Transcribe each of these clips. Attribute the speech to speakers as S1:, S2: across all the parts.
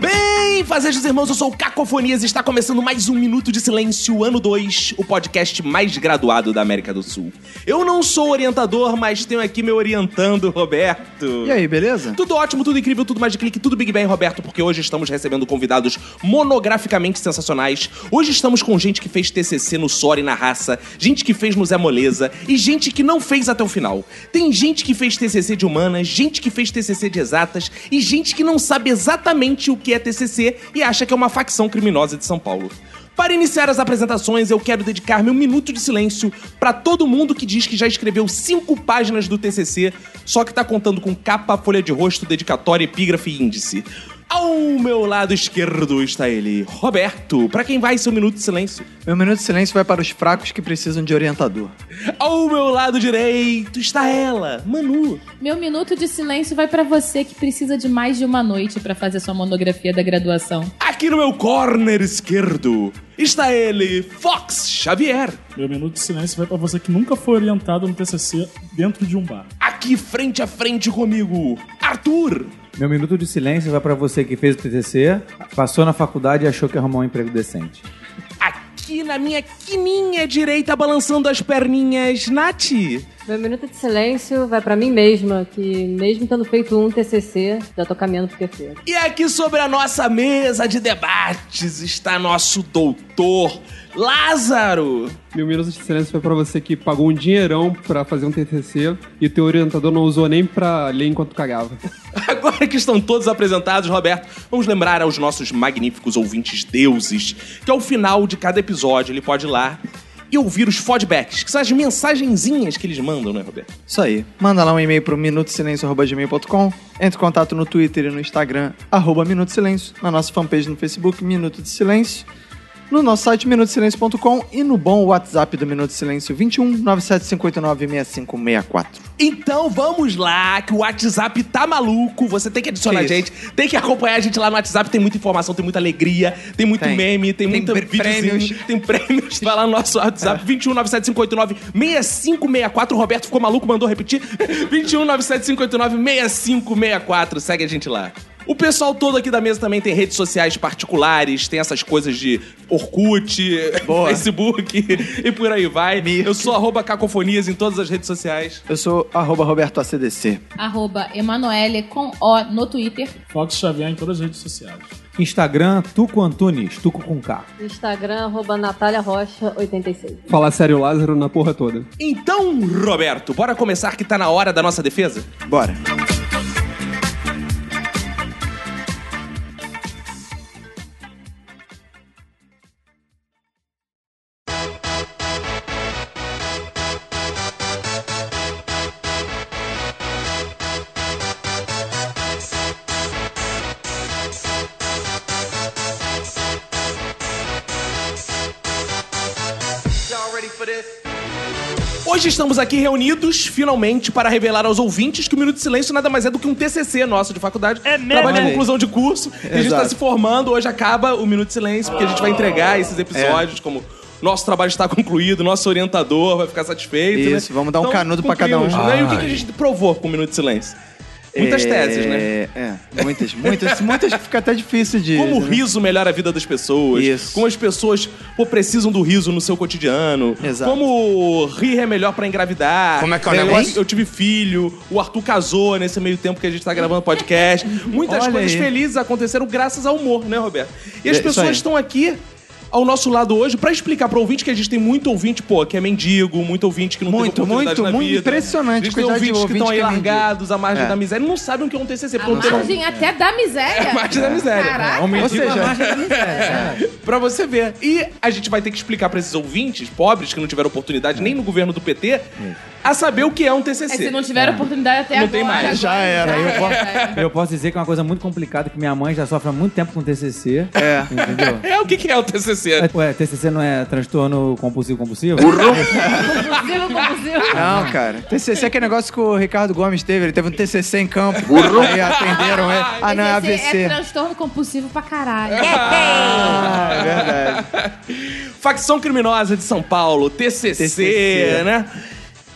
S1: Bem, fazejos irmãos, eu sou o Cacofonias e está começando mais um Minuto de Silêncio, ano 2, o podcast mais graduado da América do Sul. Eu não sou orientador, mas tenho aqui meu orientando, Roberto.
S2: E aí, beleza?
S1: Tudo ótimo, tudo incrível, tudo mais de clique, tudo Big Bang, Roberto, porque hoje estamos recebendo convidados monograficamente sensacionais. Hoje estamos com gente que fez TCC no Sora e na Raça, gente que fez no Zé Moleza e gente que não fez até o final. Tem gente que fez TCC de humanas, gente que fez TCC de exatas e gente que não sabe exatamente o que é TCC e acha que é uma facção criminosa de São Paulo. Para iniciar as apresentações, eu quero dedicar meu minuto de silêncio para todo mundo que diz que já escreveu cinco páginas do TCC, só que tá contando com capa, folha de rosto, dedicatória, epígrafe e índice. Ao meu lado esquerdo está ele, Roberto. Para quem vai seu minuto de silêncio?
S2: Meu minuto de silêncio vai para os fracos que precisam de orientador.
S1: Ao meu lado direito está ela, Manu.
S3: Meu minuto de silêncio vai pra você que precisa de mais de uma noite pra fazer sua monografia da graduação.
S1: Aqui no meu corner esquerdo está ele, Fox Xavier.
S4: Meu minuto de silêncio vai pra você que nunca foi orientado no TCC dentro de um bar.
S1: Aqui frente a frente comigo, Arthur.
S5: Meu minuto de silêncio vai pra você que fez o TCC, passou na faculdade e achou que arrumou um emprego decente.
S1: Aqui na minha quininha direita, balançando as perninhas, Nath.
S6: Meu minuto de silêncio vai pra mim mesma, que mesmo tendo feito um TCC, já tô caminhando pro TCC.
S1: E aqui sobre a nossa mesa de debates está nosso doutor Lázaro.
S7: Meu minuto de silêncio foi pra você que pagou um dinheirão pra fazer um TCC e teu orientador não usou nem pra ler enquanto cagava.
S1: Agora que estão todos apresentados, Roberto, vamos lembrar aos nossos magníficos ouvintes deuses que ao final de cada episódio ele pode ir lá e ouvir os feedbacks, que são as mensagenzinhas que eles mandam, né, Roberto?
S2: Isso aí. Manda lá um e-mail pro minutosilencio.com, entre em contato no Twitter e no Instagram, arroba Minuto de Silêncio, na nossa fanpage no Facebook, Minuto de Silêncio, no nosso site minutosilencio.com e no bom WhatsApp do Minuto de Silêncio 21 9759 6564.
S1: Então vamos lá, que o WhatsApp tá maluco. Você tem que adicionar a
S2: Que
S1: gente, tem que acompanhar a gente lá no WhatsApp. Tem muita informação, tem muita alegria, tem muito
S2: Tem.
S1: meme, tem,
S2: Tem
S1: muita
S2: pr-
S1: videozinho,
S2: prêmios. É.
S1: Tem prêmios. Vai lá no nosso WhatsApp, 21975896564. O Roberto ficou maluco, mandou repetir. 21975896564. Segue a gente lá. O pessoal todo aqui da mesa também tem redes sociais particulares, tem essas coisas de Orkut,
S2: Boa.
S1: Facebook e por aí vai.
S2: Mirk.
S1: Eu sou arroba cacofonias em todas as redes sociais.
S2: Eu sou arroba Roberto ACDC.
S3: Arroba Emanuele com O no Twitter.
S4: Fox Xavier em todas as redes sociais.
S5: Instagram, Tuco Antunes, Tuco com K.
S6: Instagram, arroba Natália Rocha 86.
S7: Falar sério Lázaro na porra toda.
S1: Então, Roberto, bora começar que tá na hora da nossa defesa?
S2: Bora.
S1: Hoje estamos aqui reunidos, finalmente, para revelar aos ouvintes que o Minuto de Silêncio nada mais é do que um TCC nosso de faculdade. É mesmo? Trabalho de
S2: Olha aí.
S1: conclusão de curso. E a gente
S2: Exato.
S1: tá se formando, hoje acaba o Minuto de Silêncio, porque a gente vai entregar esses
S2: É.
S1: episódios como... Nosso trabalho está concluído, nosso orientador vai ficar satisfeito. né?
S2: Isso, vamos dar um canudo pra cada um.
S1: concluímos, Né? E o que, que a gente provou com o Minuto de Silêncio? Muitas
S2: É,
S1: teses, né?
S2: É, muitas, muitas, muitas que fica até difícil de.
S1: Como o
S2: né?
S1: riso melhora a vida das pessoas.
S2: Isso.
S1: Como as pessoas pô, precisam do riso no seu cotidiano.
S2: Exato.
S1: Como rir é melhor pra engravidar. Como é que é o negócio? Eu tive filho, o Arthur casou nesse meio tempo que a gente tá gravando podcast. Muitas
S2: Olha
S1: coisas
S2: aí.
S1: felizes aconteceram graças ao humor, né, Roberto? E as
S2: É, isso
S1: pessoas
S2: aí.
S1: estão aqui ao nosso lado hoje pra explicar pro ouvinte que a gente tem muito ouvinte, pô, que é mendigo, muito ouvinte que não
S2: Muito,
S1: teve oportunidade
S2: muito,
S1: na
S2: muito.
S1: vida.
S2: Impressionante
S1: A gente
S2: a
S1: tem
S2: quantidade de
S1: ouvintes que
S2: ouvinte
S1: estão aí
S2: que é mendigo.
S1: largados à margem
S2: É.
S1: da miséria e não sabem o que é um TCC.
S3: A
S1: porque não tem- É,
S3: margem até da miséria.
S1: A margem da miséria.
S3: Caraca.
S2: Ou seja,
S1: Pra você ver. E a gente vai ter que explicar pra esses ouvintes pobres que não tiveram oportunidade nem no governo do PT a saber o que é um
S3: É,
S1: TCC.
S3: se não tiver oportunidade até
S1: Não
S3: agora.
S1: tem mais.
S3: agora,
S2: Já era, eu vou-
S3: era.
S5: Eu posso dizer que é uma coisa muito complicada, que minha mãe já sofre há muito tempo com TCC.
S2: É.
S5: Entendeu?
S1: É o que, que é o TCC?
S5: Ué, TCC não é transtorno compulsivo compulsivo? É
S3: Compulsivo, compulsivo.
S2: Não,
S1: Ah.
S2: cara. TCC é aquele negócio que o Ricardo Gomes teve. Ele teve um TCC em campo. E atenderam ele. Ah, não, é
S3: TCC
S2: ABC.
S3: É transtorno compulsivo pra
S1: É,
S3: caralho. Tá?
S2: Ah, é verdade.
S1: Facção Criminosa de São Paulo, TCC,
S2: TCC.
S1: né?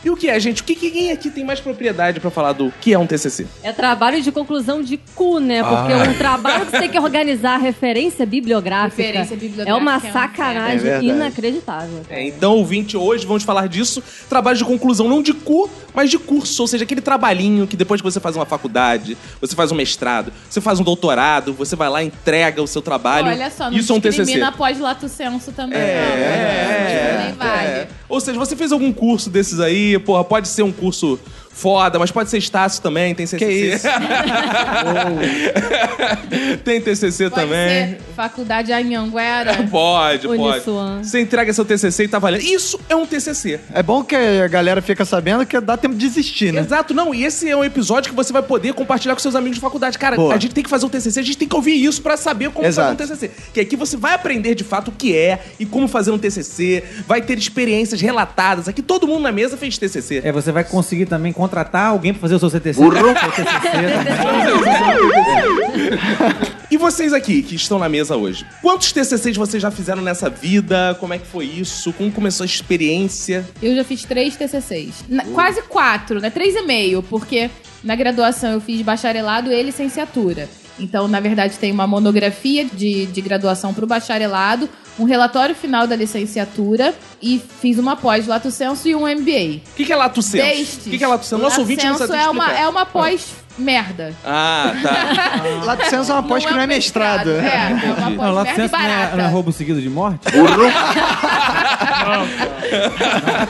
S1: E o que é, gente? O que, que- quem aqui tem mais propriedade pra falar do que é um TCC?
S6: É trabalho de conclusão de cu, né? Porque
S1: Ah.
S6: é um trabalho que você tem que organizar a referência bibliográfica.
S3: Referência bibliográfica
S6: É uma
S3: é um
S2: inferno. É
S6: sacanagem
S2: verdade.
S6: inacreditável.
S1: É, então, ouvinte, hoje vamos falar disso. Trabalho de conclusão, não de cu, mas de curso. Ou seja, aquele trabalhinho que depois que você faz uma faculdade, você faz um mestrado, você faz um doutorado, você vai lá, entrega o seu trabalho.
S3: Olha só, não
S1: Isso é um TCC.
S3: discrimina após lato senso também.
S1: É,
S3: não. né? Tipo, nem vale.
S1: é. Ou seja, você fez algum curso desses aí, porra, pode ser um curso foda, mas pode ser Estácio também, tem CCC.
S2: Que isso?
S1: tem TCC
S3: Pode
S1: também.
S3: ser faculdade Anhanguera.
S1: Pode, pode.
S6: Uniswan.
S1: Você entrega seu TCC e tá valendo. Isso é um TCC.
S2: É bom que a galera fica sabendo que dá tempo de desistir, né?
S1: Exato, não. E esse é um episódio que você vai poder compartilhar com seus amigos de faculdade. Cara,
S2: Boa.
S1: a gente tem que fazer um TCC, a gente tem que ouvir isso pra saber como
S2: Exato.
S1: fazer um TCC. Que aqui você vai aprender de fato o que é e como fazer um TCC, vai ter experiências relatadas. Aqui todo mundo na mesa fez TCC.
S5: É, você vai conseguir também contratar alguém pra fazer o seu CTC. Seu TCC.
S1: E vocês aqui que estão na mesa hoje, quantos TCCs vocês já fizeram nessa vida? Como é que foi isso? Como começou a experiência?
S3: Eu já fiz três TCCs. Na- Quase quatro, né? Três e meio, porque na graduação eu fiz bacharelado e licenciatura. Então, na verdade, tem uma monografia de, de graduação para o bacharelado, um relatório final da licenciatura e fiz uma pós lato senso e um MBA.
S1: O que, que é Lato Senso?
S3: Destes.
S1: O que, que é Lato Senso? Nosso
S3: Lato
S1: ouvinte não
S3: senso
S1: sabe
S3: é uma,
S1: explicar.
S3: é um- uma pós-merda.
S1: Ah, tá.
S2: Lato senso é uma pós que não é mestrado.
S3: É, é uma
S5: Não, lá
S3: pós-merda e
S5: senso não é,
S3: barata.
S5: não é roubo seguido de morte?
S3: é.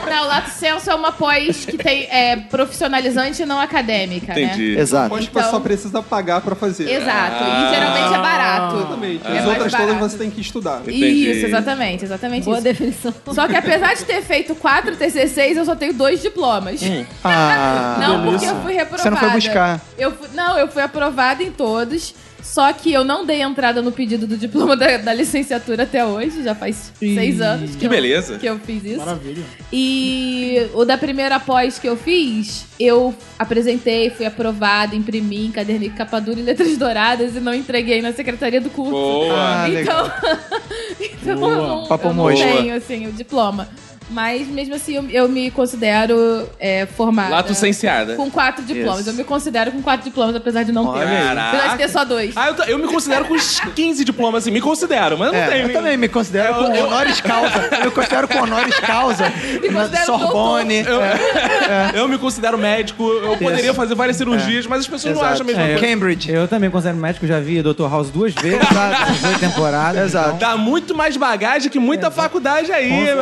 S3: Não, lato senso é uma pós que tem é, profissionalizante e não acadêmica, né?
S1: Entendi.
S2: Exato.
S7: Pode
S3: Então-
S7: você só precisa pagar pra fazer.
S3: Exato. E geralmente é barato.
S7: Exatamente.
S3: É
S7: As
S3: mais
S7: outras todas
S3: barato.
S7: você tem que estudar.
S1: Entendi.
S3: Isso, exatamente, exatamente
S6: Boa
S3: isso.
S6: definição.
S3: Só que apesar de ter feito quatro TCCs, eu só tenho dois diplomas.
S2: Hum. Ah,
S3: não, porque eu fui reprovada.
S2: Você não foi buscar.
S3: Eu fui- não, eu fui aprovada em todos. Só que eu não dei entrada no pedido do diploma da, da licenciatura até hoje. Já faz seis anos que,
S1: Que
S3: eu-
S1: beleza.
S3: que eu fiz isso.
S4: Maravilha.
S3: E o da primeira pós que eu fiz, eu apresentei, fui aprovada, imprimi, encadernei com capa dura e letras douradas e não entreguei na secretaria do curso.
S1: Boa.
S2: Ah,
S3: então, então eu não,
S2: Papo
S3: eu não
S2: mole.
S3: tenho assim, o diploma. Mas mesmo assim, eu, eu me considero é, formada.
S1: Lato Senseada.
S3: Com quatro diplomas.
S2: Isso.
S3: Eu me considero com quatro diplomas, apesar de não ter.
S1: Caraca.
S3: Apesar de ter só dois.
S1: Ah, eu, tô- eu me considero com uns 15 diplomas, assim. Me considero, mas não
S2: É,
S1: tenho.
S2: eu também me
S1: Eu-
S2: considero com
S1: eu-
S2: honoris causa. Eu me considero com honoris causa.
S3: considero
S2: Sorbonne. É,
S1: Eu,
S2: né?
S1: eu me considero médico, eu poderia fazer várias cirurgias, mas as pessoas não
S2: Exato.
S1: acham a mesma
S2: É,
S1: coisa.
S2: Cambridge.
S5: Eu também considero médico, já vi Dr. House duas vezes, então, Exato. duas temporadas.
S2: Exato.
S1: Dá muito mais bagagem que muita faculdade aí, meu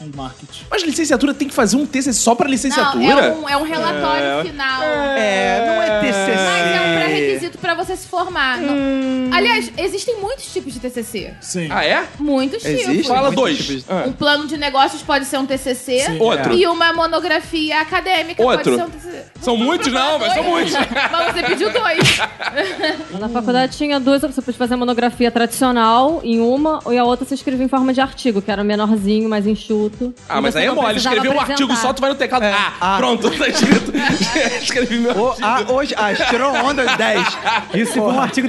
S4: em marketing.
S1: Mas licenciatura tem que fazer um TCC só pra
S3: Não,
S1: licenciatura?
S3: é um, é um relatório final.
S2: É, não é Hum. TCC.
S3: Mas é um pré-requisito pra você se formar. Não- Aliás, existem muitos tipos de TCC.
S4: Sim.
S1: Ah, é?
S3: Muitos
S2: Existe?
S3: tipos.
S1: Fala
S2: muitos
S1: dois.
S2: tipos de-
S1: Ah.
S3: Um plano de negócios pode ser um TCC.
S4: Sim.
S2: é.
S1: Outro.
S3: E uma monografia acadêmica
S1: Outro.
S3: pode ser um TCC.
S1: São muitos, não, mas são muitos.
S3: Mas você pediu dois.
S6: Na faculdade tinha duas opções. Você podia fazer monografia tradicional em uma, ou e a outra você escrevia em forma de artigo, que era menorzinho, mais enxuto.
S1: Ah,
S6: E
S1: mas
S6: você
S1: aí é
S6: não
S1: mole.
S6: precisava
S1: Escrever um artigo
S6: apresentar.
S1: só, tu vai no teclado. Ah,
S2: Ah.
S1: pronto, tá escrito. Escrevi meu
S2: O-
S1: artigo.
S2: a- hoje, as tirou onda 10.
S5: Isso foi um artigo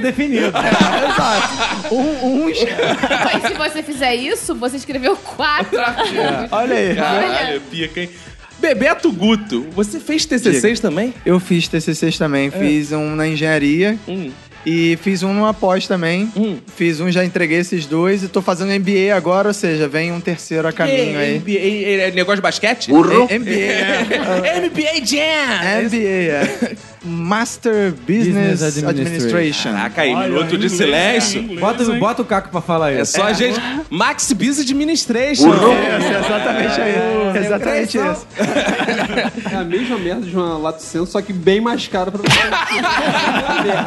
S2: É,
S5: definido.
S2: exato. Um, uns.
S3: Mas se você fizer isso, você escreveu quatro.
S2: Olha aí.
S1: Caralho, é pica, hein? Bebeto Guto, você fez TCCs também?
S2: Eu fiz TCCs também. Fiz um na engenharia
S1: Hum.
S2: e fiz um numa pós também.
S1: Hum.
S2: Fiz um, já entreguei esses dois e tô fazendo MBA agora, ou seja, vem um terceiro a caminho aí.
S1: NBA, é negócio de basquete?
S2: É, MBA, é.
S1: NBA Jam!
S2: MBA, é. Master Business,
S5: Business Administration.
S2: Administration.
S1: Caraca, aí,
S4: Olha,
S1: minuto de
S4: inglês,
S1: silêncio.
S4: é, inglês,
S5: Bota,
S4: hein?
S5: bota o Caco pra falar
S1: É
S5: isso.
S1: só a gente. Max Biz Administration.
S2: Esse é exatamente aí.
S5: é,
S2: Exatamente isso.
S7: É a mesma merda de uma Lato Senso, só que bem mais cara pra você.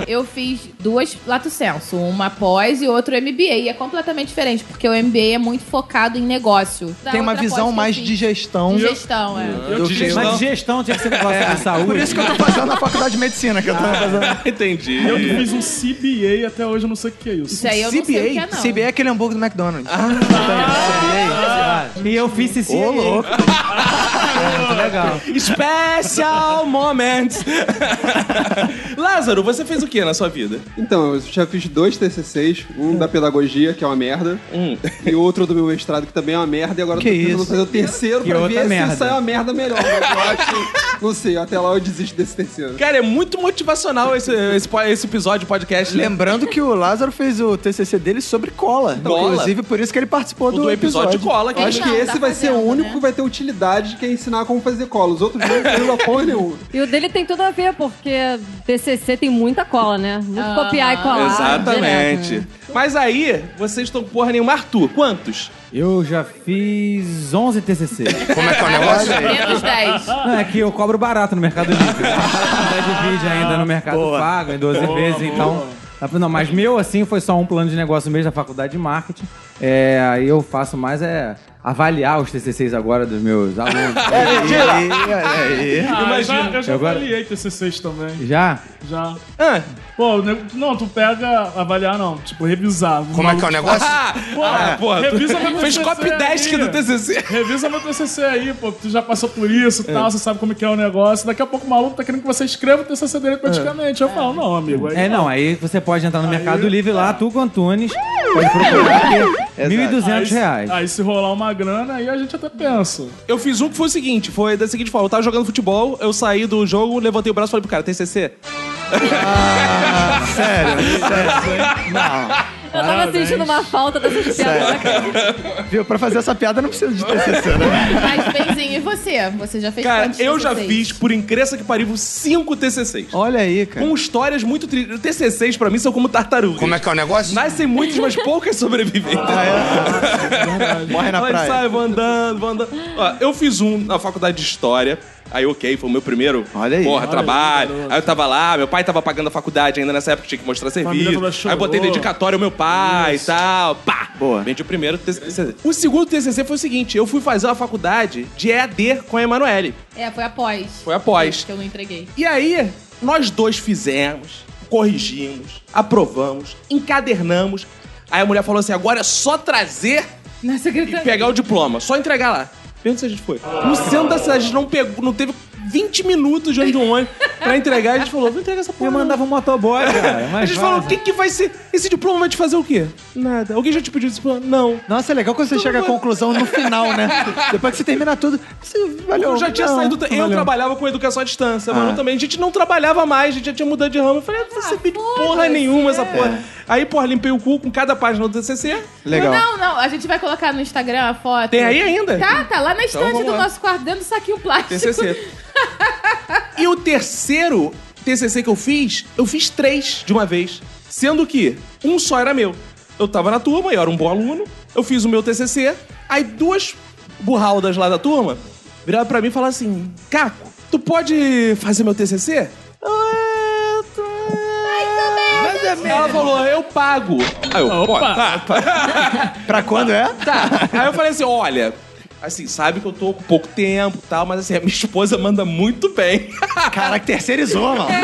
S3: Eu fiz duas Lato Senso, uma pós e outra MBA. E é completamente diferente, porque o MBA é muito focado em negócio.
S5: é,
S3: Da
S2: Tem uma
S3: outra
S2: visão
S3: pós que eu
S2: mais
S3: fiz.
S2: de gestão. Uhum.
S3: de gestão, é.
S4: Eu
S2: do
S4: te
S2: que- É.
S4: gestão.
S5: Mas gestão tinha que ser um negócio de saúde. Ah!
S2: Por isso que eu tô fazendo na faculdade de medicina, que eu tô fazendo.
S1: Entendi.
S4: Eu que fiz um CBA até hoje, eu não sei o que é isso.
S3: Isso aí eu não sei o que é, não.
S2: CBA é aquele hambúrguer do McDonald's. Ah,
S5: E eu fiz CCA.
S2: Ô, louco.
S5: Legal.
S1: Special Moment. Lázaro, você fez o que na sua vida?
S7: Então, eu já fiz dois TCCs, um da pedagogia, que é uma merda, e outro do meu mestrado, que também é uma merda, e agora eu
S2: Que
S7: tô tentando
S2: isso?
S7: fazer o terceiro
S5: Que
S7: pra
S5: outra
S7: ver
S5: merda.
S7: se sai uma merda melhor. Mas eu acho, não sei, até lá eu desisto desse terceiro.
S1: Cara, é muito motivacional esse, esse, po- esse episódio de podcast. né?
S2: Lembrando que o Lázaro fez o TCC dele sobre cola.
S1: Cola?
S2: Inclusive, por isso que ele participou
S1: O
S2: do,
S1: do episódio de cola. Que
S7: Eu acho
S3: Não,
S7: que
S3: tá
S7: esse vai ser o
S3: fazendo,
S7: único
S3: né?
S7: que vai ter utilidade, que é ensinar como fazer cola. Os outros não tem porra nenhuma.
S6: E o dele tem tudo a ver, porque TCC tem muita cola, né? Muito
S3: Ah.
S6: copiar e colar.
S1: Exatamente.
S6: direto, né?
S1: Mas aí, vocês estão porra nenhuma. Arthur, quantos?
S5: Eu já fiz 11 TCC.
S2: Como é que é o negócio? Olha aí.
S3: Menos 10.
S5: Não, é que eu cobro barato no Mercado Livre. Eu divide ainda no Mercado
S2: Boa.
S5: Pago, em 12 vezes, então... Não, mas meu, assim, foi só um plano de negócio mesmo da faculdade de marketing. É, aí eu faço mais é avaliar os TCCs agora dos meus alunos.
S2: Aí, aí.
S4: Ah,
S1: Imagina.
S4: Eu já, eu já
S5: Eu agora-
S4: avaliei TCCs também.
S5: Já?
S4: Já.
S1: Ah.
S4: Pô, o nego- não, tu pega avaliar, não. Tipo, revisar.
S2: Como é que é o negócio?
S1: Ah,
S4: Porra,
S1: ah, porra.
S4: revisa meu
S1: Fez
S4: TCC
S1: copy 10 que
S4: aí.
S1: do TCC.
S4: Revisa meu TCC aí, pô. Tu já passou por isso e tal, você sabe como é que é o negócio. Daqui a pouco o maluco tá querendo que você escreva o TCC dele praticamente. Eu falo, não, amigo. aí
S5: É, não, aí você pode entrar no Mercado Livre lá, Tuco Antunes, pode procurar que é R$
S4: Aí
S5: 1.200
S4: se-
S5: reais.
S4: Aí se rolar uma grana, aí a gente até pensa.
S1: Eu fiz um que foi o seguinte, foi da seguinte forma, eu tava jogando futebol, eu saí do jogo, levantei o braço e falei pro cara, TCC?
S6: Eu tava sentindo uma falta dessas piadas.
S2: Viu? Pra fazer essa piada não precisa de TCC, né?
S3: Mas, Benzinho, e você? Você já fez
S1: Cara,
S3: quantos
S1: eu já
S3: TCCs?
S1: fiz, por incrível que pariu, cinco TCCs.
S2: Olha aí, cara.
S1: Com histórias muito tristes. TCCs pra mim são como tartarugas. Como é que Ah, é o negócio? Nascem muitos, mas poucas sobrevivem.
S2: Morre na
S1: Elas
S2: praia.
S1: saem, vão andando, vão andando. Ó, eu fiz um na faculdade de História. Aí, ok, foi o meu primeiro
S2: Olha aí.
S1: porra,
S2: Olha
S1: trabalho. Aí, eu tava lá, meu pai tava pagando a faculdade ainda nessa época, tinha que mostrar serviço.
S4: toda
S1: Aí eu botei
S4: chorou.
S1: dedicatório ao meu pai e tal. Pá!
S2: Boa.
S1: Vendi o primeiro TCC. O segundo TCC foi o seguinte: eu fui fazer uma faculdade de EAD com a Emanuele.
S3: É, foi após.
S1: Foi após.
S3: Que eu não entreguei.
S1: E aí, nós dois fizemos, corrigimos, aprovamos, encadernamos. Aí a mulher falou assim: agora é só trazer
S3: Na
S1: e
S3: secretaria.
S1: pegar o diploma, só entregar lá. Pergunta se a gente foi. No centro da cidade, a gente não pegou, não teve 20 minutos de onde um ônibus pra entregar. A gente falou: vou entregar essa porra.
S5: Eu
S1: não.
S5: mandava um motoboy, cara.
S1: A
S5: Mas
S1: gente falou: o que, que vai ser? Esse diploma vai te fazer o quê? Nada. Alguém já te pediu esse diploma? Não.
S2: Nossa, é legal quando você chega à conclusão no final, né? Depois que você termina tudo, você valeu.
S1: Eu já tinha
S2: Não,
S1: saído.
S2: não
S1: Eu
S2: valeu. Ah.
S1: trabalhava com educação à distância, mano, também. A gente não trabalhava mais, a gente já tinha mudado de ramo. Eu falei, ah, não recebi de porra nenhuma essa porra. Aí, porra, limpei o cu com cada página do TCC.
S2: Legal.
S3: Não, não, a gente vai colocar no Instagram a foto.
S1: Tem aí ainda? Então
S3: Tá, tá lá na estante
S1: vamos
S3: do
S1: lá.
S3: nosso quarto, dentro do saquinho plástico.
S1: TCC. e o terceiro TCC que eu fiz, eu fiz três de uma vez. Sendo que um só era meu. Eu tava na turma, eu era um bom aluno, eu fiz o meu TCC, aí duas burraldas lá da turma viraram pra mim e falaram assim, Caco, tu pode fazer meu TCC? Eu, "Ah, tá." Ela falou, eu pago. Aí eu, "Pô, tá, tá.
S2: Pra quando é?
S1: Tá. Aí eu falei assim: olha, assim, sabe que eu tô com pouco tempo e tal, mas assim, a minha esposa manda muito bem.
S2: Caraca, terceirizou, mano.
S3: É.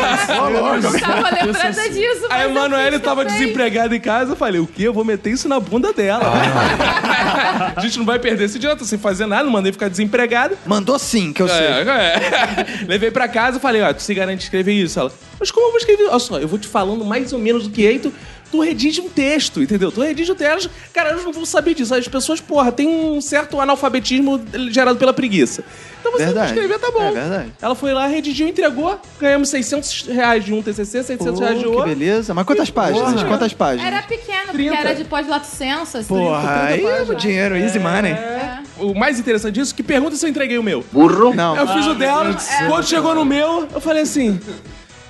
S3: Eu tava lembrada disso,
S1: assim. A
S3: mas assim, eu
S1: Emanuele
S3: fiz
S1: tava
S3: também.
S1: desempregada em casa, eu falei, o quê? Eu vou meter isso na bunda dela. a gente não vai perder esse dinheiro, tô sem fazer nada, não mandei ficar desempregada.
S2: Mandou sim, que eu sei.
S1: É, é. Levei pra casa e falei, ó, tu se garante escrever isso? Ela, mas como eu vou escrever? Olha só, eu vou te falando mais ou menos do que é, e tu, tu redige um texto, entendeu? Tu redige o texto, cara, elas não vão saber disso. As pessoas, porra, tem um certo analfabetismo gerado pela preguiça. Então você
S2: Verdade.
S1: não escrever, tá bom.
S2: É verdade.
S1: Ela foi lá, redigiu, entregou, ganhamos 600 reais de um TCC, 600 reais de
S2: Pô, que
S1: outro.
S2: beleza. Mas quantas páginas?
S1: porra.
S2: Quantas páginas?
S3: Era pequeno, porque
S1: 30.
S3: era de pós-laticença. assim.
S2: Porra, aí o dinheiro, easy money.
S1: O mais interessante disso, que pergunta se eu entreguei o meu.
S2: Não.
S1: Eu fiz o dela, quando chegou no meu, eu falei assim...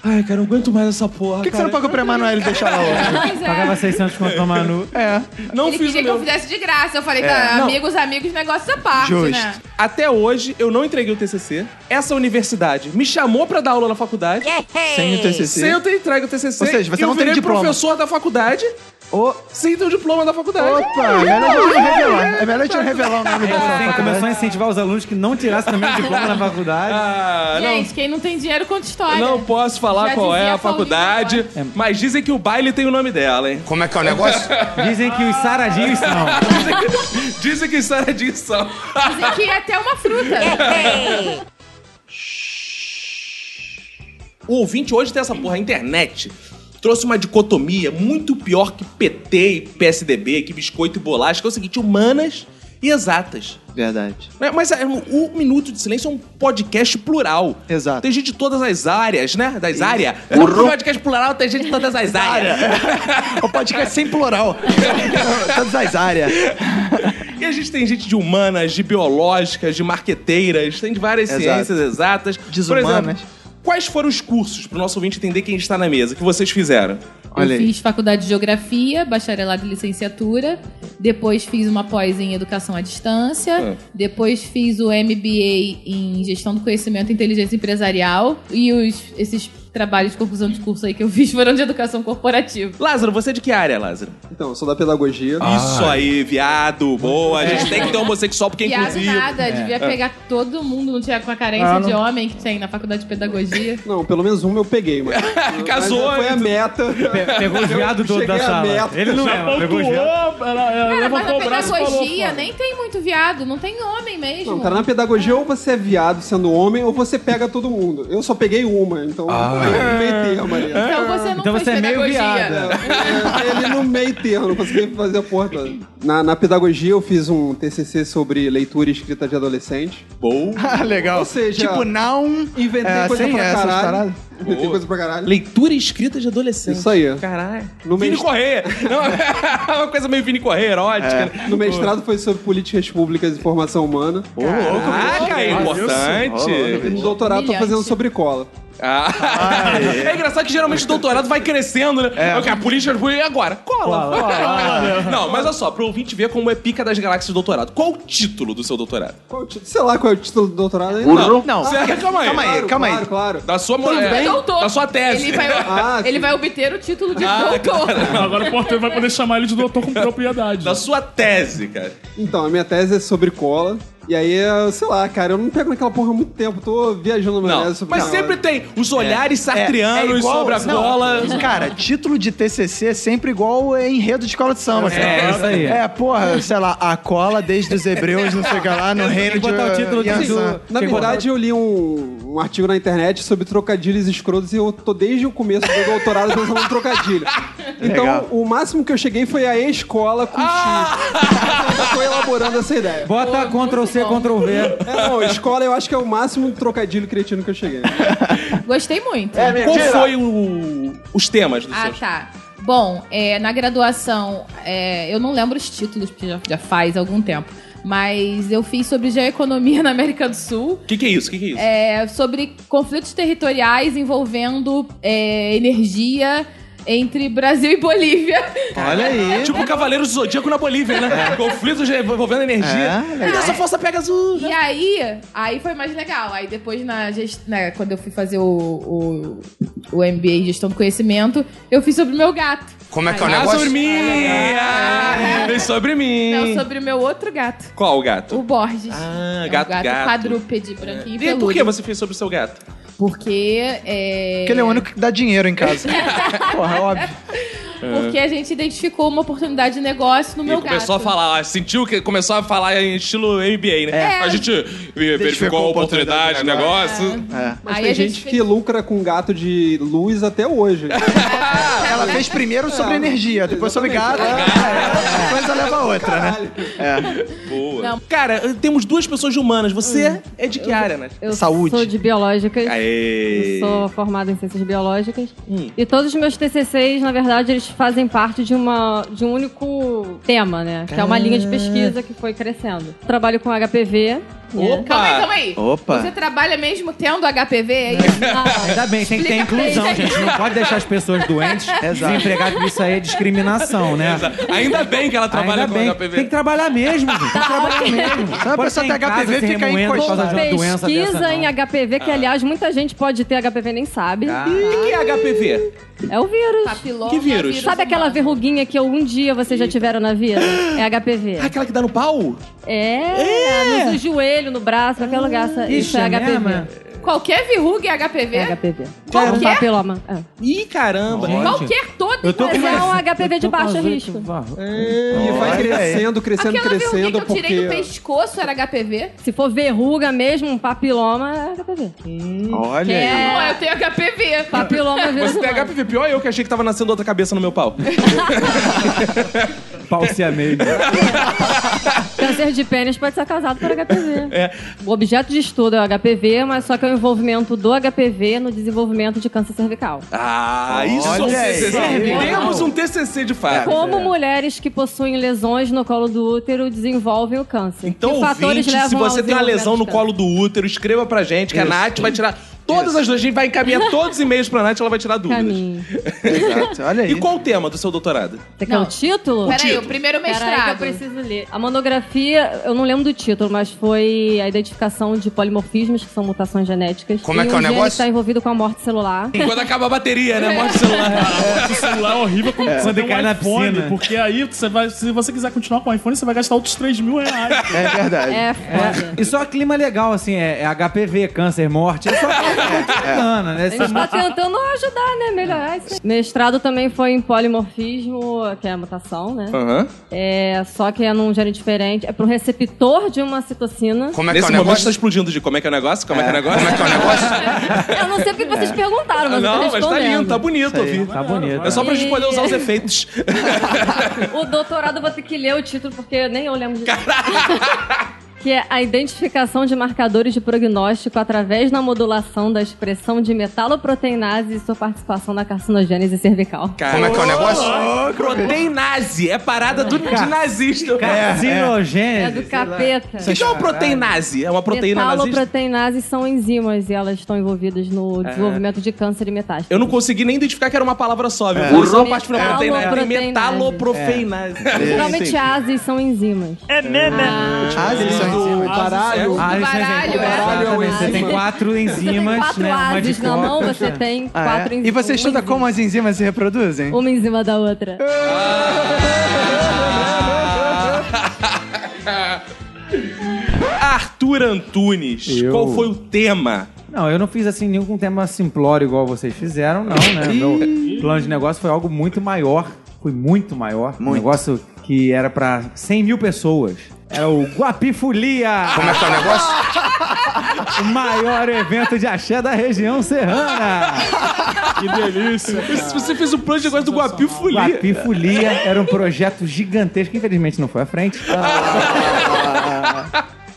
S1: Ai, cara, não aguento mais essa porra.
S2: Por que, que você não pagou pra Emanuele deixar lá hoje?
S3: Pois é.
S5: Pagava 600 conto pra Manu.
S1: Não
S3: Ele
S1: fiz
S3: queria
S1: o
S3: que eu
S1: meu. É.
S3: fizesse de graça. Eu falei, tá,
S1: Não.
S3: amigos, amigos, negócio à parte,
S2: Justo.
S3: né?
S1: Até hoje, eu não entreguei o TCC. Essa universidade me chamou pra dar aula na faculdade.
S2: Sem
S1: Sem
S2: o TCC.
S1: eu ter entregue o TCC,
S2: Ou seja, você
S1: eu
S2: não tem
S1: virei
S2: diploma.
S1: professor da faculdade
S2: Ô,
S1: sem ter o diploma da faculdade.
S2: Opa, é melhor a gente não revelar. É melhor a gente não revelar o nome dessa
S5: Sim, começou
S2: faculdade.
S5: a incentivar os alunos que não tirassem também o diploma na faculdade.
S1: Ah, não,
S3: Gente, quem não tem dinheiro conta história.
S1: não posso falar
S3: Já
S1: qual é
S3: dizia
S1: a
S3: Paulinho né?
S1: faculdade,
S2: É.
S1: mas dizem que o baile tem o nome dela, hein?
S8: Como é que é o negócio?
S5: Dizem que os saradinhos são.
S1: Dizem que isso era de São.
S3: Dizem que é até uma fruta.
S1: É. O ouvinte hoje tem essa porra, a internet trouxe uma dicotomia muito pior que PT e PSDB, que biscoito e bolacha, que é o seguinte, humanas e exatas.
S2: Verdade.
S1: Né? Mas é, o Minuto de Silêncio é um podcast plural.
S2: Exato.
S1: Tem gente de todas as áreas, né? Das áreas. É um podcast plural, tem gente de todas as áreas.
S2: O podcast é sem plural. Todas as áreas.
S1: E a gente tem gente de humanas, de biológicas, de marqueteiras, tem de várias
S2: Exato.
S1: ciências exatas. Por
S2: Desumanas.
S1: exemplo, quais foram os cursos, pro nosso ouvinte entender quem está na mesa, que vocês fizeram?
S2: Olha
S3: eu
S2: aí.
S3: fiz faculdade de geografia, bacharelado e licenciatura. Depois fiz uma pós em educação à
S1: Ah.
S3: distância. Depois fiz o MBA em gestão do conhecimento e inteligência empresarial. E os, esses trabalhos de conclusão de curso aí que eu fiz foram de educação corporativa.
S1: Lázaro, você é de que área, Lázaro?
S6: Então, eu sou da pedagogia.
S1: Isso aí, viado, boa. A gente tem que ter homossexual porque é Ah,
S3: Piado
S1: inclusivo.
S3: nada, devia pegar todo mundo, não tinha com a carência de homem que tem na faculdade de pedagogia.
S6: Não, pelo menos
S7: um
S6: uma eu peguei, mas.
S1: Casou,
S6: mas foi a
S1: hein?
S6: meta.
S5: Pegou os viados todo da
S6: cheguei à
S5: sala.
S6: meta.
S5: Ele não é, pegou os
S4: Pontuou,
S5: viados.
S4: ela, ela
S3: Cara, mas
S4: levantou
S3: na
S4: o braço e falou,
S3: pedagogia
S4: "Foda".
S3: nem tem muito viado, não tem homem mesmo.
S6: Não, cara, na pedagogia ou você é viado sendo homem, ou você pega todo mundo. Eu só peguei uma, então eu no meio termo ali.
S3: Então você não
S5: Então
S3: fez
S5: você é meio
S3: pedagogia.
S5: viado.
S6: É, Ele no meio termo, não consegui fazer a porra toda. Na, na pedagogia eu fiz um TCC sobre leitura e escrita de adolescente.
S1: Boa.
S2: Ah, legal.
S6: Ou seja,
S2: tipo, não.
S6: Inventei
S2: É,
S6: coisa
S2: sem
S6: pra
S2: essas
S6: caralho.
S2: paradas?
S6: Inventei coisa pra caralho.
S1: Leitura e escrita de adolescente.
S6: Isso aí.
S1: Caralho.
S6: No
S1: Vini
S6: meio-
S1: Correia. Não, é uma coisa meio Vini Correia, erótica. né?
S6: No mestrado foi sobre políticas públicas e formação humana.
S1: Caraca, é
S6: E
S1: importante.
S6: no doutorado tô
S3: Humilhante.
S6: fazendo sobre cola.
S1: Ah, é. engraçado que geralmente o doutorado vai crescendo, né? Ok, A política foi e agora? Cola. Não, mas olha só, pro ouvinte ver como é pica das galáxias do doutorado. Qual o título do seu doutorado?
S6: Qual o título? Sei lá qual é o título do doutorado ainda.
S2: Não, não.
S1: Sério, calma aí.
S2: Calma aí,
S6: Claro,
S2: calma aí.
S6: Claro, claro.
S1: Da sua mulher.
S3: É doutor.
S1: Da sua tese.
S3: Ele vai,
S6: Ah,
S3: ele
S6: sim.
S3: vai obter o título de
S1: Ah,
S3: doutor.
S4: Agora o porteiro vai poder chamar ele de doutor com propriedade.
S1: Da sua tese, cara.
S6: Então, a minha tese é sobre cola. E aí, eu- sei lá, cara, eu não pego naquela porra há muito tempo. Tô viajando na minha
S1: Não,
S6: tese sobre
S1: mas
S6: cola.
S1: sempre tem os olhares sartrianos
S2: É igual-
S1: sobre a
S2: não,
S1: cola.
S2: Cara, título de TCC é sempre igual é enredo de escola de samba. cara.
S5: é isso aí.
S2: É, porra, sei lá, a cola desde os hebreus, não sei o que lá, no reino
S5: que
S2: de...
S5: botar o título do-
S2: Yansan.
S6: Na
S5: Tem
S6: verdade, eu li um, um artigo na internet sobre trocadilhos escrotos e eu tô desde o começo do doutorado pensando em trocadilho. Então,
S2: Legal.
S6: o máximo que eu cheguei foi a escola com X. Eu tô elaborando essa ideia.
S5: Bota Ctrl C, Ctrl V.
S6: É, não, escola eu acho que é o máximo trocadilho cretino que eu cheguei.
S3: Gostei muito.
S6: É,
S2: É
S1: Qual foi o- os temas do
S3: ah,
S1: seu?
S3: tá. Bom, é, na graduação, é, eu não lembro os títulos, porque já, já faz algum tempo. Mas eu fiz sobre geoeconomia na América do Sul,
S1: O que, que é isso? O que, que é isso?
S3: é, sobre conflitos territoriais envolvendo é, energia, entre Brasil e Bolívia.
S2: Olha
S3: É.
S2: aí.
S1: Tipo o Cavaleiros do Zodíaco na Bolívia, né? Conflitos envolvendo energia.
S2: É,
S1: e essa força pega azul.
S3: E aí, aí foi mais legal. Aí depois, na gest... né, quando eu fui fazer o, o, o MBA em gestão do conhecimento, eu fiz sobre o meu gato.
S9: Como é que é o
S1: Ah,
S9: negócio?
S1: sobre mim! Ah, Vem sobre mim!
S3: Não, sobre o meu outro gato,
S1: Qual o gato?
S3: o Borges.
S1: Ah,
S3: É um
S1: gato, gato. É.
S3: quadrúpede, branquinho e
S1: E por
S3: peludo.
S1: que você fez sobre o seu gato?
S3: Porque... É...
S2: Porque ele é o único que dá dinheiro em casa. Porra, é óbvio.
S3: Porque a gente identificou uma oportunidade de negócio no meu
S1: e começou
S3: gato.
S1: a falar, ó, sentiu que começou a falar em estilo MBA, né?
S3: É.
S1: A gente verificou a oportunidade, de negócio.
S2: É.
S7: Mas
S3: Aí
S7: tem
S3: a gente
S7: gente
S3: fez-
S7: que lucra com gato de luz até hoje.
S2: Ela fez primeiro sobre energia, depois sobre gado. é, Depois ela leva a outra, né?
S1: Boa.
S3: Não.
S1: É. Cara, temos duas pessoas humanas. Você é de que área, né?
S6: Eu
S2: Saúde.
S6: sou de biológicas.
S1: Aê.
S6: Eu sou formada em ciências biológicas. E todos os meus TCCs, na verdade, eles fazem parte de, uma, de um único tema, né? Que é uma linha de pesquisa que foi crescendo. Trabalho com HPV. né?
S3: Calma aí, calma aí.
S2: Opa.
S3: Você trabalha mesmo tendo HPV? É isso?
S5: Ainda bem, tem que ter
S3: Explica pra
S5: inclusão,
S3: ele.
S5: gente. Não pode deixar as pessoas doentes, desempregadas, porque isso aí é discriminação, né?
S1: Ainda bem que ela trabalha
S5: Ainda
S1: com
S5: bem.
S1: HPV.
S5: Tem que trabalhar mesmo, gente. Tem que trabalhar mesmo.
S2: Sabe, a pessoa
S5: ficar em
S2: tem
S5: casa
S2: HPV,
S5: se
S2: fica aí
S5: remoendo por causa de uma doença dessa,
S6: Pesquisa
S5: não.
S6: em HPV, que aliás muita gente pode ter HPV e nem sabe.
S5: Ah.
S1: O que é HPV?
S6: É o vírus.
S3: Papiloma,
S1: Que vírus?
S6: Sabe aquela
S3: Tá humano.
S6: verruguinha que algum dia vocês já tiveram na vida? É HPV.
S1: Ah, aquela que dá no pau?
S6: É, no joelho, no braço, qualquer lugar. Isso,
S5: Ixi,
S6: é
S5: é
S6: HPV.
S5: mesmo?
S3: Qualquer verruga é HPV?
S6: É HPV.
S3: Qualquer?
S6: Um papiloma. É.
S1: Ih, caramba.
S3: Qualquer todo.
S5: Eu tô
S6: Mas
S5: com
S6: é
S5: uma-
S6: um HPV de
S5: eu tô com
S6: baixo
S5: uma-
S6: risco.
S7: E vai
S6: É.
S7: crescendo, crescendo,
S3: Aquela verruguinha que
S7: crescendo,
S3: eu tirei do
S7: porque.
S3: pescoço era HPV?
S6: Se for verruga mesmo, um papiloma, é HPV.
S2: Olha
S6: É.
S3: Não, eu tenho HPV.
S6: Papiloma é vírus
S1: Você tem
S6: humano.
S1: HPV pior eu que achei que tava nascendo outra cabeça no meu pau.
S5: Pau se amei.
S6: Câncer de pênis pode ser causado por HPV.
S1: É.
S6: O objeto de estudo é o HPV, mas só que é o envolvimento do HPV no desenvolvimento de câncer cervical.
S1: Ah, isso é um
S2: Olha aí.
S1: TCC. Temos um TCC de fato.
S6: É. Como mulheres que possuem lesões no colo do útero desenvolvem o câncer.
S1: Então,
S6: Que fatores
S1: ouvinte, se
S6: levam ao
S1: você tem uma lesão no
S6: desenvolvimento de
S1: colo do útero, escreva pra gente, que a Nath vai tirar todas as dúvidas. A gente vai encaminhar todos os e-mails pra Nath, ela vai tirar
S6: câncer?
S1: dúvidas.
S6: Caminho.
S2: Exato, olha aí.
S1: E qual o tema do seu doutorado?
S6: Você quer
S3: Não.
S6: o título?
S3: Peraí, o primeiro
S6: Peraí que eu
S3: mestrado.
S6: preciso ler. A monografia, eu não lembro do título, mas foi a identificação de polimorfismos, que são mutações genéticas.
S9: Como é
S6: E
S9: que é
S6: um
S9: o
S6: gene
S9: negócio?
S6: que está envolvido com a morte celular.
S1: Quando acaba a bateria, né? Mostra o celular.
S4: Esse celular é horrível quando você
S5: Quando
S4: tem um
S5: cai na
S4: iPhone,
S5: piscina.
S4: porque aí você vai, se você quiser continuar com o iPhone, você vai gastar outros 3 mil reais.
S2: É verdade.
S6: É foda.
S5: E só clima legal, assim, é, é HPV, câncer, morte. É só bacana, né?
S6: A gente tá tentando ajudar, né? Melhorar isso. aí. Mestrado também foi em polimorfismo, que é a mutação, né?
S1: Aham.
S6: É, só que é num gene diferente. É pro receptor de uma citocina.
S9: Como é que é
S1: Nesse
S9: o
S1: momento tá
S9: negócio?
S1: explodindo de como é que é o negócio, como é, que é o negócio.
S9: Como é que é o negócio?
S6: Eu não sei porque vocês perguntaram, mas
S1: É.
S6: eu
S1: Não,
S6: tô
S1: mas tá
S6: respondendo.
S1: lindo, tá bonito ouvir.
S5: Tá bonito.
S1: É só pra gente poder usar os efeitos.
S6: O doutorado eu vou ter que ler o título, porque nem eu lembro de Que é a identificação de marcadores de prognóstico através da modulação da expressão de metaloproteinase e sua participação na carcinogênese cervical.
S9: Como é que é o negócio?
S1: Proteinase é parada do, de nazista.
S5: é.
S6: É
S5: Carcinogênese.
S6: do capeta.
S1: O que é uma proteinase? É uma proteína nazista?
S6: Metaloproteinases são enzimas e elas estão envolvidas no
S3: É.
S6: desenvolvimento de câncer e metástase.
S1: Eu não consegui nem identificar que era uma palavra só, viu? Só a parte final proteinase. Metaloproteinase.
S2: É.
S6: Geralmente ases são enzimas.
S2: Ah, eles são enzimas.
S3: Do
S5: Ah, isso é
S3: baralho,
S5: exemplo.
S3: é?
S5: Exatamente.
S7: Baralho é uma
S5: Você tem
S7: enzima.
S5: quatro
S6: Você tem
S5: enzimas,
S6: quatro
S5: né? Uma de
S6: ases na mão,
S5: coca.
S6: você tem
S2: Ah, é?
S6: quatro enzimas.
S2: E você estuda
S6: uma
S2: como as enzimas se reproduzem?
S6: Uma enzima da outra.
S1: Arthur Antunes,
S5: Eu.
S1: qual foi o tema?
S5: Não, eu não fiz assim nenhum com tema simplório igual vocês fizeram, não, né? Meu plano de negócio foi algo muito maior. Foi muito maior. Um negócio que era pra 100 mil pessoas. Era o Guapifolia!
S9: Como é que é o negócio?
S5: O maior evento de axé da região serrana.
S4: que delícia. cara.
S1: Você fez o plano de negócio do Guapio Folia.
S5: Guapifolia era um projeto gigantesco, que infelizmente não foi à frente.
S2: Ah.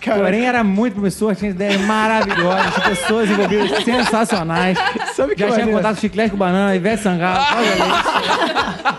S5: Porém, era muito promissor, tinha ideias maravilhosas, pessoas envolvidas sensacionais.
S2: Sabe que Ah.
S5: Já tinha
S2: maneiro?
S5: contato chiclete com banana, Ivete Sangalo. olha isso.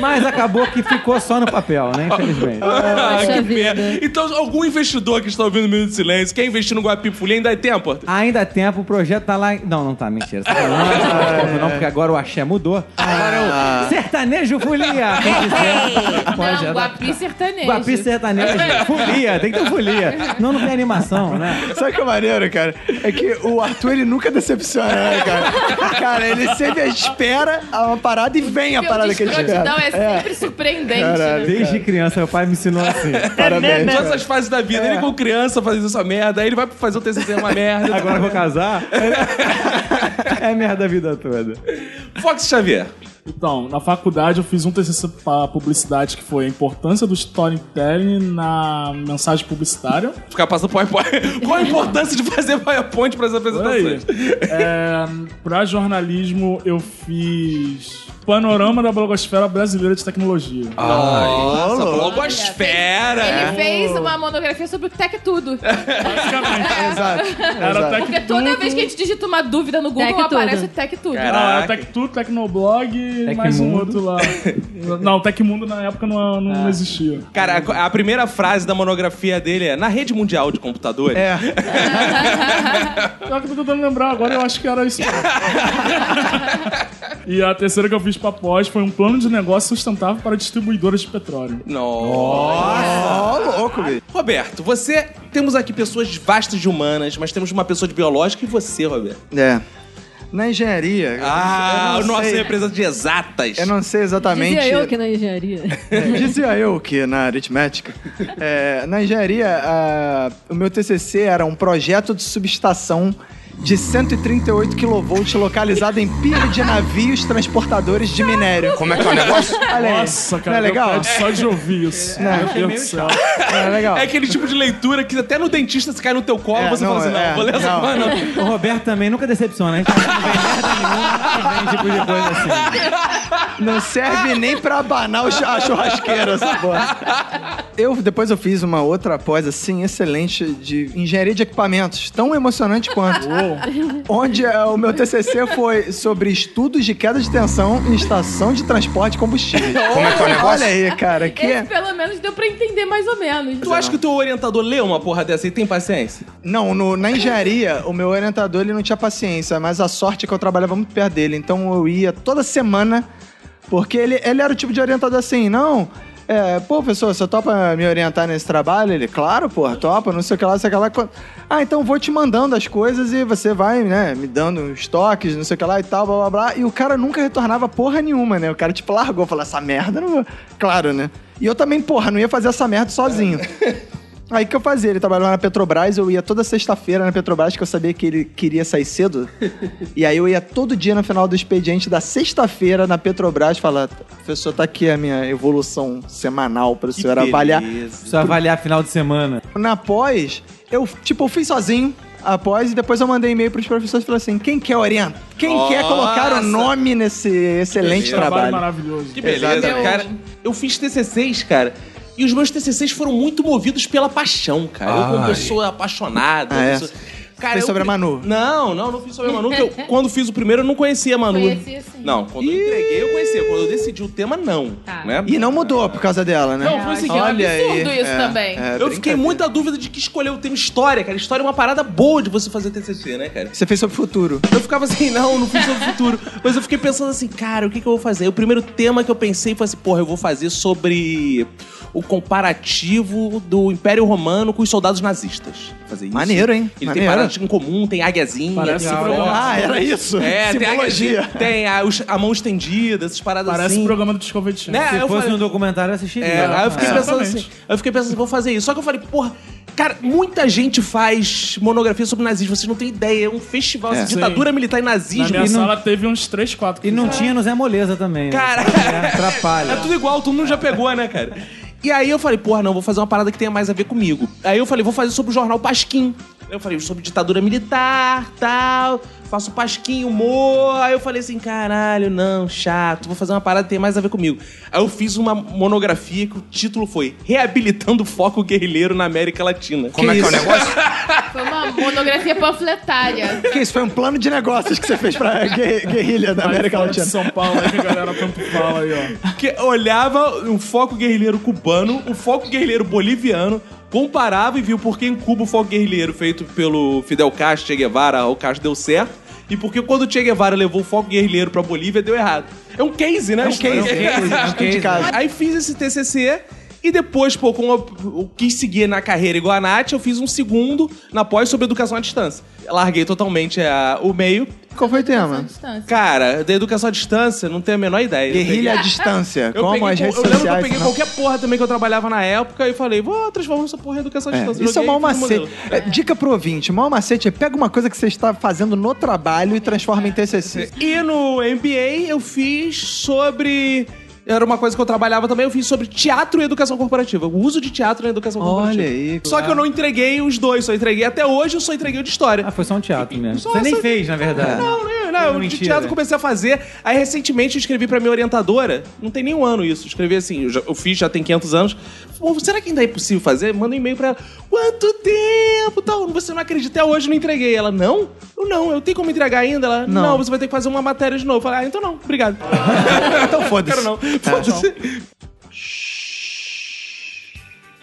S5: Mas acabou que ficou só no papel, né? Infelizmente.
S1: Ah,
S6: Poxa
S1: que
S6: vida.
S1: pena. Então, algum investidor que está ouvindo o Minuto de Silêncio quer investir no Guapifolha ainda é tempo?
S5: Ainda há tempo, o projeto tá lá. em- Não, não tá, mentira. Você tá falando, não, não, porque agora o axé mudou. Agora
S2: Ah.
S5: é o sertanejo folia. Tem que ser. Pode,
S2: é
S3: Não,
S5: já tá-
S3: Guapi sertanejo.
S5: Guapi sertanejo. Folia, tem que ter folia. Não, não tem animação, né?
S2: Sabe o que é maneiro, cara? É que o Arthur, ele nunca decepciona, né, cara? Cara, ele sempre espera uma parada e vem a
S3: Seu
S2: parada que ele
S3: escrotidão
S2: espera.
S3: é sempre surpreendente.
S2: Caralho.
S3: né?
S5: Desde criança, meu pai me ensinou assim.
S6: É, né,
S2: Parabéns,
S1: Todas
S2: cara.
S1: as fases da vida. Ele com criança fazendo essa merda, aí ele vai fazer o TCC é uma merda.
S5: Agora eu vou casar. É merda a vida toda.
S1: Fox Xavier.
S4: Então, na faculdade eu fiz um TCC para publicidade que foi a importância do storytelling na mensagem publicitária.
S1: Ficar passando PowerPoint. Qual a importância de fazer PowerPoint para as
S4: Aí,
S1: apresentações?
S4: é, para jornalismo eu fiz Panorama da Blogosfera Brasileira de Tecnologia.
S5: Ah.
S1: Nossa,
S3: Ele
S1: blogosfera.
S3: fez uma monografia sobre o Tec é Tudo.
S2: É.
S4: Basicamente,
S2: Exato.
S4: era é,
S2: exato.
S4: Tec
S3: Porque
S4: Tudo,
S3: toda vez que a gente digita uma dúvida no Google,
S6: Tec Tudo.
S3: aparece o Tec Tudo.
S1: Cara,
S4: Não, era
S1: Caraca.
S4: Tec Tudo, Tecnoblog e
S5: Tecmundo. Ah.
S4: mais um outro lá. Não, Tecmundo na época não, não existia.
S1: Cara, a a primeira frase da monografia dele é na rede mundial de computadores.
S2: É.
S4: Pior que eu tô tentando lembrar agora, eu acho que era isso. e a terceira que eu fiz pra pós foi um plano de negócio sustentável para distribuidoras de petróleo.
S1: Nossa.
S2: Ó, louco, bicho.
S1: Roberto, você. Temos aqui pessoas vastas de humanas, mas temos uma pessoa de biológica e você, Roberto.
S2: É. Na engenharia.
S1: Ah,
S2: eu não
S1: nossa
S2: sei-
S9: é-
S1: empresa de exatas.
S2: Eu não sei exatamente. É,
S6: Dizia eu que na engenharia.
S2: Dizia eu que na aritmética. É, na engenharia, a- o meu TCC era um projeto de subestação de 138 kV localizado em pia de navios transportadores de minério.
S9: Como é que é o negócio?
S2: Olha aí.
S4: Nossa, cara,
S2: Não é
S4: meu
S2: legal?
S4: pé de só de ouvir isso. meu Deus do céu.
S2: Não é legal?
S1: É aquele tipo de leitura que até no dentista se cai no teu colo,
S2: É,
S1: você
S2: não,
S1: fala assim, não,
S2: é,
S1: vou ler essa
S2: não.
S1: porra, não.
S5: O Roberto também nunca decepciona. né? A gente não vem merda nenhuma, não vem tipo de coisa assim.
S2: Não serve nem pra abanar o chu- a churrasqueira essa porra. Eu, depois eu fiz uma outra pós, assim, excelente de engenharia de equipamentos. Tão emocionante quanto. Onde eh, o meu TCC foi sobre estudos de queda de tensão em estação de transporte de combustível.
S9: Como é que é o negócio?
S2: Olha aí, cara, que
S3: Esse,
S2: é...
S3: pelo menos, deu pra entender mais ou menos.
S1: Tu acha que o teu orientador lê uma porra dessa e tem paciência?
S2: Não, no- na engenharia, o meu orientador, ele não tinha paciência, mas a sorte é que eu trabalhava muito perto dele, então eu ia toda semana, porque ele, ele era o tipo de orientador assim, não... É, pô, professor, você topa me orientar nesse trabalho? Ele, claro, porra, topa, não sei o que lá, não sei o que lá. Qu- Ah, então vou te mandando as coisas e você vai, né, me dando uns toques, não sei o que lá e tal, blá blá blá. E o cara nunca retornava porra nenhuma, né? O cara, tipo, largou, falou, essa merda, não vou. Claro, né? E eu também, porra, não ia fazer essa merda sozinho. Aí o que eu fazia? Ele trabalhava na Petrobras, eu ia toda sexta-feira na Petrobras, que eu sabia que ele queria sair cedo. e aí eu ia todo dia no final do expediente da sexta-feira na Petrobras falar: professor, tá aqui a minha evolução semanal para o senhor avaliar.
S5: Precisa avaliar final de semana.
S2: Na pós, eu, tipo, eu fui sozinho após e depois eu mandei e-mail pros professores e falei assim: quem quer orientar? Quem quer colocar o nome nesse excelente
S1: beleza.
S2: trabalho?
S4: maravilhoso.
S1: Que beleza,
S2: Exatamente.
S1: cara. Eu fiz TCCs, cara. E os meus TCCs foram muito movidos pela paixão, cara. Eu, como pessoa apaixonada.
S2: Ah, é?
S1: pessoa- Cara,
S2: Fez
S1: eu-
S2: sobre a Manu.
S1: Não, não, não fiz sobre a Manu. que eu- quando fiz o primeiro, eu não conhecia a Manu.
S3: Conhecia
S2: assim?
S3: sim.
S1: Não, quando eu entreguei, eu conhecia. Quando eu decidi o tema, não.
S3: Tá.
S1: Né?
S2: E não mudou por causa dela, né?
S3: Não, foi o seguinte, é um
S2: Olha
S3: absurdo
S2: aí,
S3: isso
S2: é, é,
S3: também.
S1: eu fiquei
S2: brincadeira.
S1: muita dúvida de que escolher o tema história, cara. História é uma parada boa de você fazer TCC, né, cara?
S2: Você fez sobre o futuro.
S1: Eu ficava assim, não, não fiz sobre o futuro. Mas eu fiquei pensando assim, cara, o que, que eu vou fazer? O primeiro tema que eu pensei foi assim, porra, eu vou fazer sobre o comparativo do Império Romano com os soldados nazistas. Vou Fazer isso.
S2: Maneiro, hein?
S1: Ele tem
S2: Maneiro.
S1: parada em comum, tem águiazinha.
S4: Parece
S1: tem
S4: um
S1: flor.
S4: programa.
S2: Ah, era isso?
S1: É, tem,
S2: Simbologia.
S1: águiazinha, tem a, os- a mão estendida, essas paradas
S4: Parece
S1: assim.
S4: o programa do Discovery Channel.
S1: Né?
S5: Se
S1: Aí eu
S5: fosse
S1: falei-
S5: um documentário, eu assistiria. né?
S1: é, aí eu fiquei
S4: É.
S1: pensando
S4: Exatamente.
S1: assim, eu fiquei pensando assim, vou fazer isso. Só que eu falei, porra, cara, muita gente faz monografia sobre nazismo, vocês não têm ideia. É um festival, assim,
S4: Sim.
S1: ditadura militar e nazismo.
S4: Na minha
S1: E não-
S4: sala teve uns 3, 4.
S5: E não tinha no Zé Moleza também. né?
S1: Cara,
S5: É, atrapalha.
S1: É tudo igual, todo mundo já pegou, né, cara? E aí eu falei, porra, não, vou fazer uma parada que tenha mais a ver comigo. Aí eu falei, vou fazer sobre o jornal Pasquim. Eu falei sobre ditadura militar, tal, faço pasquinho, humor. Aí eu falei assim, caralho, não, chato, vou fazer uma parada que tem mais a ver comigo. Aí eu fiz uma monografia que o título foi Reabilitando o Foco Guerrilheiro na América Latina.
S9: Como é que é o negócio?
S3: Foi uma monografia panfletária.
S2: Que isso? Foi um plano de negócios que você fez pra gue- guerrilha da
S1: é
S2: América
S4: Fala de
S2: Latina.
S1: um
S4: São Paulo aí que a galera tanto fala aí, ó.
S1: que olhava o foco guerrilheiro cubano, o foco guerrilheiro boliviano, comparava e viu por que em Cuba o foco guerrilheiro feito pelo Fidel Castro, Che Guevara, o Castro deu certo. E porque quando o Che Guevara levou o foco guerrilheiro pra Bolívia, deu errado. É um case, né? É um né?
S2: de casa.
S1: Aí fiz esse TCC e depois, pô, como eu, eu quis seguir na carreira igual a Nath, eu fiz um segundo na pós sobre educação à distância. Larguei totalmente a- o meio.
S2: Qual foi o tema?
S3: Distância.
S1: Cara, da educação à distância, não tenho a menor ideia. Eu peguei-
S2: Guerrilha à distância.
S1: eu
S2: como
S1: peguei
S2: as
S1: co-
S2: redes
S1: eu lembro que eu
S2: sociais. né?
S1: peguei
S2: não-
S1: qualquer porra também que eu trabalhava na época e falei, vou transformar essa porra em educação à
S2: É,
S1: distância.
S2: isso é o
S1: Joguei
S2: mau
S1: e fiz um
S2: macete.
S1: modelo.
S2: É, Dica pro ouvinte: o mau macete é pega uma coisa que você está fazendo no trabalho e transforma em TCC.
S1: E no MBA eu fiz sobre. Era uma coisa que eu trabalhava também, eu fiz sobre teatro e educação corporativa. O uso de teatro na educação corporativa.
S2: Olha aí.
S1: Só que eu não entreguei os dois, só entreguei até hoje, eu só entreguei o de história.
S5: Ah, foi só um teatro mesmo.
S1: Só
S5: Você nem
S1: essa-
S5: fez, na verdade.
S1: Não, né? Não, o de
S5: mentira.
S1: teatro eu comecei a fazer. Aí, recentemente, eu escrevi pra minha orientadora. Não tem nenhum ano isso. Eu Escrevi assim, eu, já- eu fiz já tem 500 anos. Pô, será que ainda é possível fazer? Manda um e-mail pra ela. Quanto tempo? Tal, você não acredita. Até hoje eu não entreguei. Ela, não? Eu não. Eu tenho como entregar ainda? Ela, não. você vai ter que fazer uma matéria de novo. Eu falei, ah, então não. Obrigado. então foda-se. Quero não. Foda-se.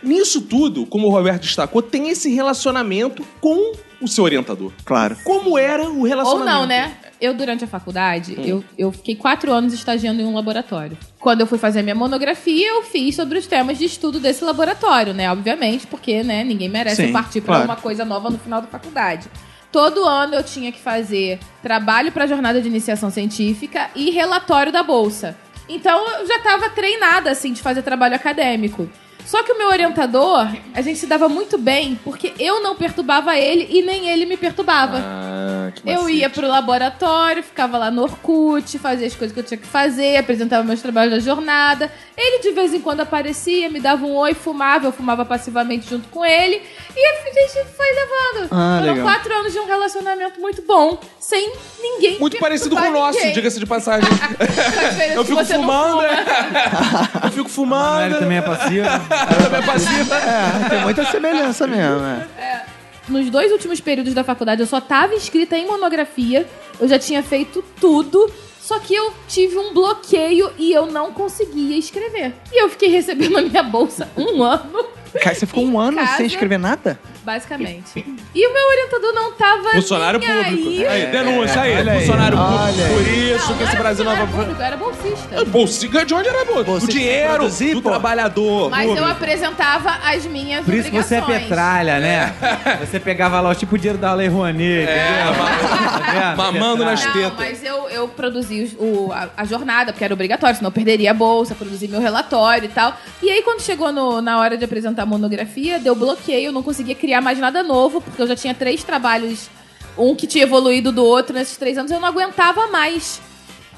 S1: Nisso tudo, como o Roberto destacou, tem esse relacionamento com o seu orientador.
S2: Claro.
S1: Como era o
S3: Ou
S1: relacionamento?
S3: não, né? Eu, durante a faculdade,
S2: Hum.
S3: eu, eu fiquei quatro anos estagiando em um laboratório. Quando eu fui fazer minha monografia, eu fiz sobre os temas de estudo desse laboratório, né? Obviamente, porque né, ninguém merece
S2: Sim,
S3: partir pra
S2: claro.
S3: uma coisa nova no final da faculdade. Todo ano eu tinha que fazer trabalho pra jornada de iniciação científica e relatório da bolsa. Então eu já tava treinada, assim, de fazer trabalho acadêmico. Só que o meu orientador, a gente se dava muito bem, porque eu não perturbava ele e nem ele me perturbava. Eu ia pro laboratório, ficava lá no Orkut, fazia as coisas que eu tinha que fazer, apresentava meus trabalhos da jornada. Ele de vez em quando aparecia, me dava um oi, fumava, eu fumava passivamente junto com ele. E a gente foi levando.
S2: Ah,
S3: Foram
S2: legal.
S3: quatro anos de um relacionamento muito bom, sem ninguém.
S1: Muito parecido com o nosso, diga-se de passagem. Eu fico fumando, é. Eu fico
S5: A Mary
S1: fumando.
S5: também é passiva.
S1: Também é passiva.
S2: É, tem muita semelhança mesmo. é.
S3: Nos dois últimos períodos da faculdade, eu só tava inscrita em monografia. Eu já tinha feito tudo. Só que eu tive um bloqueio e eu não conseguia escrever. E eu fiquei recebendo a minha bolsa um ano,
S2: Cara, você ficou
S3: Em
S2: um ano
S3: casa-
S2: sem escrever nada?
S3: basicamente. E o meu orientador não tava.
S1: Funcionário
S3: nem
S1: público.
S3: Aí.
S1: Aí, denúncia aí.
S2: olha aí.
S1: Funcionário
S2: Olha
S1: público.
S2: aí.
S1: Por isso que esse Brasil não vai.
S3: não era público, eu era bolsista.
S1: Bolsiga de onde era bolsa?
S2: Bolsista
S1: O dinheiro
S2: produzir,
S1: do
S2: pô.
S1: trabalhador.
S3: Mas eu
S1: público.
S3: apresentava as minhas
S5: Por isso que você é
S3: obrigações.
S5: petralha, né?
S1: É.
S5: Você pegava lá o tipo de dinheiro da Lei Rouanet, entendeu? Tá vendo?
S1: Mamando nas
S3: Não,
S1: tetas.
S3: mas eu, eu produzi os- o- a, a jornada, porque era obrigatório, senão eu perderia a bolsa, produzi meu relatório e tal. E aí, quando chegou no- na hora de apresentar a monografia, deu bloqueio, eu não conseguia criar mais nada novo, porque eu já tinha três trabalhos, um que tinha evoluído do outro nesses três anos, eu não aguentava mais.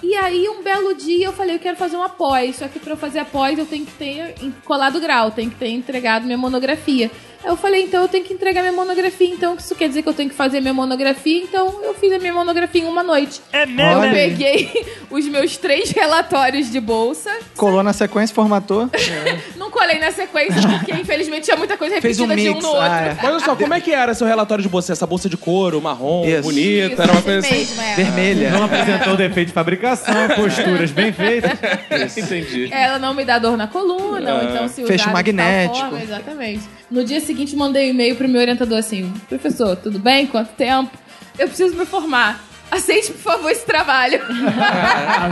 S3: E aí, um belo dia, eu falei, eu quero fazer uma pós. Só que pra eu fazer a pós, eu tenho que ter en- colado o grau, tenho que ter entregado minha monografia. Aí eu falei, então eu tenho que entregar minha monografia. Então isso quer dizer que eu tenho que fazer minha monografia. Então eu fiz a minha monografia em uma noite. É mesmo? Eu peguei os meus três relatórios de bolsa.
S2: Colou na sequência, formatou.
S3: Não colei na sequência, porque infelizmente tinha muita coisa
S2: Fez um
S3: repetida de um
S2: mix,
S3: no outro.
S2: ah, é.
S1: Mas olha só, como é que era seu relatório de bolsa? Essa bolsa de couro, marrom,
S2: Isso.
S1: bonita,
S3: Isso,
S1: era uma
S3: assim
S1: coisa assim.
S3: mesmo, é.
S2: Vermelha.
S5: Não apresentou defeito de fabricação, posturas bem feitas.
S1: Entendi. É.
S3: Ela não me dá dor na coluna, ou então se
S2: Fecho
S3: usar
S2: magnético.
S3: De tal forma, exatamente. No dia seguinte, mandei um e-mail pro meu orientador assim: professor, tudo bem? Quanto tempo? Eu preciso me formar. Aceite, por favor, esse trabalho.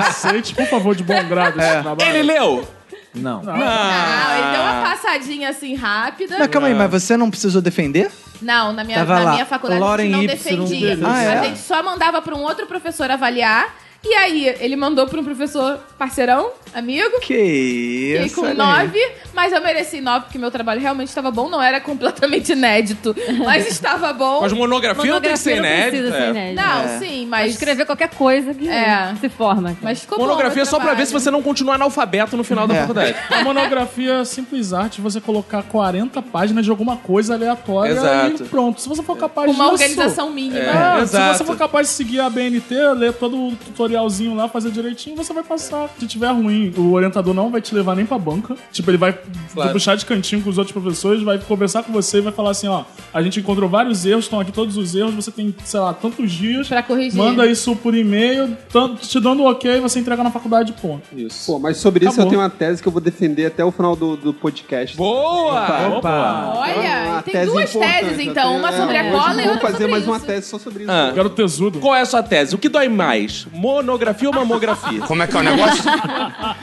S4: Aceite, por favor, de bom grado esse trabalho.
S1: Ele leu.
S5: Não.
S3: Ah, ele deu uma passadinha assim rápida.
S2: Não, calma aí, mas você não precisou defender?
S3: Não, na minha,
S5: Tava
S3: na
S5: lá,
S3: minha faculdade a
S5: Lauren
S3: gente não
S5: Y,
S3: defendia.
S5: beleza.
S2: Ah, é?
S3: A gente só mandava pra um outro professor avaliar E aí, ele mandou para um professor parceirão, amigo.
S2: Que
S3: Fiquei
S2: isso.
S3: com
S2: olha aí.
S3: nove, mas eu mereci nove porque meu trabalho realmente estava bom, não era completamente inédito, mas estava bom.
S1: Mas monografia não tem que ser
S6: não precisa
S1: inédita.
S6: ser
S1: é.
S6: inédita.
S3: Não,
S2: É.
S3: sim,
S6: Pode
S3: mas
S6: escrever qualquer coisa que
S3: É.
S6: se forma.
S3: mas ficou bom
S1: Monografia
S3: meu
S1: é só pra ver
S3: trabalho.
S1: se você não continua analfabeto no final da
S2: É.
S1: faculdade.
S4: A monografia Simples Arte, você colocar 40 páginas de alguma coisa aleatória
S1: Exato.
S4: e pronto. Se você for capaz
S3: Com uma
S4: disso-
S3: organização mínima.
S4: Ah,
S1: Exato.
S4: Se você for capaz de seguir a BNT, ler todo o tutorialzinho lá, fazer direitinho, você vai passar. Se tiver ruim, o orientador não vai te levar nem pra banca. Tipo, ele vai
S1: Claro.
S4: te puxar de cantinho com os outros professores, vai conversar com você e vai falar assim, ó, a gente encontrou vários erros, estão aqui todos os erros, você tem, sei lá, tantos dias.
S3: Pra corrigir.
S4: Manda isso por e-mail, tan- te dando ok, você entrega na faculdade, ponto.
S7: Pô, mas sobre isso
S4: Acabou.
S7: eu tenho uma tese que eu vou defender até o final do, do podcast.
S1: Boa!
S5: Opa!
S3: Olha,
S7: Uma
S3: e tem
S7: tese
S3: duas
S7: importante,
S3: teses,
S7: eu
S3: então.
S7: tenho-
S3: Uma
S7: é,
S3: sobre a
S7: hoje
S3: cola e
S7: eu
S3: outra
S7: vou fazer
S3: sobre
S7: mais
S3: isso.
S7: uma tese só sobre isso.
S1: Ah.
S4: Quero tesudo.
S1: Qual é a sua tese? O que dói mais? Monografia ou mamografia?
S9: Como é que é o negócio?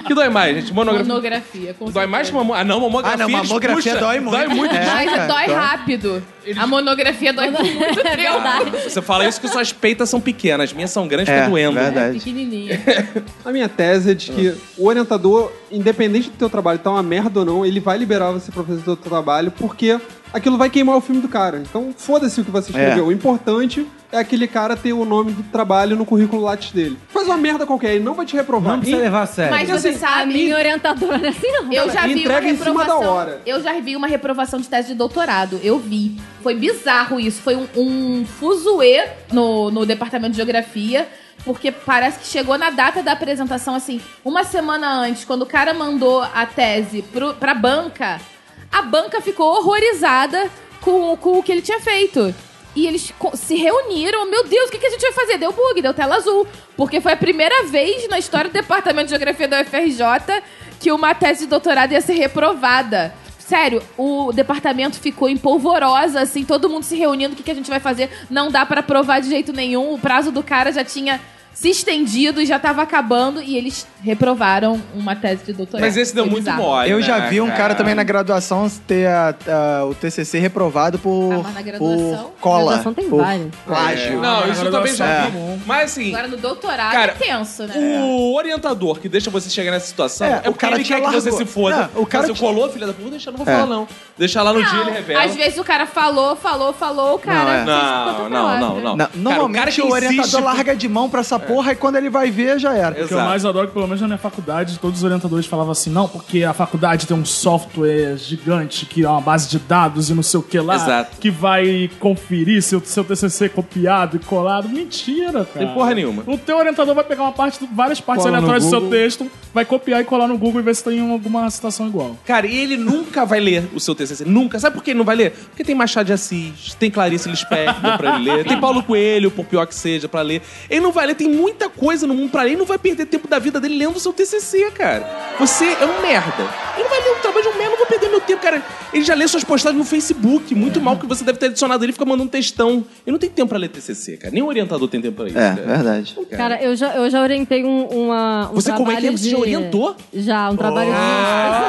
S1: O que dói mais, gente? Monografia.
S3: Monografia, com
S1: Dói
S3: certeza.
S1: mais que mamografia? Ah, não, mamografia.
S2: Ah, não,
S1: eles
S2: mamografia
S1: puxa-
S2: dói muito.
S1: Dói muito.
S2: É,
S3: Mas
S2: cara,
S3: dói rápido. A monografia dói por muito tempo.
S6: É verdade.
S1: Você fala isso que suas peitas são pequenas, minhas são grandes,
S2: É,
S1: tá doendo.
S2: verdade.
S3: Pequenininha.
S7: A minha tese é de
S1: Ah.
S7: que o orientador, independente do teu trabalho tá uma merda ou não, ele vai liberar você pra fazer o teu trabalho, porque aquilo vai queimar o filme do cara. Então, foda-se o que
S1: É.
S7: você escreveu. O importante é aquele cara ter o nome do trabalho no currículo lattes dele. Faz uma merda qualquer, ele não vai te reprovar.
S5: Não precisa
S7: E-
S5: levar a sério.
S3: Mas você sabe,
S6: Minha orientadora não é assim, não.
S3: Eu já vi uma
S7: Entrega em cima da
S3: reprovação.
S7: hora.
S3: Eu já vi uma reprovação de tese de doutorado. Eu vi. Foi bizarro isso. Foi um, um fuzuê no, no departamento de geografia. Porque parece que chegou na data da apresentação, assim, uma semana antes, quando o cara mandou a tese pro, pra banca, a banca ficou horrorizada com, o- com o que ele tinha feito. E eles co- se reuniram, meu Deus, o que, que a gente vai fazer? Deu bug, deu tela azul. Porque foi a primeira vez na história do Departamento de Geografia da UFRJ que uma tese de doutorado ia ser reprovada. Sério, o departamento ficou em polvorosa, assim, todo mundo se reunindo, o que, que a gente vai fazer? Não dá pra aprovar de jeito nenhum, o prazo do cara já tinha se estendido e já tava acabando, e eles reprovaram uma tese de doutorado.
S1: Mas esse deu
S3: Foi
S1: muito
S3: É bizarro.
S1: mole.
S2: Eu já
S1: né,
S2: vi um cara também na graduação ter a- a- o TCC reprovado
S3: Ah,
S2: por,
S3: mas na graduação-
S2: por cola.
S6: Graduação tem
S2: por
S6: várias.
S2: plágio.
S1: É. Não, isso eu também já
S2: É.
S1: vi. Mas assim,
S3: Agora no doutorado
S1: Cara,
S3: é tenso, né?
S1: o orientador que deixa você chegar nessa situação
S2: É,
S1: é,
S2: o
S1: porque
S2: cara
S1: ele
S2: te
S1: quer que você
S2: largou.
S1: se foda.
S2: Não, o cara É.
S1: Mas
S2: te-
S1: eu colou, filha da puta, vou deixar, não vou falar não. Deixa lá no dia ele revela.
S3: Às vezes o cara falou, falou, falou, o cara.
S1: Não,
S3: ficou pra
S1: não,
S3: lá,
S1: não,
S3: né?
S1: não.
S2: Na-
S1: Cara, o
S2: normalmente
S1: cara que
S2: o, orientador
S1: insiste- É.
S2: larga de mão pra essa porra e quando ele vai ver já era.
S4: O que eu mais adoro é que, pelo menos na minha faculdade, todos os orientadores falavam assim: não, porque a faculdade tem um software gigante que é uma base de dados e não sei o que lá,
S1: Exato.
S4: que vai conferir se o seu TCC é copiado e colado. Mentira, cara.
S1: Tem porra nenhuma.
S4: O teu orientador vai pegar uma parte, do- várias partes
S7: Cola no
S4: aleatórias do seu
S7: Google.
S4: texto, vai copiar e colar no Google e ver se tem alguma citação igual.
S1: Cara, e ele nunca vai ler o seu TCC. Nunca. Sabe por que ele não vai ler? Porque tem Machado de Assis, tem Clarice Lispector pra ele ler, tem Paulo Coelho, por pior que seja, pra ler. Ele não vai ler. Tem muita coisa no mundo pra ler. Ele não vai perder tempo da vida dele lendo o seu TCC, cara. Você é um merda. Ele não vai ler o trabalho de um merda. Eu não vou perder meu tempo, cara. Ele já lê suas postagens no Facebook. Muito mal que você deve ter adicionado ele. Fica mandando textão. Ele não tem tempo pra ler TCC, cara. Nem orientador tem tempo pra isso.
S2: É,
S1: cara.
S2: verdade.
S6: Cara, eu já, eu já orientei um, uma, um
S1: Você, como é que é?
S6: trabalho
S1: Você
S6: de-
S1: já orientou?
S6: Já, um trabalho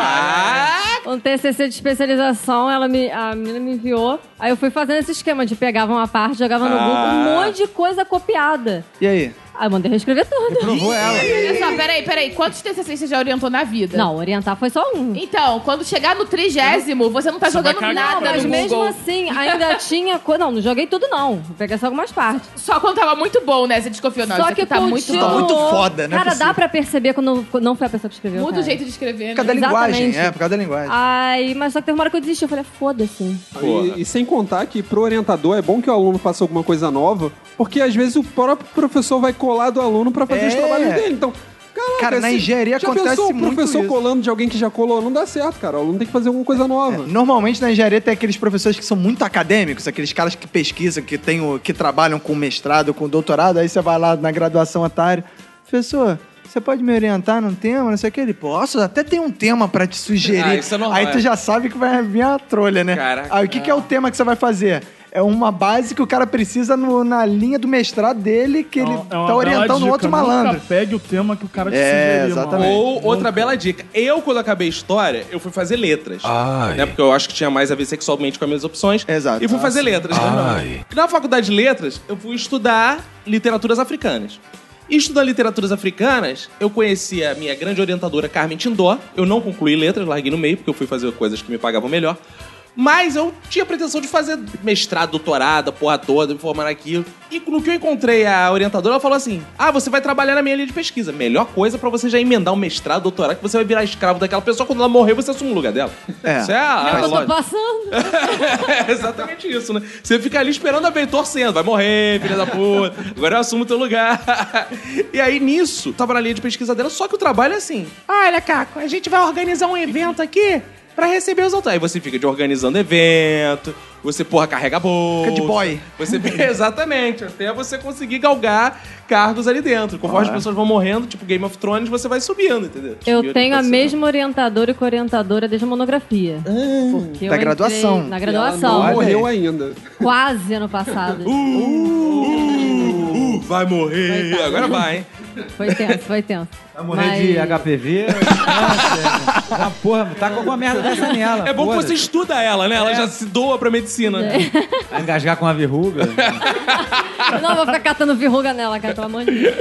S6: de... Um TCC de especialização, ela me, a menina me enviou. Aí eu fui fazendo esse esquema de pegava uma parte, jogava no Google, um
S5: Ah.
S6: monte de coisa copiada.
S2: E aí?
S6: Aí eu mandei reescrever tudo.
S2: Provou ela.
S3: Olha só, peraí, peraí. Quantos TCC você já orientou na vida?
S6: Não, orientar foi só um.
S3: Então, quando chegar no trigésimo, você não tá jogando
S4: vai cagar,
S3: nada
S6: Mas
S3: no
S6: mesmo
S3: Google.
S6: assim, ainda tinha... Co... Não, não joguei tudo não. Vou pegar só algumas partes.
S3: Só quando tava muito bom, né? Você desconfiou, não. isso
S6: Só
S3: aqui
S6: que
S3: tá muito
S6: continuou.
S2: Tá
S3: bom.
S2: muito foda, né?
S6: Cara,
S2: Possível.
S6: dá pra perceber quando não foi a pessoa que escreveu.
S3: Muda o
S6: cara.
S3: jeito de escrever,
S2: Por causa da
S3: né?
S2: linguagem,
S6: Exatamente.
S2: é, por causa da linguagem.
S6: Ai, mas só que teve uma hora que eu desisti. Eu falei, "Ah, foda-se.
S1: Porra.
S7: E, e sem contar que pro orientador é bom que o aluno faça alguma coisa nova, porque às vezes o próprio professor vai colar do aluno pra fazer
S2: É.
S7: os trabalhos dele. Então, caraca,
S2: Cara, na
S7: se-
S2: engenharia
S7: já
S2: acontece
S7: pensou
S2: muito
S7: o professor
S2: isso.
S7: colando de alguém que já colou, não dá certo, cara. O aluno tem que fazer alguma coisa
S5: É,
S7: nova.
S2: É, Normalmente na engenharia tem aqueles professores que são muito acadêmicos, aqueles caras que pesquisam, que, tem o, que trabalham com mestrado, com doutorado, aí você vai lá na graduação otário, professor, você pode me orientar num tema, não sei o que? Ele, posso, até tem um tema pra te sugerir.
S1: Ah, isso é normal,
S2: aí tu
S1: é.
S2: já sabe que vai vir a trolha, né?
S1: Caraca.
S2: aí o que, que é o tema que você vai fazer? É uma base que o cara precisa no- na linha do mestrado dele, que ele
S4: É uma
S2: tá
S4: bela
S2: orientando
S4: dica.
S2: um outro malandro.
S4: Nunca pegue o tema que o cara te
S2: É,
S4: sugeriu.
S2: exatamente.
S4: mano.
S1: Ou outra bela dica. Eu, quando acabei história, eu fui fazer letras.
S10: Ai.
S1: Né? Porque eu acho que tinha mais a ver sexualmente com as minhas opções.
S2: Exato.
S1: E fui fazer letras. né?
S10: Ai.
S1: Na faculdade de letras, eu fui estudar literaturas africanas. E estudando literaturas africanas, eu conheci a minha grande orientadora Carmen Tindó. Eu não concluí letras, larguei no meio, porque eu fui fazer coisas que me pagavam melhor. Mas eu tinha pretensão de fazer mestrado, doutorado, a porra toda, me formar naquilo. E no que eu encontrei a orientadora, ela falou assim: Ah, você vai trabalhar na minha linha de pesquisa. Melhor coisa pra você já emendar um mestrado, doutorado, que você vai virar escravo daquela pessoa. Quando ela morrer, você assume o lugar dela.
S2: É.
S1: Isso é a,
S5: Ah,
S1: a
S6: Não, eu tô
S1: lógica.
S6: passando.
S1: É exatamente isso, né? Você fica ali esperando a bem, torcendo. Vai morrer, filha da puta. Agora eu assumo o teu lugar. E aí, nisso, tava na linha de pesquisa dela, só que o trabalho é assim. Olha, Caco, a gente vai organizar um evento aqui pra receber os autores. Aí você fica de organizando evento, você, porra, carrega bolsa.
S2: Fica de boy.
S1: Você, exatamente, até você conseguir galgar cargos ali dentro. Conforme as pessoas vão morrendo, tipo Game of Thrones, você vai subindo, entendeu?
S6: Eu
S1: Subindo,
S6: tenho a
S1: você-
S6: mesma orientadora e coorientadora desde a monografia.
S5: Ah,
S6: Porque eu
S2: da
S6: entrei
S2: graduação.
S6: Na
S7: Ela não
S6: graduação.
S7: morreu ainda.
S6: Quase ano passado.
S1: Uh, uh, vai morrer.
S6: Coitado.
S1: Agora vai, hein?
S6: Foi tenso, foi tenso.
S5: Vai morrer
S6: Mas-
S5: é de HPV. câncer. ah, porra, tá com alguma merda dessa nela.
S1: É bom que
S5: foda-se.
S1: você estuda ela, né?
S6: É.
S1: Ela já se doa pra medicina. né?
S5: Vai engasgar com a verruga.
S6: Não, eu vou ficar catando verruga nela, cara, pelo amor de Deus.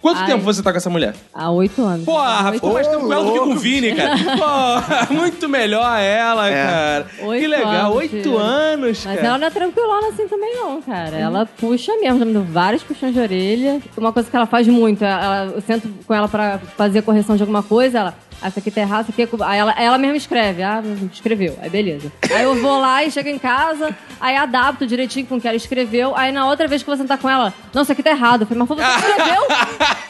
S1: Quanto
S6: Ai.
S1: tempo você tá com essa mulher?
S6: Há oito anos.
S1: Porra,
S6: Oito
S1: ficou mais tempo com ela um do que com o Vini, cara. Porra, muito melhor ela,
S5: É.
S1: cara. que
S6: Oito
S1: legal,
S6: anos,
S1: oito
S6: filho.
S1: anos,
S6: Mas
S1: cara.
S6: ela não é tranquilona assim também, não, cara. Ela puxa mesmo, já me deu vários puxões de orelha. Uma coisa que ela faz muito, ela- eu sento com ela pra fazer correção de alguma coisa, ela. "Ah, Essa aqui tá errada, essa aqui é cu-" Aí ela, ela mesma escreve. Ah, escreveu. Aí beleza. Aí eu vou lá e chego em casa, aí adapto direitinho com o que ela escreveu. Aí na outra vez que eu vou sentar com ela, não, isso aqui tá errado. Eu falei, mas foi você que escreveu?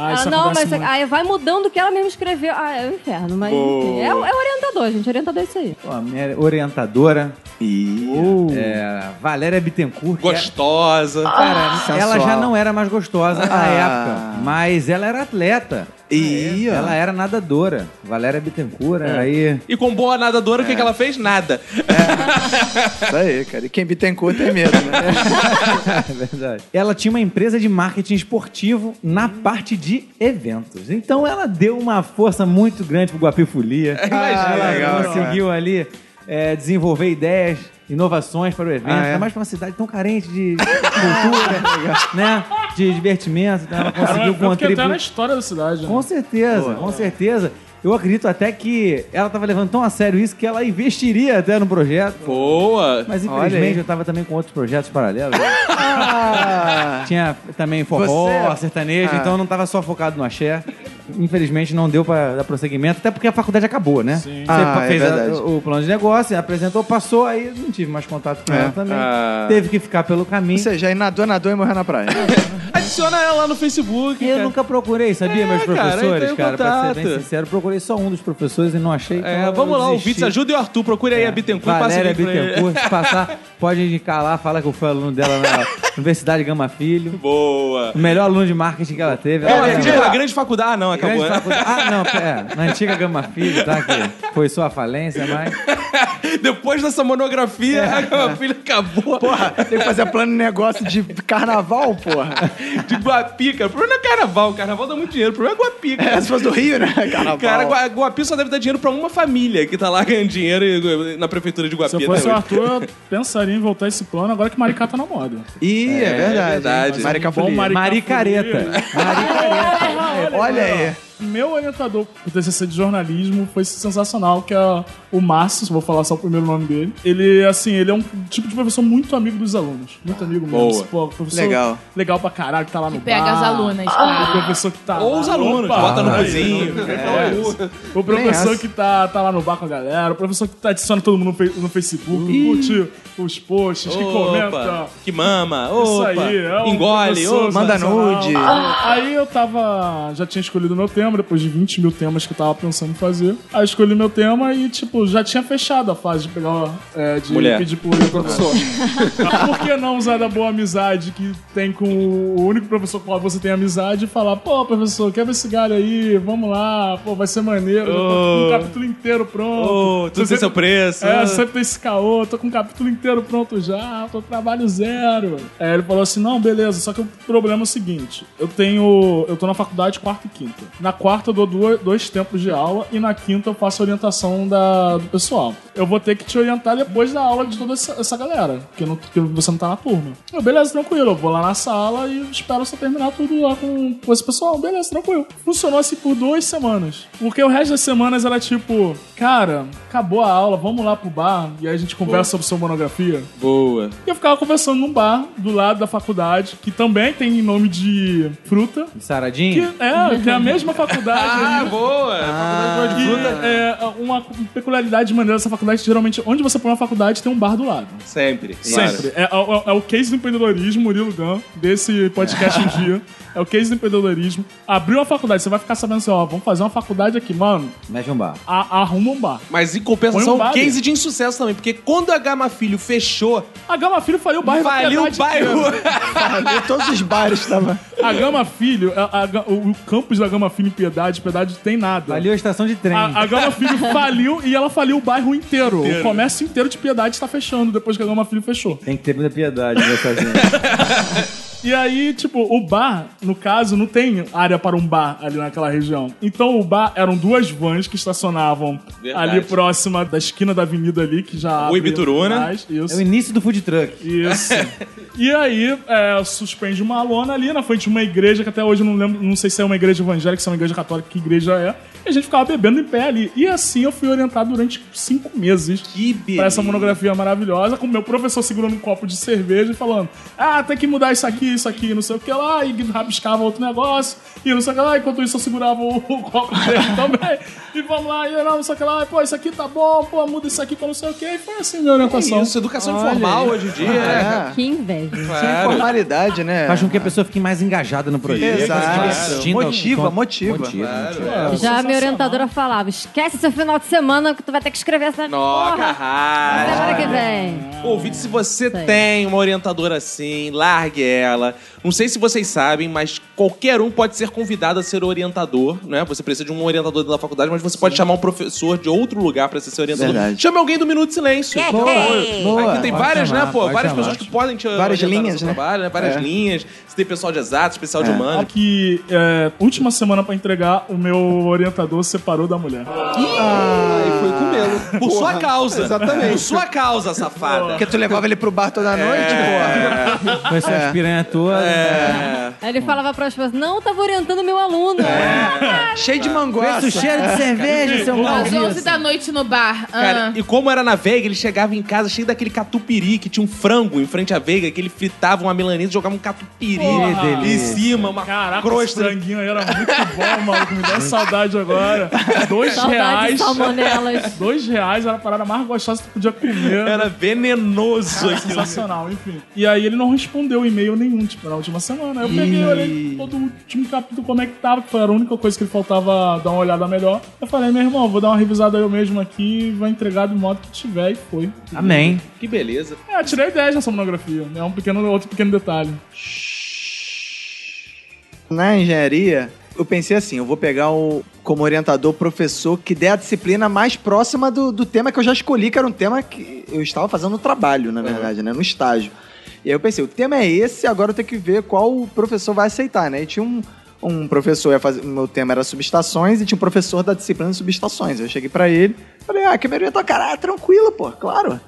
S4: Ah,
S6: ela,
S4: isso
S6: não, mas
S4: acontece
S6: isso aqui-"
S4: muito.
S6: aí vai mudando o que ela mesma escreveu. Ah, é o inferno, mas enfim, é, é orientador, gente. Orientador é isso aí.
S5: Pô, a minha orientadora. Uh. É, Valéria Bittencourt. que é-
S1: Gostosa.
S5: Cara, ela
S2: sensual.
S5: já não era mais gostosa na
S2: Ah.
S5: época, mas ela era atleta.
S2: Ih, ó.
S5: Ela era nadadora. Valéria Bittencourt, aí...
S1: E com boa nadadora, o
S5: É.
S1: que, que ela fez? Nada.
S2: Isso aí, cara. E quem bittencourt tem medo, né?
S5: É verdade. Ela tinha uma empresa de marketing esportivo na parte de eventos. Então ela deu uma força muito grande pro Guapi Folia. ela
S2: É, legal,
S5: conseguiu ali é, desenvolver ideias, inovações para o evento.
S2: Ah, é?
S5: Ainda mais para uma cidade tão carente de de cultura, né? De divertimento. Então ela
S4: Cara,
S5: conseguiu
S4: eu fiquei até na
S5: contribuir.
S4: história da cidade. né?
S5: Com certeza, com certeza. Eu acredito até que ela tava levando tão a sério isso que ela investiria até no projeto.
S1: Boa.
S5: Mas
S2: Olha aí.
S5: infelizmente eu tava também com outros projetos paralelos.
S2: Ah,
S5: Tinha também forró,
S2: Você-
S5: sertanejo,
S2: Ah.
S5: então eu não tava só focado no axé. Infelizmente não deu pra dar prosseguimento, até porque a faculdade acabou, né? Sim. Você
S2: Ah, é
S5: fez a-
S2: verdade.
S5: o plano de negócio, apresentou, passou, aí não tive mais contato com
S2: É.
S5: ela também.
S1: Ah.
S5: Teve que ficar pelo caminho.
S2: ou seja, aí nadou, nadou e morreu na praia.
S1: Adiciona ela lá no Facebook.
S5: Eu
S1: cara.
S5: nunca procurei, sabia,
S1: É,
S5: meus
S1: cara,
S5: professores,
S1: entrei em
S5: cara? Pra ser bem
S1: contato.
S5: sincero, procurei só um dos professores e não achei.
S1: É,
S5: então
S1: vamos
S5: eu
S1: lá, o
S5: desisti. É.
S1: Vitz ajuda e o Arthur. Procura aí a Bittencourt e passa
S5: Valéria
S1: ali pra ele.
S5: Bittencourt, se passar, pode indicar lá, fala que eu fui aluno dela na Universidade Gama Filho.
S1: Boa.
S5: O melhor aluno de marketing que ela teve.
S1: É,
S5: Ela
S1: uma
S5: era-
S1: grande, uma grande faculdade. Ah, não,
S5: grande
S1: acabou, né?
S5: faculdade- Ah, não, é, na antiga Gama Filho, tá? Que foi sua falência, mas.
S1: Depois dessa monografia,
S5: É.
S1: a filha acabou.
S2: Porra, tem que fazer plano de negócio de carnaval, porra.
S1: De Guapi, cara. O problema não é carnaval. Carnaval dá muito dinheiro. O problema é Guapi, cara.
S2: É, se fosse do Rio, né? Carnaval.
S1: Cara, Gua- Guapi só deve dar dinheiro pra uma família que tá lá ganhando dinheiro e- na prefeitura de Guapi.
S4: Se eu fosse
S1: até
S4: o
S1: hoje.
S4: Arthur, eu pensaria em voltar esse plano agora que Maricá tá na moda.
S2: Ih, é, verdade.
S1: verdade.
S2: Marica
S4: Bom
S2: Folia.
S4: Maricá
S5: Maricareta.
S4: Folia.
S2: Olha, aí.
S4: É, Meu orientador do TCC de jornalismo foi sensacional, que é o Márcio, vou falar só o primeiro nome dele. Ele, assim, ele é um tipo de professor muito amigo dos alunos. Muito amigo mesmo.
S1: Boa.
S4: Esse, Pô, professor
S2: Legal.
S4: Legal pra caralho, que tá lá no
S3: Pega
S4: bar.
S6: Ah.
S3: as alunas,
S4: O
S3: cara.
S4: professor que tá
S1: Ou
S4: lá-
S1: os alunos,
S4: Opa!
S1: bota no
S4: Aí,
S1: cozinho.
S4: O
S2: essa.
S4: professor que tá, tá lá no bar com a galera, o professor que tá adicionando todo mundo no, fe- no Facebook, que curte os posts, que comenta.
S1: Opa, que mama,
S4: Isso
S1: opa,
S4: aí, é um
S1: engole,
S4: professor
S1: opa.
S2: manda
S4: sensacional.
S2: nude.
S1: Ah,
S4: Ah, Aí eu tava. Já tinha escolhido meu tema, depois de 20 mil temas que eu tava pensando em fazer. Aí eu escolhi meu tema e, tipo, já tinha fechado a fase de pegar. É, de
S1: Mulher.
S4: pedir pro único professor. Mas Por que não usar da boa amizade que tem com o único professor com o qual você tem amizade e falar, pô, professor, quebra esse galho aí, vamos lá, pô, vai ser maneiro, já tô com um
S1: Oh.
S4: capítulo inteiro pronto.
S1: Ô, tudo
S4: Você-
S1: tem seu preço.
S4: é, sempre tem esse caô, tô com o capítulo inteiro pronto já, tô trabalho zero. Aí é ele falou assim: não, beleza, só que o problema é o seguinte: eu tenho. Eu tô na faculdade quarta e quinta. Na quarta eu dou duas- dois tempos de aula e na quinta eu faço a orientação da- do pessoal. Eu vou ter que te orientar depois da aula de toda essa, essa galera, porque, não- porque você não tá na turma. Eu, beleza, tranquilo. Eu vou lá na sala e espero só terminar tudo lá com, com esse pessoal. Beleza, tranquilo. Funcionou assim por duas semanas. Porque o resto das semanas era tipo, cara, acabou a aula, vamos lá pro bar e aí a gente conversa sobre sua monografia.
S1: Boa.
S4: E eu ficava conversando num bar do lado da faculdade, que também tem nome de fruta. Que,
S5: Saradinho?
S4: é, que é a mesma faculdade.
S1: Ah,
S4: ali.
S1: boa! Faculdade boa de
S4: E,
S1: fruta.
S4: é, uma peculiaridade maneira dessa faculdade, geralmente, onde você põe uma faculdade, tem um bar do lado.
S1: Sempre.
S4: Sempre. É, é- é o case do empreendedorismo, Murilo Gun, desse podcast um dia. É o case do empreendedorismo. Abriu uma faculdade, você vai ficar sabendo assim, ó, vamos fazer uma faculdade aqui, mano.
S5: Mexe um bar.
S4: a- arruma um bar.
S1: Mas em compensação,
S4: Põe um bar,
S1: case de insucesso também, porque quando a Gama Filho fechou,
S4: A Gama Filho faliu o bairro da
S1: faliu o
S4: Piedade
S1: bairro.
S2: Todos os bares estavam.
S4: A Gama Filho, a- a Ga- o, o campus da Gama Filho em Piedade, Piedade tem nada.
S5: Ali é a estação de trem.
S4: A, a Gama Filho faliu e ela faliu o bairro inteiro. O comércio inteiro de Piedade está fechando depois que a Gama Filho fechou.
S5: Tem que ter muita piedade nessa gente.
S4: E aí, tipo, o bar, no caso, não tem área para um bar ali naquela região. Então o bar eram duas vans que estacionavam
S1: Verdade. Um
S4: ali próxima da esquina da avenida ali, que já. abre
S1: Ibituruna.
S4: mais,
S5: É o
S4: Isso.
S5: início do food truck.
S4: Isso. E aí, é, suspende uma lona ali na frente de uma igreja, que até hoje eu não lembro, não sei se é uma igreja evangélica, se é uma igreja católica, que igreja é. E a gente ficava bebendo em pé ali. E assim eu fui orientado durante cinco meses
S1: Que beleza.
S4: pra essa monografia maravilhosa, com o meu professor segurando um copo de cerveja e falando: Ah, tem que mudar isso aqui, isso aqui, não sei o que lá, e rabiscava outro negócio, e não sei o que lá, enquanto isso eu segurava o, o copo dele também, e vamos lá, e eu, não, não sei o que lá, pô, isso aqui tá bom, pô, muda isso aqui pra não sei o que, e foi assim minha orientação.
S1: É Isso, educação informal hoje em dia. né?
S2: É.
S6: Que inveja.
S2: Sem formalidade, né?
S5: Faz com que a pessoa fique mais engajada no projeto.
S2: Exato.
S5: Assistindo ao-
S2: Motiva, motiva. Tá
S6: Já a minha orientadora falava: esquece seu final de semana que tu vai ter que escrever essa
S1: Nossa,
S6: porra. Semana
S1: arrasa.
S6: que
S2: É.
S5: Hum,
S6: vem.
S1: Ouvinte, se você
S6: Sei.
S1: tem uma orientadora assim, largue ela. Não sei se vocês sabem, mas qualquer um pode ser convidado a ser orientador, né? Você precisa de um orientador da faculdade, mas você pode chamar um professor de outro lugar pra ser seu orientador.
S2: Verdade.
S1: Chame alguém do Minuto de Silêncio.
S2: Boa.
S1: Aqui tem
S5: É, Pode
S1: várias,
S5: chamar,
S1: né, pô?
S5: pode
S1: Várias
S5: chamar.
S1: pessoas que podem te
S2: Várias
S1: orientar no
S2: linhas,
S1: seu
S2: né?
S1: trabalho, né? Várias
S2: É.
S1: linhas. Se tem pessoal de exato, especial de
S4: Só
S1: humano.
S4: que é, última semana pra entregar, o meu orientador separou da mulher.
S7: Aí
S2: Ah,
S7: foi comê-lo.
S1: Por sua causa.
S7: Exatamente.
S1: Por sua causa, safada.
S2: Porque tu levava ele pro bar toda noite, porra.
S5: Com essa piranha toda. né?
S1: É.
S6: Aí ele falava para as pessoas: não, tava orientando meu aluno.
S2: É. Cheio de manguaça.
S5: Esse cheiro de cerveja, seu
S3: Às 11
S5: maldito.
S3: da noite no bar.
S1: Cara,
S3: ah.
S1: e como era na Veiga, ele chegava em casa cheio daquele catupiry, que tinha um frango em frente à Veiga, que ele fritava uma melanina e jogava um catupiry
S5: Porra.
S1: em cima, uma
S4: Caraca, esse
S1: crosta.
S4: franguinho aí era muito bom, maluco. Me deu saudade agora. Dois
S6: Saudade de
S4: reais.
S6: salmonelas.
S4: Dois reais era a parada mais gostosa que tu podia comer.
S1: Era venenoso aquilo.
S4: sensacional, enfim. E aí ele não respondeu e-mail nenhum, tipo, na última semana. Eu peguei, olhei todo o último capítulo como é que tava, que foi a única coisa que ele faltava dar uma olhada melhor. Eu falei, meu irmão, vou dar uma revisada eu mesmo aqui, vou entregar do modo que tiver, e foi.
S5: Amém.
S1: Que beleza.
S4: É, tirei 10 nessa monografia. É um pequeno, outro pequeno detalhe.
S2: Na engenharia, eu pensei assim, eu vou pegar o, como orientador o professor que der a disciplina mais próxima do, do tema que eu já escolhi, que era um tema que eu estava fazendo no trabalho, na verdade, né? No estágio. E aí eu pensei, o tema é esse, agora eu tenho que ver qual o professor vai aceitar, né? E tinha um, um professor, ia fazer, o meu tema era subestações, e tinha um professor da disciplina de subestações. Eu cheguei pra ele, falei, ah, que me orientar, cara, ah, tranquilo, pô, claro.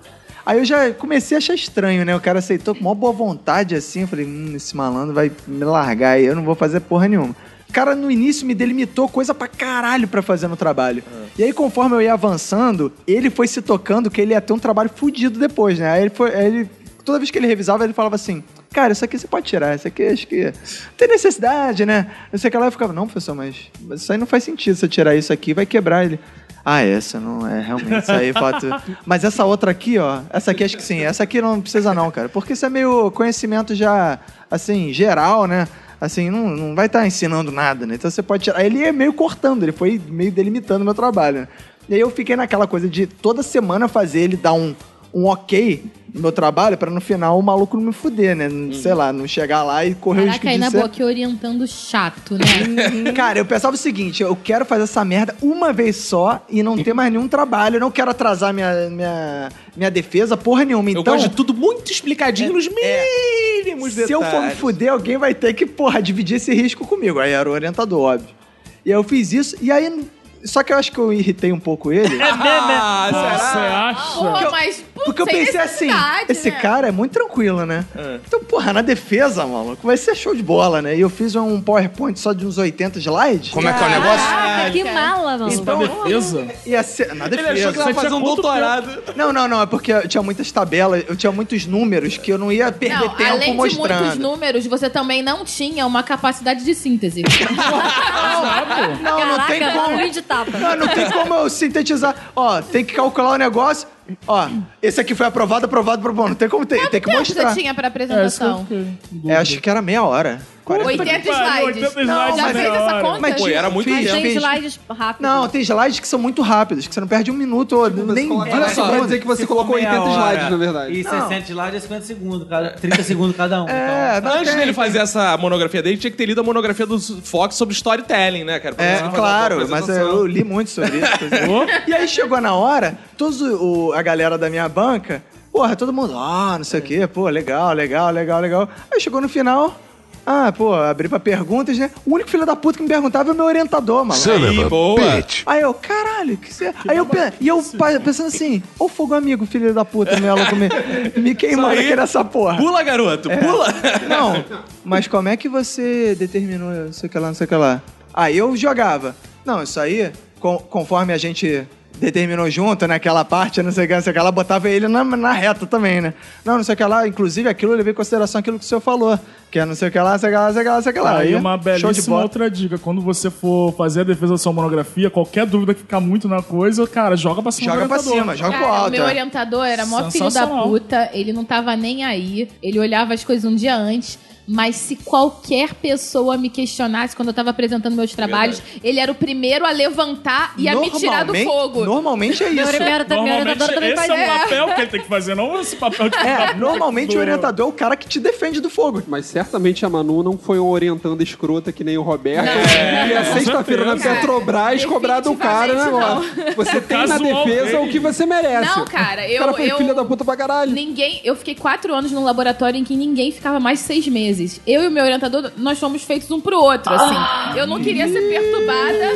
S2: Aí eu já comecei a achar estranho, né? O cara aceitou com uma boa vontade, assim. Eu falei, hum, esse malandro vai me largar aí, eu não vou fazer porra nenhuma. O cara, no início, me delimitou coisa pra caralho pra fazer no trabalho. E aí, conforme eu ia avançando, ele foi se tocando que ele ia ter um trabalho fudido depois, né? Aí ele foi... aí ele- toda vez que ele revisava, ele falava assim... Cara, isso aqui você pode tirar, isso aqui acho que não tem necessidade, né? Não sei o que lá. Eu ficava, não, professor, mas, mas isso aí não faz sentido. Se eu tirar isso aqui, vai quebrar ele. Ah, essa não é realmente isso aí, fato. Mas essa outra aqui, ó, essa aqui acho que sim. Essa aqui não precisa não, cara. Porque isso é meio conhecimento já, assim, geral, né? Assim, não, não vai estar ensinando nada, né? Então você pode tirar. Ele é meio cortando, ele foi meio delimitando o meu trabalho, né? E aí eu fiquei naquela coisa de toda semana fazer ele dar um, um ok no meu trabalho pra no final o maluco não me fuder, né?
S1: Uhum.
S2: Sei lá, não chegar lá e correr o risco
S3: Caraca, aí
S2: de
S3: na
S2: ser-
S3: boa, que orientando chato, né?
S2: Cara, eu pensava o seguinte: eu quero fazer essa merda uma vez só e não ter mais nenhum trabalho. Eu não quero atrasar minha, minha, minha defesa, porra nenhuma.
S1: Eu
S2: Então,
S1: gosto de tudo muito explicadinho nos mínimos
S2: se eu for me
S1: detalhes.
S2: fuder, alguém vai ter que, porra, dividir esse risco comigo. Aí era o orientador, óbvio. E aí eu fiz isso, e aí. Só que eu acho que eu irritei um pouco ele.
S1: Ah, será?
S4: Você acha?
S1: é-
S2: Porque eu-
S3: Pô, mas, putz,
S2: Porque eu
S3: sem
S2: pensei assim,
S3: necessidade,
S2: esse
S3: né?
S2: cara é muito tranquilo, né? Então, porra, na defesa, maluco, vai ser show de bola, né? E eu fiz um PowerPoint só de uns 80 slides.
S9: Como é que é o negócio?
S6: Caraca, que mala, mano.
S2: Então,
S4: Pra defesa?
S2: Ia ser, na defesa.
S1: Vai fazer um doutorado.
S2: Não, não, não. É porque eu tinha muitas tabelas, eu tinha muitos números que eu não ia perder
S3: Não,
S2: tempo
S3: além de
S2: mostrando.
S3: muitos números, você também não tinha uma capacidade de síntese.
S2: Não, não tem
S6: Caraca,
S2: como.
S6: ruim de tapa.
S2: Não, não tem como eu sintetizar. Ó, tem que calcular o negócio. Ó, esse aqui foi aprovado, aprovado, aprovado. Não tem como ter, tem que
S3: Quanto tempo
S2: mostrar.
S3: você tinha pra
S4: É, isso que eu
S3: apresentação?
S4: fiquei.
S2: É, acho que era meia hora.
S3: 80
S4: pariu,
S3: slides.
S4: 80 slides
S3: já
S4: na
S3: fez essa
S4: hora.
S3: conta?
S1: Pô, era muito
S2: fiz,
S6: Mas tem
S2: fiz.
S6: slides rápidos.
S2: Não, tem slides que são muito rápidos, que você não perde um minuto ou nem
S7: coloca-
S2: dez
S7: Olha só, vai
S2: segundos.
S7: dizer que você colocou 80 slides, na verdade.
S5: E 60 slides é 50 segundos, cada, 30 segundos cada um.
S2: É, não
S1: Antes
S2: tem.
S1: dele fazer essa monografia dele, tinha que ter lido a monografia do Fox sobre storytelling, né, cara? Pra
S2: É,
S1: você fazer uma
S2: claro, mas
S1: apresentação.
S2: eu li muito sobre isso. coisa. e aí chegou na hora, todos o, o- a galera da minha banca, porra, todo mundo, ah, não sei o quê, pô, legal, legal, legal, legal. Aí chegou no final, ah, pô, abri pra perguntas, né? O único filho da puta que me perguntava é o meu orientador, maluco.
S10: Aí,
S1: boa.
S2: Aí eu, caralho, que você... Aí eu, pe- e eu pa- pensando assim, ô fogo amigo, filho da puta, meu maluco, me, me queimando
S1: Isso aí.
S2: aqui nessa porra.
S1: Pula, garoto, pula!
S2: Não, mas como é que você determinou não sei o que lá, não sei o que lá? Aí eu jogava. Não, isso aí, con- conforme a gente determinou junto naquela parte, não sei o que, não sei o que lá, botava ele na, na reta também, né? Não, não sei o que lá, inclusive aquilo eu levei em consideração aquilo que o senhor falou, que é não sei o que lá, não sei o que lá, não sei o que lá, não sei o que lá.
S4: Aí uma
S2: Tá show de
S4: belíssima
S2: bola.
S4: outra dica. Quando você for fazer a defesa da sua monografia, qualquer dúvida que ficar muito na coisa, cara, joga pra cima
S2: Joga
S4: do
S2: pra
S4: orientador.
S2: cima, joga pro
S3: Cara, o
S2: alto.
S3: meu
S2: é.
S3: orientador era mó filho da
S4: Sensacional.
S3: puta, ele não tava nem aí, ele olhava as coisas um dia antes, mas se qualquer pessoa me questionasse quando eu tava apresentando meus trabalhos, ele era o primeiro a levantar e a me tirar do
S2: Normalmente-
S3: fogo.
S2: Normalmente é
S6: Meu
S2: isso.
S6: orientador também,
S4: Normalmente
S6: orientador também
S4: esse
S6: faz
S4: é o
S6: isso.
S4: papel que ele tem que fazer, não esse papel de
S2: É, normalmente o orientador é o cara que te defende do fogo.
S7: Mas certamente a Manu não foi um orientando escrota que nem o Roberto. E a sexta-feira na
S3: certeza.
S7: Petrobras cobrado um cara, né, mano? Você tem na
S4: Casual
S7: defesa
S4: bem.
S7: o que você
S11: É
S7: merece.
S3: Não, cara,
S7: O cara
S3: eu,
S7: foi
S3: eu-
S7: filha da puta pra caralho.
S3: Ninguém. Eu fiquei quatro anos num laboratório em que ninguém ficava mais seis meses. Eu e o meu orientador, nós fomos feitos um pro outro, assim. eu não queria ser perturbada.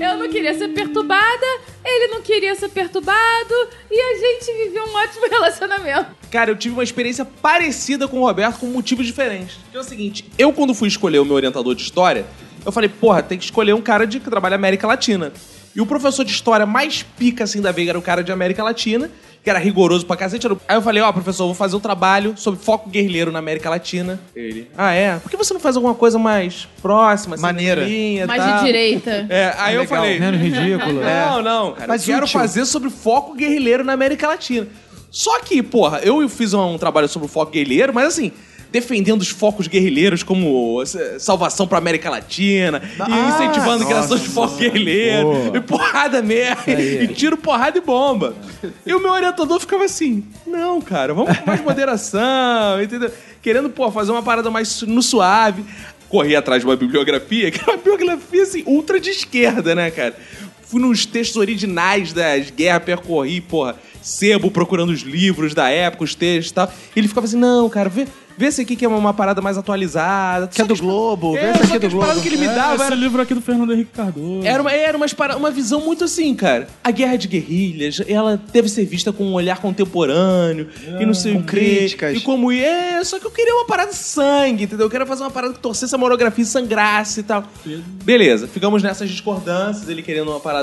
S3: eu não queria ser perturbada. Ele não queria ser perturbado. E a gente vivia um ótimo relacionamento.
S1: Cara, eu tive uma experiência parecida com o Roberto com motivos diferentes. Que é o seguinte, eu quando fui escolher o meu orientador de história, eu falei, porra, tem que escolher um cara de que trabalha América Latina. E o professor de história mais pica assim da veiga era o cara de América Latina, que era rigoroso pra cacete. Era... o- Aí eu falei, ó, professor, eu vou fazer um trabalho sobre foco guerrilheiro na América Latina. Ele. Ah, é? Por que você não faz alguma coisa mais próxima, assim,
S2: Maneira.
S1: linha e
S3: Mas
S1: tal?"
S3: de direita.
S1: É, aí eu falei,
S5: Ah, Menos ridículo.
S1: não, não, cara.
S2: É. Mas
S1: eu quero
S2: útil.
S1: fazer sobre o foco guerrilheiro na América Latina. Só que, porra, eu fiz um trabalho sobre o foco guerrilheiro, mas assim, defendendo os focos guerrilheiros como eh, salvação pra América Latina, e
S2: Ah,
S1: incentivando a criação de foco guerrilheiro, e porrada mesmo, e tiro, porrada e bomba. E o meu orientador ficava assim, não, cara, vamos com mais moderação, entendeu? Querendo, pô, fazer uma parada mais su- no suave. Corri atrás de uma bibliografia, que era uma bibliografia, assim, ultra de esquerda, né, cara? Fui nos textos originais das guerras, percorri, porra, sebo procurando os livros da época, os textos e tal. E ele ficava assim, não, cara, vê, vê esse aqui que é uma parada mais atualizada.
S2: Que é do Globo, vê
S1: É,
S2: esse
S1: só
S2: aqui
S1: que
S2: é
S1: as
S2: do
S1: paradas
S2: Globo.
S1: que ele me dava
S4: Esse
S1: era...
S4: é livro aqui do Fernando Henrique Cardoso.
S1: Era, uma, era umas para- uma visão muito assim, cara. A guerra de guerrilhas, ela deve ser vista com um olhar contemporâneo e não sei o
S2: Com
S1: quê.
S2: críticas.
S1: E como é, só que eu queria uma parada de sangue, entendeu? Eu queria fazer uma parada que torcesse a monografia e sangrasse e tal. Beleza, ficamos nessas discordâncias, ele querendo uma parada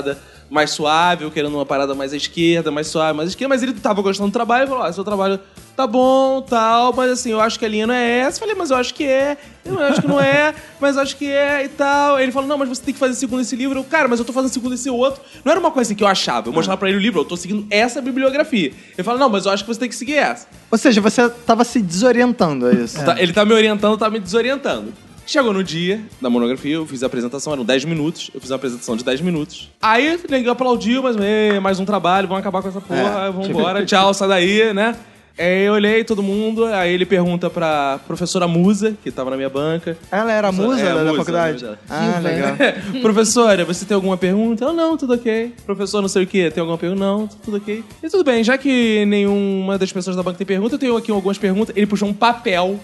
S1: mais suave, eu querendo uma parada mais à esquerda, mais suave, mais à esquerda, mas ele tava gostando do trabalho e falou: ah, seu trabalho tá bom, tal, mas assim, eu acho que a linha não é essa. Eu falei, mas eu acho que é, eu acho que não é, mas acho que é e tal. Aí ele falou: não, mas você tem que fazer segundo esse livro. Eu, cara, mas eu tô fazendo segundo esse outro. Não era uma coisa assim que eu achava. Eu mostrava pra ele o livro, eu tô seguindo essa bibliografia. Ele falou: não, mas eu acho que você tem que seguir essa.
S2: Ou seja, você tava se desorientando, é isso.
S1: Tá- ele tá me orientando, tá me desorientando. Chegou no dia da monografia, eu fiz a apresentação, eram 10 minutos. Eu fiz uma apresentação de 10 minutos. Aí o negão aplaudiu, mas "Ê, mais um trabalho, vamos acabar com essa porra, vambora, tchau, sai daí, né? Aí eu olhei todo mundo, aí ele pergunta pra professora Musa, que tava na minha banca.
S2: Ela era a musa
S1: É, a
S2: da- da
S1: musa,
S2: faculdade?
S1: musa.
S2: Ah, legal.
S1: professora, você tem alguma pergunta? Eu não, tudo ok. Professor, não sei o que, tem alguma pergunta? Não, tudo ok. E tudo bem, já que nenhuma das pessoas da banca tem pergunta, eu tenho aqui algumas perguntas. Ele puxou um papel.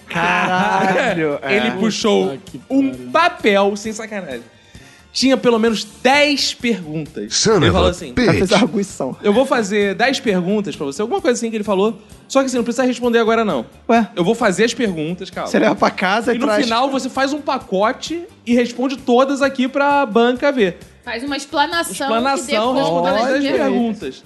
S2: Caralho, é.
S1: Ele puxou
S4: Puta que
S1: um papel, sem sacanagem. Tinha pelo menos 10 perguntas. ele falou assim:
S2: Ela fez a arguição.
S1: Eu vou fazer 10 perguntas pra você, alguma coisa assim que ele falou. Só que assim, não precisa responder agora, não.
S2: Ué,
S1: Eu vou fazer as perguntas, calma.
S2: você leva pra casa Tá e,
S1: E no
S2: traz...
S1: final você faz um pacote e responde todas aqui pra banca ver.
S3: Faz uma explanação. que
S1: Explanação,
S3: depois
S1: respondendo as
S3: pode
S1: 10
S3: ver.
S1: perguntas.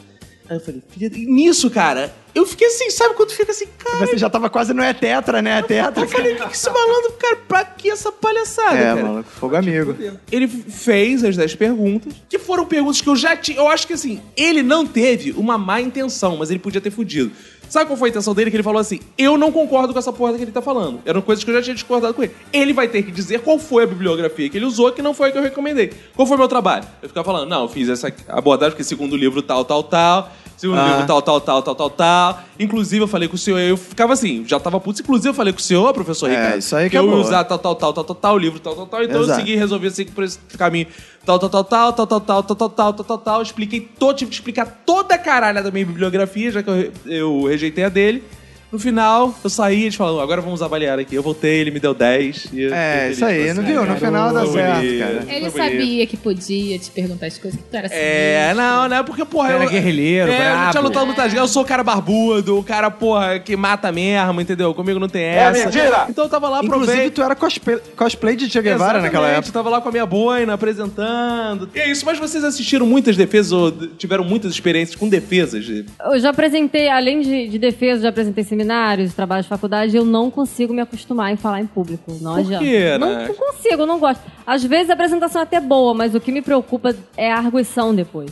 S1: Aí eu falei, filha, e nisso, cara, eu fiquei assim, sabe quando fica assim, cara,
S2: Você já tava quase no é tetra, né? É tetra.
S1: eu falei, o que, que esse malandro, cara, pra que essa palhaçada,
S2: É,
S1: cara?
S2: maluco, fogo amigo.
S1: Ele fez as 10 perguntas, que foram perguntas que eu já tinha. Eu acho que assim, ele não teve uma má intenção, mas ele podia ter fudido. Sabe qual foi a intenção dele? Que ele falou assim: eu não concordo com essa porra que ele tá falando. Eram coisas que eu já tinha discordado com ele. Ele vai ter que dizer qual foi a bibliografia que ele usou, que não foi a que eu recomendei. Qual foi o meu trabalho? Eu ficava falando, não, eu fiz essa abordagem, porque segundo o livro tal, tal, tal. Segundo
S2: Ah.
S1: o livro tal, tal, tal, tal, tal, tal. Inclusive, eu falei com o senhor, eu ficava assim, já tava puto. Inclusive, eu falei com o senhor, professor
S2: É,
S1: Ricardo.
S2: isso aí
S1: que eu ia
S2: acabou.
S1: usar tal, tal, tal, tal, tal, tal, livro tal, tal, tal. Então eu
S2: Exato.
S1: segui e resolvi assim por esse caminho. Tal, tal, tal, tal, tal, tal, tal, tal, tal, tal, tal, tal, tal. Expliquei todo, tive que explicar toda a caralha da minha bibliografia, já que eu, re- eu rejeitei a dele. No final, eu saí, eles falaram, agora vamos avaliar aqui. Eu voltei, ele me deu 10. E eu
S2: É,
S1: fiquei
S2: isso
S1: feliz,
S2: aí.
S1: assim.
S2: Não viu? No final dá
S1: Foi
S2: certo,
S1: bonito.
S2: cara.
S3: Ele
S1: Foi bonito.
S3: sabia que podia te perguntar as coisas que tu era assim.
S1: É, não, não, porque, porra,
S5: Era
S1: eu.
S5: guerrilheiro,
S1: é, eu já tinha
S5: brabo.
S1: lutado muitas guerras, eu sou o cara barbudo, o cara, porra, que mata mesmo, entendeu? Comigo não tem essa. mentira! Então eu tava lá,
S2: É, Inclusive,
S1: aproveitei.
S2: tu era cosplay, cosplay de Che Guevara
S1: Exatamente,
S2: naquela época.
S1: Tava lá com a minha boina apresentando. E é isso, mas vocês assistiram muitas defesas ou d- tiveram muitas experiências com defesas? de-
S6: Eu já apresentei, além de, de defesa, já apresentei seminários, trabalho de faculdade, eu não consigo me acostumar em falar em público. Não
S1: Por
S6: adianta.
S1: quê,
S6: não,
S1: né?
S6: não consigo, não gosto. Às vezes a apresentação é até boa, mas o que me preocupa é a arguição depois.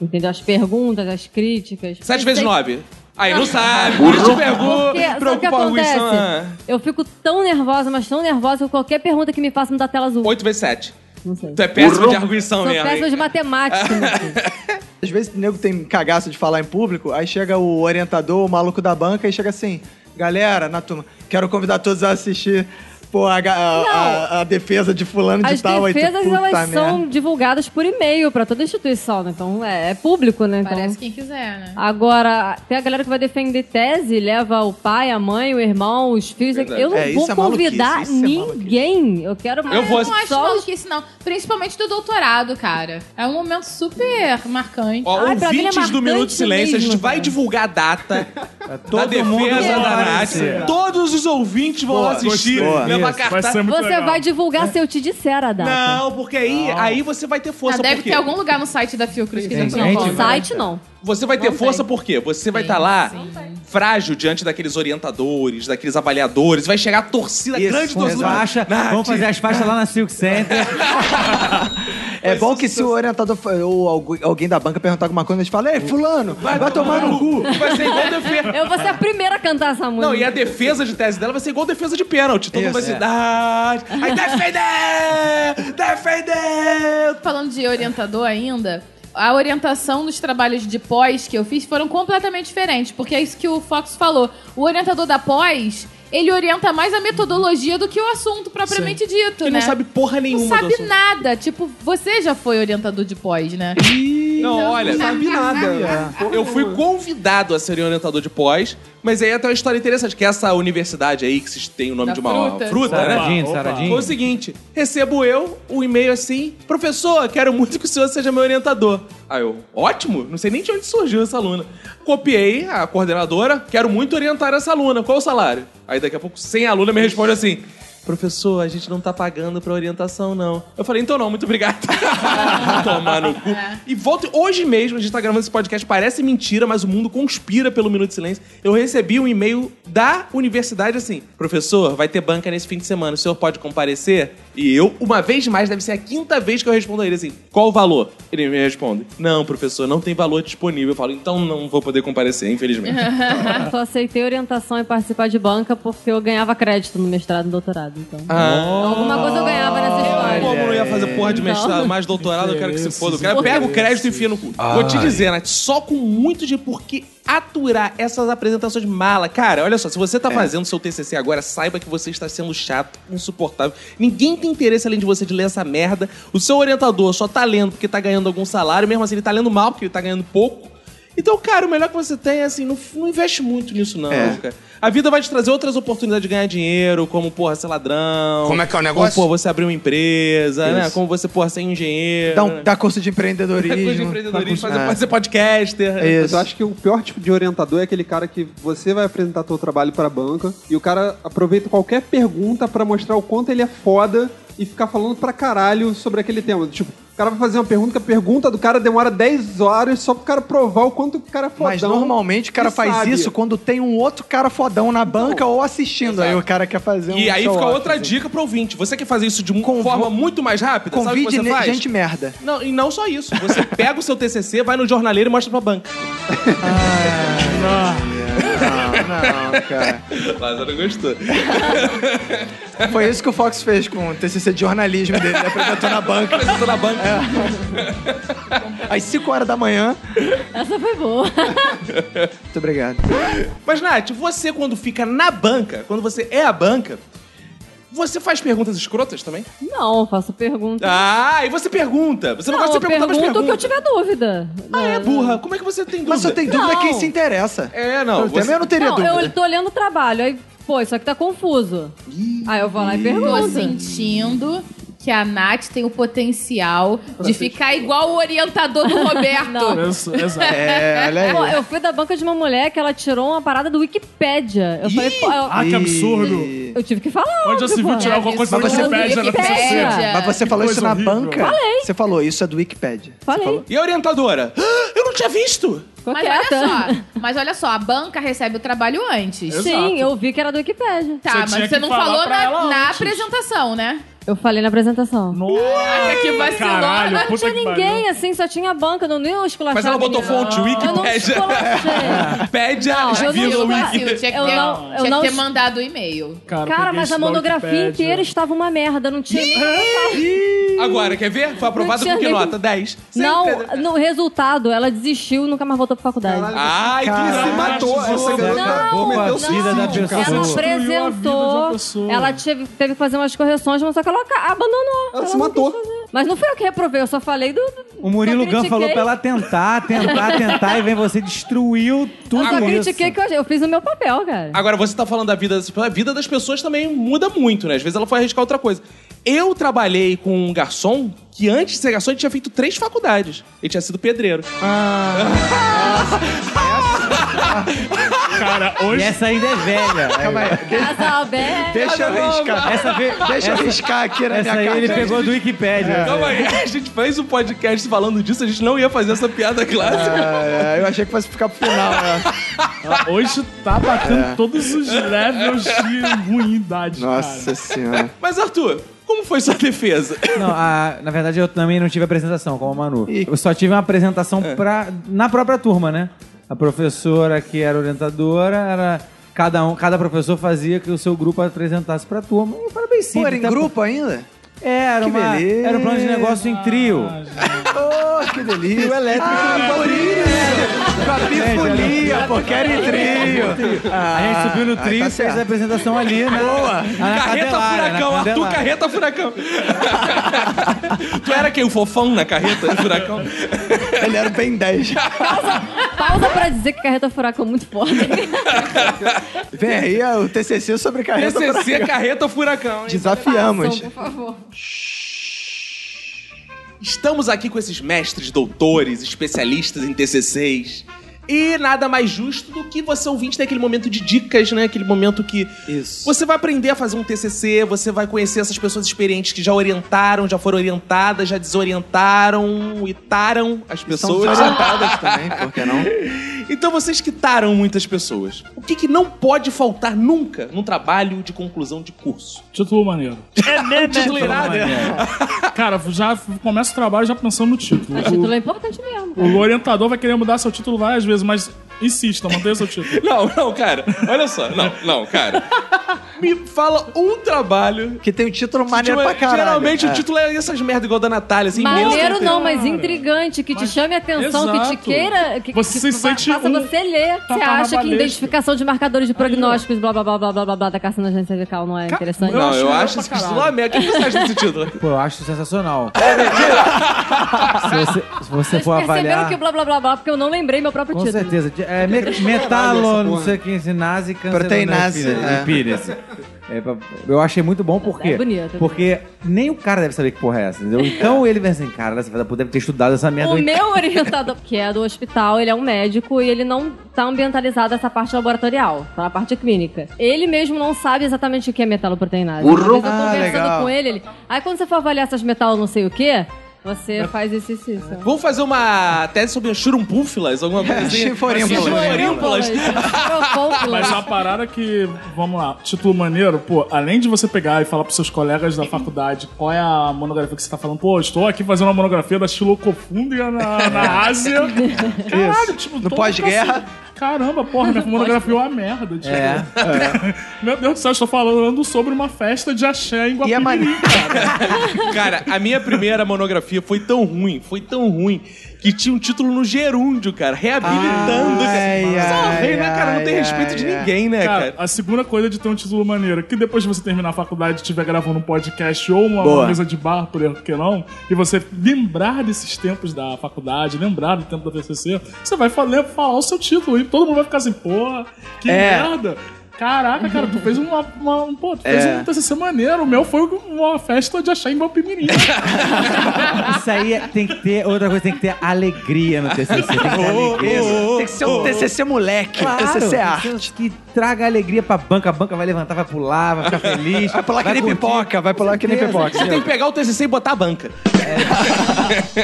S6: Entendeu? As perguntas, as críticas.
S1: Sete
S6: Eu
S1: vezes
S6: sei-
S1: nove. Aí não sabe, por isso pergunta,
S6: Porque, sabe o que
S1: preocupa a
S6: acontece?
S1: arguição. ah.
S6: Eu fico tão nervosa, mas tão nervosa que qualquer pergunta que me façam me dá tela azul.
S1: Oito vezes sete.
S6: Não sei.
S1: Tu é péssimo de arguição
S6: Sou
S1: mesmo.
S6: péssima de
S1: hein?
S6: matemática. meu filho.
S2: Às vezes o nego tem cagaço de falar em público, aí chega o orientador, o maluco da banca, e chega assim: galera, na turma, quero convidar todos a assistir pô, a, ga- a- a- a defesa de fulano de
S6: As
S2: tal. aí tu,
S6: defesas
S2: "Puta
S6: elas são
S2: merda."
S6: divulgadas por e-mail pra toda instituição, né? Então é, é público, né? Então,
S3: Parece quem quiser, né?
S6: Agora, tem a galera que vai defender tese, leva o pai, a mãe, o irmão, os filhos.
S1: Verdade.
S6: Eu não
S2: É,
S6: vou
S2: isso é maluquice,
S6: convidar
S2: isso é
S6: ninguém. eu quero mais um
S1: Eu vou-
S3: Eu não acho
S6: só
S3: não
S6: os...
S3: que isso não. Principalmente do doutorado, cara. É um momento super marcante.
S1: Ó,
S6: Ai, pra mim é
S1: ouvintes do
S6: marcante
S1: Minuto de Silêncio, a gente
S6: mesmo,
S1: vai
S6: cara.
S1: divulgar a data
S5: É.
S1: da defesa
S5: mundo vai
S1: da Nath.
S5: aparecer.
S1: Todos os ouvintes vão lá assistir,
S2: boa.
S1: levar
S4: Isso, É, vai ser
S1: cartaz.
S4: muito
S6: Você
S4: legal.
S6: vai divulgar se eu te disser a data.
S1: É. Não, porque aí, aí você vai ter
S3: Ah,
S1: força.
S3: deve
S1: porque...
S3: ter algum lugar no site da Fiocruz que a gente não
S5: gente,
S3: coloca.
S6: Site não.
S1: Você vai ter
S3: Não
S1: força
S3: tem.
S1: por quê? Você vai
S3: Sim,
S1: estar lá
S3: sim.
S1: frágil diante daqueles orientadores, daqueles avaliadores, vai chegar a torcida,
S2: Isso,
S1: grande torcida.
S5: Faixa,
S1: Nath,
S5: vamos fazer as faixas lá na Silk Center.
S2: É bom que se o orientador fa- ou algu- alguém da banca perguntar alguma coisa, a gente fala: Ei, fulano, vai, tomar no cu.
S1: Vai ser igual defesa.
S6: Eu vou ser a primeira a cantar essa música.
S1: Não, e a defesa de tese dela vai ser igual defesa de pênalti. Todo mundo vai
S2: é.
S1: se dar. Aí defender! Defender!
S3: Falando de orientador ainda, a orientação nos trabalhos de pós que eu fiz foram completamente diferentes, porque é isso que o Fox falou. O orientador da pós, ele orienta mais a metodologia do que o assunto propriamente dito,
S1: Ele
S3: né?
S1: não sabe porra nenhuma
S3: Não
S1: do
S3: sabe
S1: assunto.
S3: nada. Tipo, você já foi orientador de pós, né?
S1: Não, olha,
S7: Não vi nada.
S3: É.
S1: Eu fui convidado a ser orientador de pós, mas aí é até uma história interessante, que essa universidade aí, que se tem o nome
S3: Da
S1: de uma
S3: fruta.
S1: né?
S5: Saradinho,
S4: Opa, opa.
S5: saradinho.
S1: Foi o seguinte: recebo eu um e-mail assim, professor, quero muito que o senhor seja meu orientador. Aí eu, ótimo, não sei nem de onde surgiu essa aluna. Copiei a coordenadora, quero muito orientar essa aluna, qual o salário? Aí daqui a pouco, sem aluna, me responde assim. Professor, a gente não tá pagando pra orientação, não. Eu falei, então não, muito obrigado. Tomar no cu. E volta, hoje mesmo, a gente tá gravando esse podcast, parece mentira, mas o mundo conspira pelo Minuto de Silêncio. Eu recebi um e-mail da universidade assim: professor, vai ter banca nesse fim de semana, o senhor pode comparecer? E eu, uma vez mais, deve ser a quinta vez que eu respondo a ele assim: qual o valor? Ele me responde: não, professor, não tem valor disponível. Eu falo, então não vou poder comparecer, infelizmente.
S6: Só aceitei orientação e participar de banca porque eu ganhava crédito no mestrado e doutorado. Então,
S1: ah,
S6: alguma coisa eu ganhava nessa história.
S1: como não ia fazer porra de
S6: Não.
S1: mestrado, mais doutorado, eu quero que se foda. O cara
S9: é
S6: Interesse.
S1: pega o crédito e enfia no cu. Vou te dizer, Nath, só com muito de porque aturar essas apresentações mala. Cara, olha só, se você tá
S9: É.
S1: fazendo seu TCC agora, saiba que você está sendo chato, insuportável. Ninguém tem interesse além de você de ler essa merda. O seu orientador só tá lendo porque tá ganhando algum salário, mesmo assim ele tá lendo mal porque ele tá ganhando pouco. Então, cara, o melhor que você tem é assim, não, não investe muito nisso, não,
S9: É.
S1: cara. A vida vai te trazer outras oportunidades de ganhar dinheiro, como, porra, ser ladrão.
S9: Como é que é o
S1: Como,
S9: negócio?
S1: pô, você abrir uma empresa, né? Como você, porra, ser engenheiro.
S2: Dá,
S1: né?
S2: um, tá dá curso de
S1: Coisa de
S2: empreendedorismo.
S1: empreendedorismo,
S2: Dá
S1: fazer,
S2: curso-
S1: fazer podcaster.
S2: É
S7: Mas
S2: isso.
S7: eu acho que o pior tipo de orientador é aquele cara que você vai apresentar seu trabalho pra banca e o cara aproveita qualquer pergunta pra mostrar o quanto ele é foda e ficar falando pra caralho sobre aquele tema. Tipo, o cara vai fazer uma pergunta que a pergunta do cara demora 10 horas só pro cara provar o quanto o cara é fodão.
S2: Mas normalmente o cara
S7: que
S2: faz
S7: sabe.
S2: isso quando tem um outro cara fodão na banca ou assistindo. Aí o cara quer fazer um.
S1: E aí
S2: show
S1: fica
S2: off,
S1: outra
S2: assim.
S1: dica pro ouvinte. Você quer fazer isso de uma
S2: Convo-
S1: forma muito mais rápida? Sabe o que
S2: Convide
S1: você
S2: ne-
S1: faz?
S2: gente merda.
S1: Não, e não só isso. Você pega o seu TCC, vai no jornaleiro e mostra pra banca.
S2: Não, cara.
S1: Lázaro gostou.
S2: Foi isso que o Fox fez com o TCC de jornalismo dele. Ele apresentou na banca.
S1: Apresentou na banca.
S2: É. Às 5 horas da manhã.
S6: Essa foi boa.
S2: Muito obrigado.
S1: Mas, Nath, você quando fica na banca, quando você é a banca, você faz perguntas escrotas também?
S6: Não, faço pergunta.
S1: Ah, e você pergunta. Você não,
S6: eu
S1: gosta de perguntar, mas
S6: pergunto o que
S1: pergunta.
S6: eu tiver dúvida.
S1: Ah, é burra. Como é que você tem dúvida?
S2: Mas só tem dúvida
S6: Não.
S2: quem se interessa.
S1: É,
S2: Eu
S1: não. Você...
S2: também não teria
S6: Não,
S2: dúvida.
S6: eu tô olhando o trabalho, aí, pô, isso aqui tá confuso. Aí eu vou lá e pergunto.
S3: Tô sentindo que a Nath tem o potencial de ficar igual o orientador do Roberto.
S4: Isso, exato.
S2: É, olha aí.
S6: Pô, eu fui da banca de uma mulher que ela tirou uma parada do Wikipédia. Eu falei, pô, eu,
S4: Ah, que absurdo.
S2: Ih.
S6: eu tive que falar.
S4: Onde já se
S6: óbvio,
S4: viu
S6: pô.
S4: tirar alguma coisa do
S2: Mas você-
S4: Wikipédia na
S6: Wikipédia.
S4: TCC?
S2: Mas você falou
S4: Coisa
S2: isso na
S4: horrível.
S2: banca? Falei. Você falou, isso é do Wikipedia.
S6: Falei.
S1: E a orientadora? Ah, eu não tinha visto.
S6: Ficou
S3: Mas olha
S6: quieta.
S3: só, mas olha só, a banca recebe o trabalho antes.
S4: Exato.
S6: Sim, eu vi que era do Wikipédia.
S3: Tá,
S4: Você
S3: mas
S4: tinha
S3: você
S4: que
S3: não
S4: falar
S3: falou
S4: pra ela
S3: na, na
S4: antes.
S3: apresentação, né?
S6: Eu falei na apresentação.
S3: Caraca, que vacilou.
S4: Caralho,
S3: Não
S6: Não
S4: puta
S6: tinha
S4: que pariu.
S6: ninguém, assim, só tinha a banca, não nem eu esculachava.
S1: Mas ela botou
S6: ninguém.
S1: fonte,
S6: Eu não
S1: Wikipédia.
S6: esculachei.
S1: Pede a
S6: eu não
S1: vírgula
S6: sou
S1: Wiki.
S3: Vacilo, tinha que
S6: Eu
S3: ter,
S6: não- eu
S3: tinha que
S6: não
S3: ter
S6: es-
S3: mandado o e-mail.
S6: Cara,
S4: peguei
S6: mas a
S4: isso da
S6: monografia
S4: Wikipédia.
S6: inteira estava uma merda, não tinha
S1: Agora, quer ver? Foi aprovado
S6: tinha
S1: com que
S6: nem-
S1: nota? 10. Sem
S6: Não,
S1: entender.
S6: no resultado, ela desistiu e nunca mais voltou pra faculdade.
S1: Ai, que
S7: Se
S1: se
S7: matou, essa garota
S6: Não,
S7: cometeu
S6: não.
S5: vida da
S7: suicídio, cara.
S5: pessoa. Você
S6: Ela
S4: destruiu a vida de uma
S6: apresentou,
S4: pessoa.
S6: ela teve, teve que fazer umas correções, mas só que ela aca- abandonou.
S7: Ela se
S6: não
S7: matou.
S6: quis fazer. Mas não foi eu que reprovei, eu só falei do. do-
S5: O Murilo
S6: só
S5: Gun falou
S6: critiquei.
S5: pra ela tentar, tentar, tentar, e vem você destruiu tudo
S6: Eu só
S5: isso.
S6: critiquei que eu, eu fiz o meu papel, cara.
S1: Agora, você tá falando da vida das pessoas. A vida das pessoas também muda muito, né? Às vezes ela foi arriscar outra coisa. Eu trabalhei com um garçom que antes de ser garçom ele tinha feito três faculdades. Ele tinha sido pedreiro.
S4: Cara,
S5: E
S4: hoje
S5: essa ainda é velha.
S6: Casal Bé.
S2: Deixa eu arriscar.
S5: Essa, ve-
S2: Deixa eu arriscar aqui na
S5: essa
S2: minha É.
S5: aí
S2: carta.
S5: ele pegou do Wikipédia.
S1: Calma aí, a gente fez um podcast falando disso, a gente não ia fazer essa piada clássica.
S2: É, eu achei que fosse ficar pro final, né?
S4: Ah, Hoje tá batendo todos os levels de ruindade,
S2: Nossa
S4: cara.
S2: senhora.
S1: Mas, Arthur, como foi sua defesa?
S5: Não, a- na verdade eu também não tive apresentação, como a Manu. Eu só tive uma apresentação
S2: É.
S5: pra, na própria turma, né? A professora que era orientadora era. Cada, um, cada professor fazia que o seu grupo apresentasse pra turma. E era bem
S2: Pô,
S5: simples.
S2: era em
S5: até
S2: grupo ainda?
S5: por- Era,
S2: Que
S5: uma,
S2: beleza.
S5: era um plano de negócio em trio.
S2: Oh, que delícia. Trio elétrico. Ah, por isso. Com a bifolia, pô, quero em trio.
S5: né? a gente subiu no trio
S2: tá
S5: e fez
S2: certo.
S5: a apresentação ali, né? Boa!
S1: carreta furacão, Arthur, carreta furacão. tu era quem? O fofão na carreta do furacão?
S2: Ele era um bem 10.
S6: Pausa pra dizer que carreta furacão é muito forte.
S2: Vem aí ah, o TCC sobre carreta.
S1: TCC, é carreta furacão. hein?
S2: Desafiamos.
S3: Por favor.
S1: Estamos aqui com esses mestres, doutores, especialistas em TCCs. E nada mais justo do que você ouvinte ter aquele momento de dicas, né? Aquele momento que
S2: Isso.
S1: você vai aprender a fazer um TCC, você vai conhecer essas pessoas experientes que já orientaram, já foram orientadas, já desorientaram, itaram as
S2: São
S1: pessoas.
S2: desorientadas também, por que não?
S1: Então vocês que taram muitas pessoas. O que, que não pode faltar nunca num trabalho de conclusão de curso?
S4: Título maneiro.
S1: Título irado, né?
S4: Cara, já começa o trabalho já pensando no título.
S6: O título é importante mesmo.
S4: O, o orientador vai querer mudar seu título várias vezes, mas Insista, mantenha seu título.
S1: Não, não, cara. Olha só. Não, não, cara. Me fala um trabalho.
S2: Que tem um título maneiro
S1: Tipo,
S2: pra caralho.
S1: Geralmente
S2: é.
S1: o título é essas merda igual da Natália, assim.
S6: Maneiro
S1: imenso.
S6: não, mas intrigante, que te chame a atenção, que te
S4: Exato.
S6: queira. Que,
S4: Você
S6: que
S4: se sente
S6: faça
S4: um
S6: você ler. Você acha que
S4: carnavalesco.
S6: identificação de marcadores de prognósticos, blá blá blá blá blá blá, blá da carcinogênese cervical não é interessante?
S1: Não, eu acho
S4: pra
S1: esse
S4: caralho.
S1: título uma merda. O que você acha desse título?
S5: Pô, eu acho sensacional.
S2: É
S5: se você, se você
S6: Vocês
S5: for
S6: perceberam
S5: avaliar.
S6: que o blá blá blá blá, porque eu não lembrei meu próprio
S5: Com
S6: título.
S5: certeza. De- É, me- metalo, não sei o que, sinase,
S2: Proteinase, é.
S5: Empírese. É, pra- eu achei muito bom, por quê?
S6: É bonito, é
S5: Porque nem o cara deve saber que porra é essa, entendeu? Então ele vai assim, cara, essa filha da puta deve ter estudado essa merda.
S6: O
S5: aí.
S6: meu orientador, que é do hospital, ele é um médico e ele não tá ambientalizado essa parte laboratorial, tá na parte clínica. Ele mesmo não sabe exatamente o que é metaloproteinase. Burro. Eu tô
S2: Ah,
S6: conversando
S2: legal.
S6: com ele, ele. Aí quando você for avaliar essas metal não sei o quê, você faz esse isso. isso.
S1: Vamos fazer uma tese sobre churumpunflas, alguma
S2: É,
S1: coisa assim?
S2: chinforínfulas.
S1: Chiforimplas.
S4: Mas a parada que, vamos lá, título maneiro, pô, além de você pegar e falar pros seus colegas da faculdade qual é a monografia que você tá falando, pô, estou aqui fazendo uma monografia da xilocofúndia na, na Ásia. Caralho, tipo,
S2: No
S4: todo
S2: pós-guerra.
S4: mundo assim, Caramba, porra, minha monografia é uma merda. Tipo,
S5: É.
S4: Meu Deus do céu, eu estou falando sobre uma festa de axé em
S2: E é
S4: Guapimirim.
S2: maneiro.
S1: Cara, a minha primeira monografia foi tão ruim, foi tão ruim, que tinha um título no gerúndio, cara. Reabilitando.
S2: Ai,
S1: cara. Só
S2: ai,
S1: rei, né, cara? Não tem
S2: ai,
S1: respeito de
S2: ai,
S1: ninguém, né,
S4: Cara,
S1: cara?
S4: a segunda coisa de ter um título maneiro, que depois de você terminar a faculdade e estiver gravando um podcast ou uma
S2: Boa.
S4: mesa de bar, por erro que não, e você lembrar desses tempos da faculdade, lembrar do tempo da TCC, você vai falar, falar o seu título e todo mundo vai ficar assim, porra, que
S2: É.
S4: merda. Caraca, cara, tu fez uma, uma- um- pô, tu fez
S2: É.
S4: um TCC maneiro. O meu foi uma festa de achar em Guapimirim.
S5: Isso aí é- tem que ter, outra coisa, tem que ter alegria no TCC. Tem que ter alegria.
S2: Tem que ser um TCC moleque.
S5: Claro,
S2: TCC é arte.
S5: tem que ser um que traga alegria pra banca. A banca vai levantar, vai pular, vai ficar feliz.
S2: Vai pular que nem
S5: curtir.
S2: pipoca. Vai pular que né? nem
S5: certeza.
S2: pipoca.
S1: Você tem que pegar o TCC e botar a banca.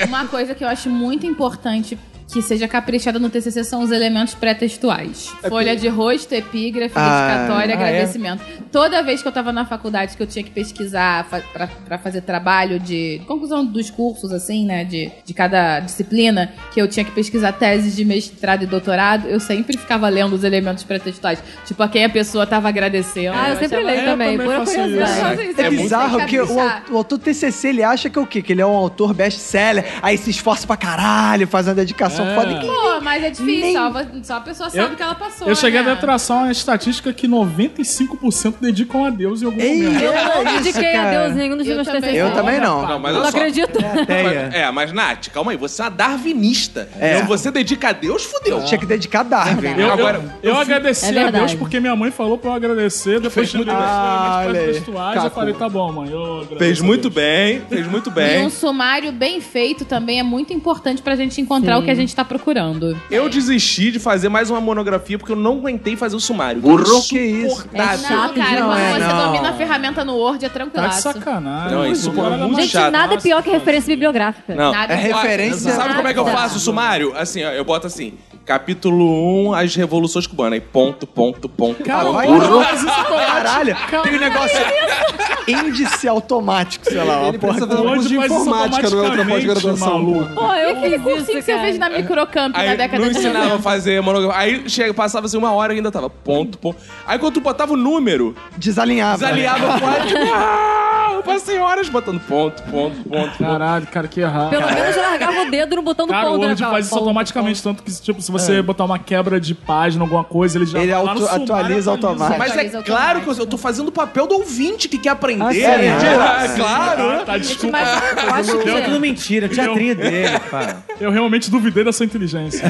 S3: Uma coisa que eu acho muito importante que seja caprichada no TCC são os elementos pré-textuais. Folha de rosto, epígrafe,
S2: Ah,
S3: dedicatória,
S5: ah, é?
S3: agradecimento. Toda vez que eu tava na faculdade que eu tinha que pesquisar fa pra, pra fazer trabalho de de conclusão dos cursos, assim, né, de, de cada disciplina, que eu tinha que pesquisar teses de mestrado e doutorado, eu sempre ficava lendo os elementos pré-textuais. Tipo, a quem a pessoa tava agradecendo.
S6: Ah, eu sempre
S3: achava-
S6: leio
S4: eu
S6: também,
S4: também
S6: pura
S4: faço isso.
S6: curiosidade.
S3: Eu faço isso,
S2: É,
S3: eu
S2: bizarro
S3: tenho
S2: que o,
S3: caprichar.
S2: au- o autor TCC ele acha que é o quê? Que ele é um autor best-seller, aí se esforça pra caralho, faz uma dedicação
S4: É.
S2: foda. Que...
S3: Pô, mas é difícil,
S2: Nem-
S3: só, só a pessoa sabe
S4: Eu-
S3: que ela passou.
S4: Eu cheguei
S3: né?
S4: a traçar uma estatística que 95% dedicam a Deus em algum
S2: Ei,
S4: momento.
S6: Eu não
S2: é isso,
S6: dediquei a
S2: cara.
S6: Deus em nenhum dos
S3: Eu
S6: meus
S3: também
S6: TCC.
S2: Eu também não.
S1: Não, mas
S6: Eu não
S1: olha só.
S6: acredito.
S2: Teia.
S1: É, mas Nath, calma aí, você é uma darwinista.
S2: É.
S1: Então você dedica a Deus, fudeu.
S2: Tinha que dedicar Darwin.
S4: Eu,
S1: Agora,
S4: eu, eu agradeci
S6: É
S4: a Deus
S6: verdade.
S4: porque minha mãe falou pra eu agradecer. Depois de ler os
S2: Ah, olha aí.
S4: experimentos textuais, eu
S2: Caco.
S4: falei, tá bom, mãe. Eu agradeço
S1: Fez
S4: a
S1: muito
S4: Deus.
S1: bem, fez muito
S3: E um
S1: bem.
S3: sumário bem feito também é muito importante pra gente encontrar
S6: Sim.
S3: o que a gente tá procurando.
S1: Eu desisti de fazer mais uma monografia porque eu não aguentei fazer o sumário.
S2: Burro. Que isso?
S1: Insuportável.
S3: não, cara,
S2: não
S3: quando
S2: é,
S3: você
S2: não.
S3: domina a ferramenta no Word é
S4: Tá de
S3: tranquilaço.
S4: sacanagem.
S1: Não, isso
S4: Agora
S1: é muito
S4: mais-
S6: Gente,
S1: chato.
S6: nada é pior que referência bibliográfica.
S1: Não.
S3: Nada
S2: É
S3: de-
S2: referência.
S1: Sabe como é que eu
S6: Nada.
S1: faço o sumário? Assim, ó, eu boto assim: capítulo 1, as revoluções cubanas. Aí ponto, ponto, ponto.
S2: Ah,
S4: Calma,
S2: vai-
S4: burro. Mas isso foi
S2: Caralho, tem um negócio índice automático, sei lá. uma
S7: Ele
S2: porra.
S7: precisa fazer um
S4: Hoje
S7: curso de
S4: faz isso
S7: informática, não é outra
S4: automaticamente,
S7: pós-graduação.
S4: maluco.
S6: Pô, eu
S3: E aquele
S6: fiz isso,
S3: cursinho que você
S6: cara.
S3: fez na microcamp na
S1: Aí
S3: década
S1: não
S3: de
S1: ensinava a
S3: 90.
S1: fazer monografia. Aí chega, passava assim uma hora e ainda tava ponto, ponto. Aí quando tu botava o número,
S2: Desalinhava.
S1: desaliava o quadro. tipo, "Ah", Eu passei horas botando ponto, ponto, ponto. ponto.
S4: Caralho, cara, que errado.
S6: Pelo menos eu largava o dedo no botão do
S4: Cara, o
S6: ponto, né,
S4: Word
S6: cara?
S4: faz isso
S6: Ponto,
S4: automaticamente, tanto que, tipo, se você botar uma quebra de página, alguma coisa, ele já
S2: Ele
S4: vai lá no
S2: auto-
S4: sumário,
S2: atualiza automático.
S1: Mas é
S3: Atualiza
S1: claro que eu,
S3: automático.
S1: eu tô fazendo o papel do ouvinte que quer aprender.
S5: Ah, sim.
S1: né?
S5: Ah,
S1: Ah, claro.
S4: Ah,
S1: né?
S4: tá, desculpa.
S6: Mas eu acho
S5: Não, tudo
S3: é.
S6: que...
S5: mentira, eu tinha a trilha dele, pá.
S4: Eu realmente duvidei da sua inteligência.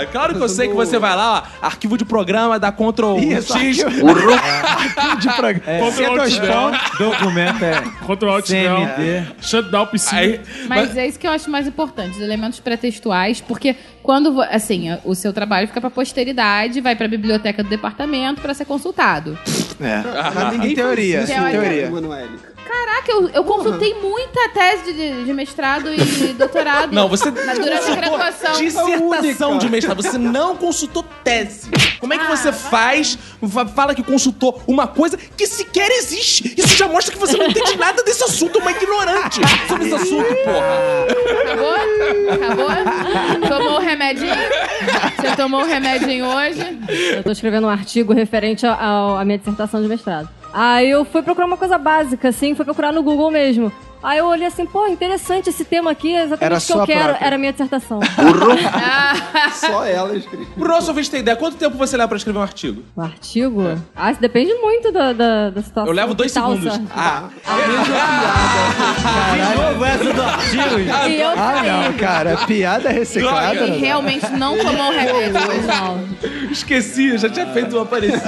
S1: É, claro que eu sei que você vai lá, ó, arquivo de programa, dá Ctrl
S2: Isso,
S1: X.
S2: arquivo- arquivo de programa.
S4: Ctrl Alt Down,
S5: Documento é.
S4: Ctrl Alt Down,
S5: CMD.
S4: Shutdown PC.
S1: Aí,
S3: Mas é isso que eu acho mais importante, os elementos pré-textuais, porque quando, vo- assim, o seu trabalho fica pra posteridade, vai pra biblioteca do departamento pra ser consultado.
S2: É. Em teoria, em
S3: Teoria.
S2: teoria.
S7: Manuélica.
S3: Caraca, eu, eu consultei muita tese de, de mestrado e doutorado.
S1: Não, você
S3: na- durante a graduação.
S1: dissertação de mestrado. Você não consultou tese. Como é que
S3: Ah,
S1: você faz, fa- fala que consultou uma coisa que sequer existe? Isso já mostra que você não entende nada desse assunto, é uma ignorante sobre esse assunto, porra.
S3: Acabou? Acabou? Tomou o remedinho? Você Você tomou o remedinho hoje?
S6: Eu tô escrevendo um artigo referente ao- ao- à minha dissertação de mestrado. Aí eu fui procurar uma coisa básica, assim, fui procurar no Google mesmo. Aí eu olhei assim, pô, interessante esse tema aqui, é exatamente
S9: Era
S6: o que eu
S9: sua
S6: quero.
S9: própria.
S6: Era a minha dissertação.
S7: Só ela escrita.
S1: Pro nosso ouvinte ter ideia, quanto tempo você leva pra escrever um artigo?
S6: O artigo?
S7: É.
S6: Ah, isso depende muito da, da, da situação.
S1: Eu levo dois
S6: que tá o
S1: segundos.
S6: certo.
S1: Ah,
S6: E eu
S2: Ah, não, cara. Piada reciclada.
S3: E realmente não tomou o remédio hoje.
S1: esqueci, eu já tinha feito uma parecida.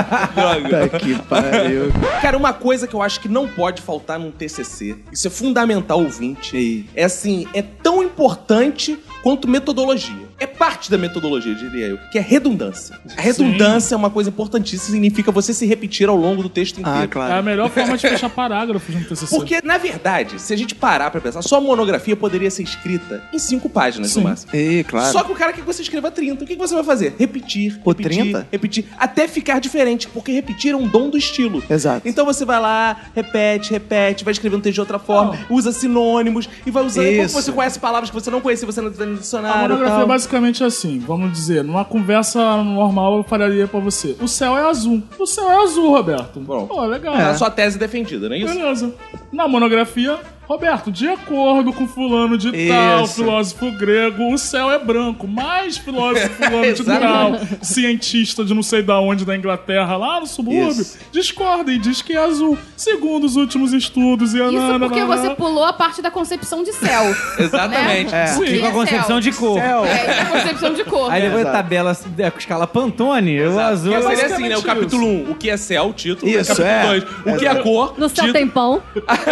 S1: Droga.
S2: Puta que pariu.
S1: Cara, uma coisa que eu acho que não pode faltar num TCC, isso é fundamental, ouvinte, é assim, é tão importante quanto metodologia. É parte da metodologia, diria eu, que é redundância. A redundância é uma coisa importantíssima, significa você se repetir ao longo do texto inteiro.
S2: Ah,
S4: É a
S2: claro.
S4: melhor forma de fechar parágrafos no TCC.
S1: Porque, na verdade, se a gente parar pra pensar, só a monografia poderia ser escrita em cinco páginas, no máximo.
S2: Ih, claro.
S1: Só que o cara quer que você escreva 30. O que que você vai fazer? Repetir,
S2: Pô,
S1: repetir,
S2: 30?
S1: repetir, até ficar diferente, porque repetir é um dom do estilo.
S2: Exato.
S1: Então você vai lá, repete, repete, vai escrevendo texto de outra forma, usa sinônimos e vai usando. Como
S2: Isso.
S1: você conhece palavras que você não conhecia, você não tem no
S4: A
S1: dicionário.
S4: monografia é
S1: tal.
S4: basicamente assim, vamos dizer, numa conversa normal eu falaria pra você, o céu é azul. O céu é azul, Roberto.
S1: Pronto.
S4: Pô, legal. né?
S1: É a sua tese defendida, não é isso?
S4: Beleza. Na monografia, Roberto, de acordo com fulano de tal,
S2: Isso.
S4: filósofo grego, o céu é branco, mas filósofo fulano de tal, cientista de não sei da onde da Inglaterra, lá no subúrbio,
S2: Isso.
S4: discorda e diz que é azul, segundo os últimos estudos e
S3: Isso
S4: nananana.
S3: porque você pulou a parte da concepção de céu.
S1: Exatamente.
S3: Né?
S5: É,
S3: O que
S5: fica
S3: é
S5: a concepção
S3: céu?
S5: de cor.
S3: É, isso é concepção de cor.
S5: Aí depois a
S2: Exato.
S5: tabela é, com escala Pantone, o azul.
S1: Porque seria assim,
S4: basicamente
S1: né? O capítulo 1, um, o que é céu, título.
S2: Isso,
S1: capítulo
S2: é.
S1: dois, o que é cor,
S6: No céu
S1: título.
S6: tem pão.
S7: É,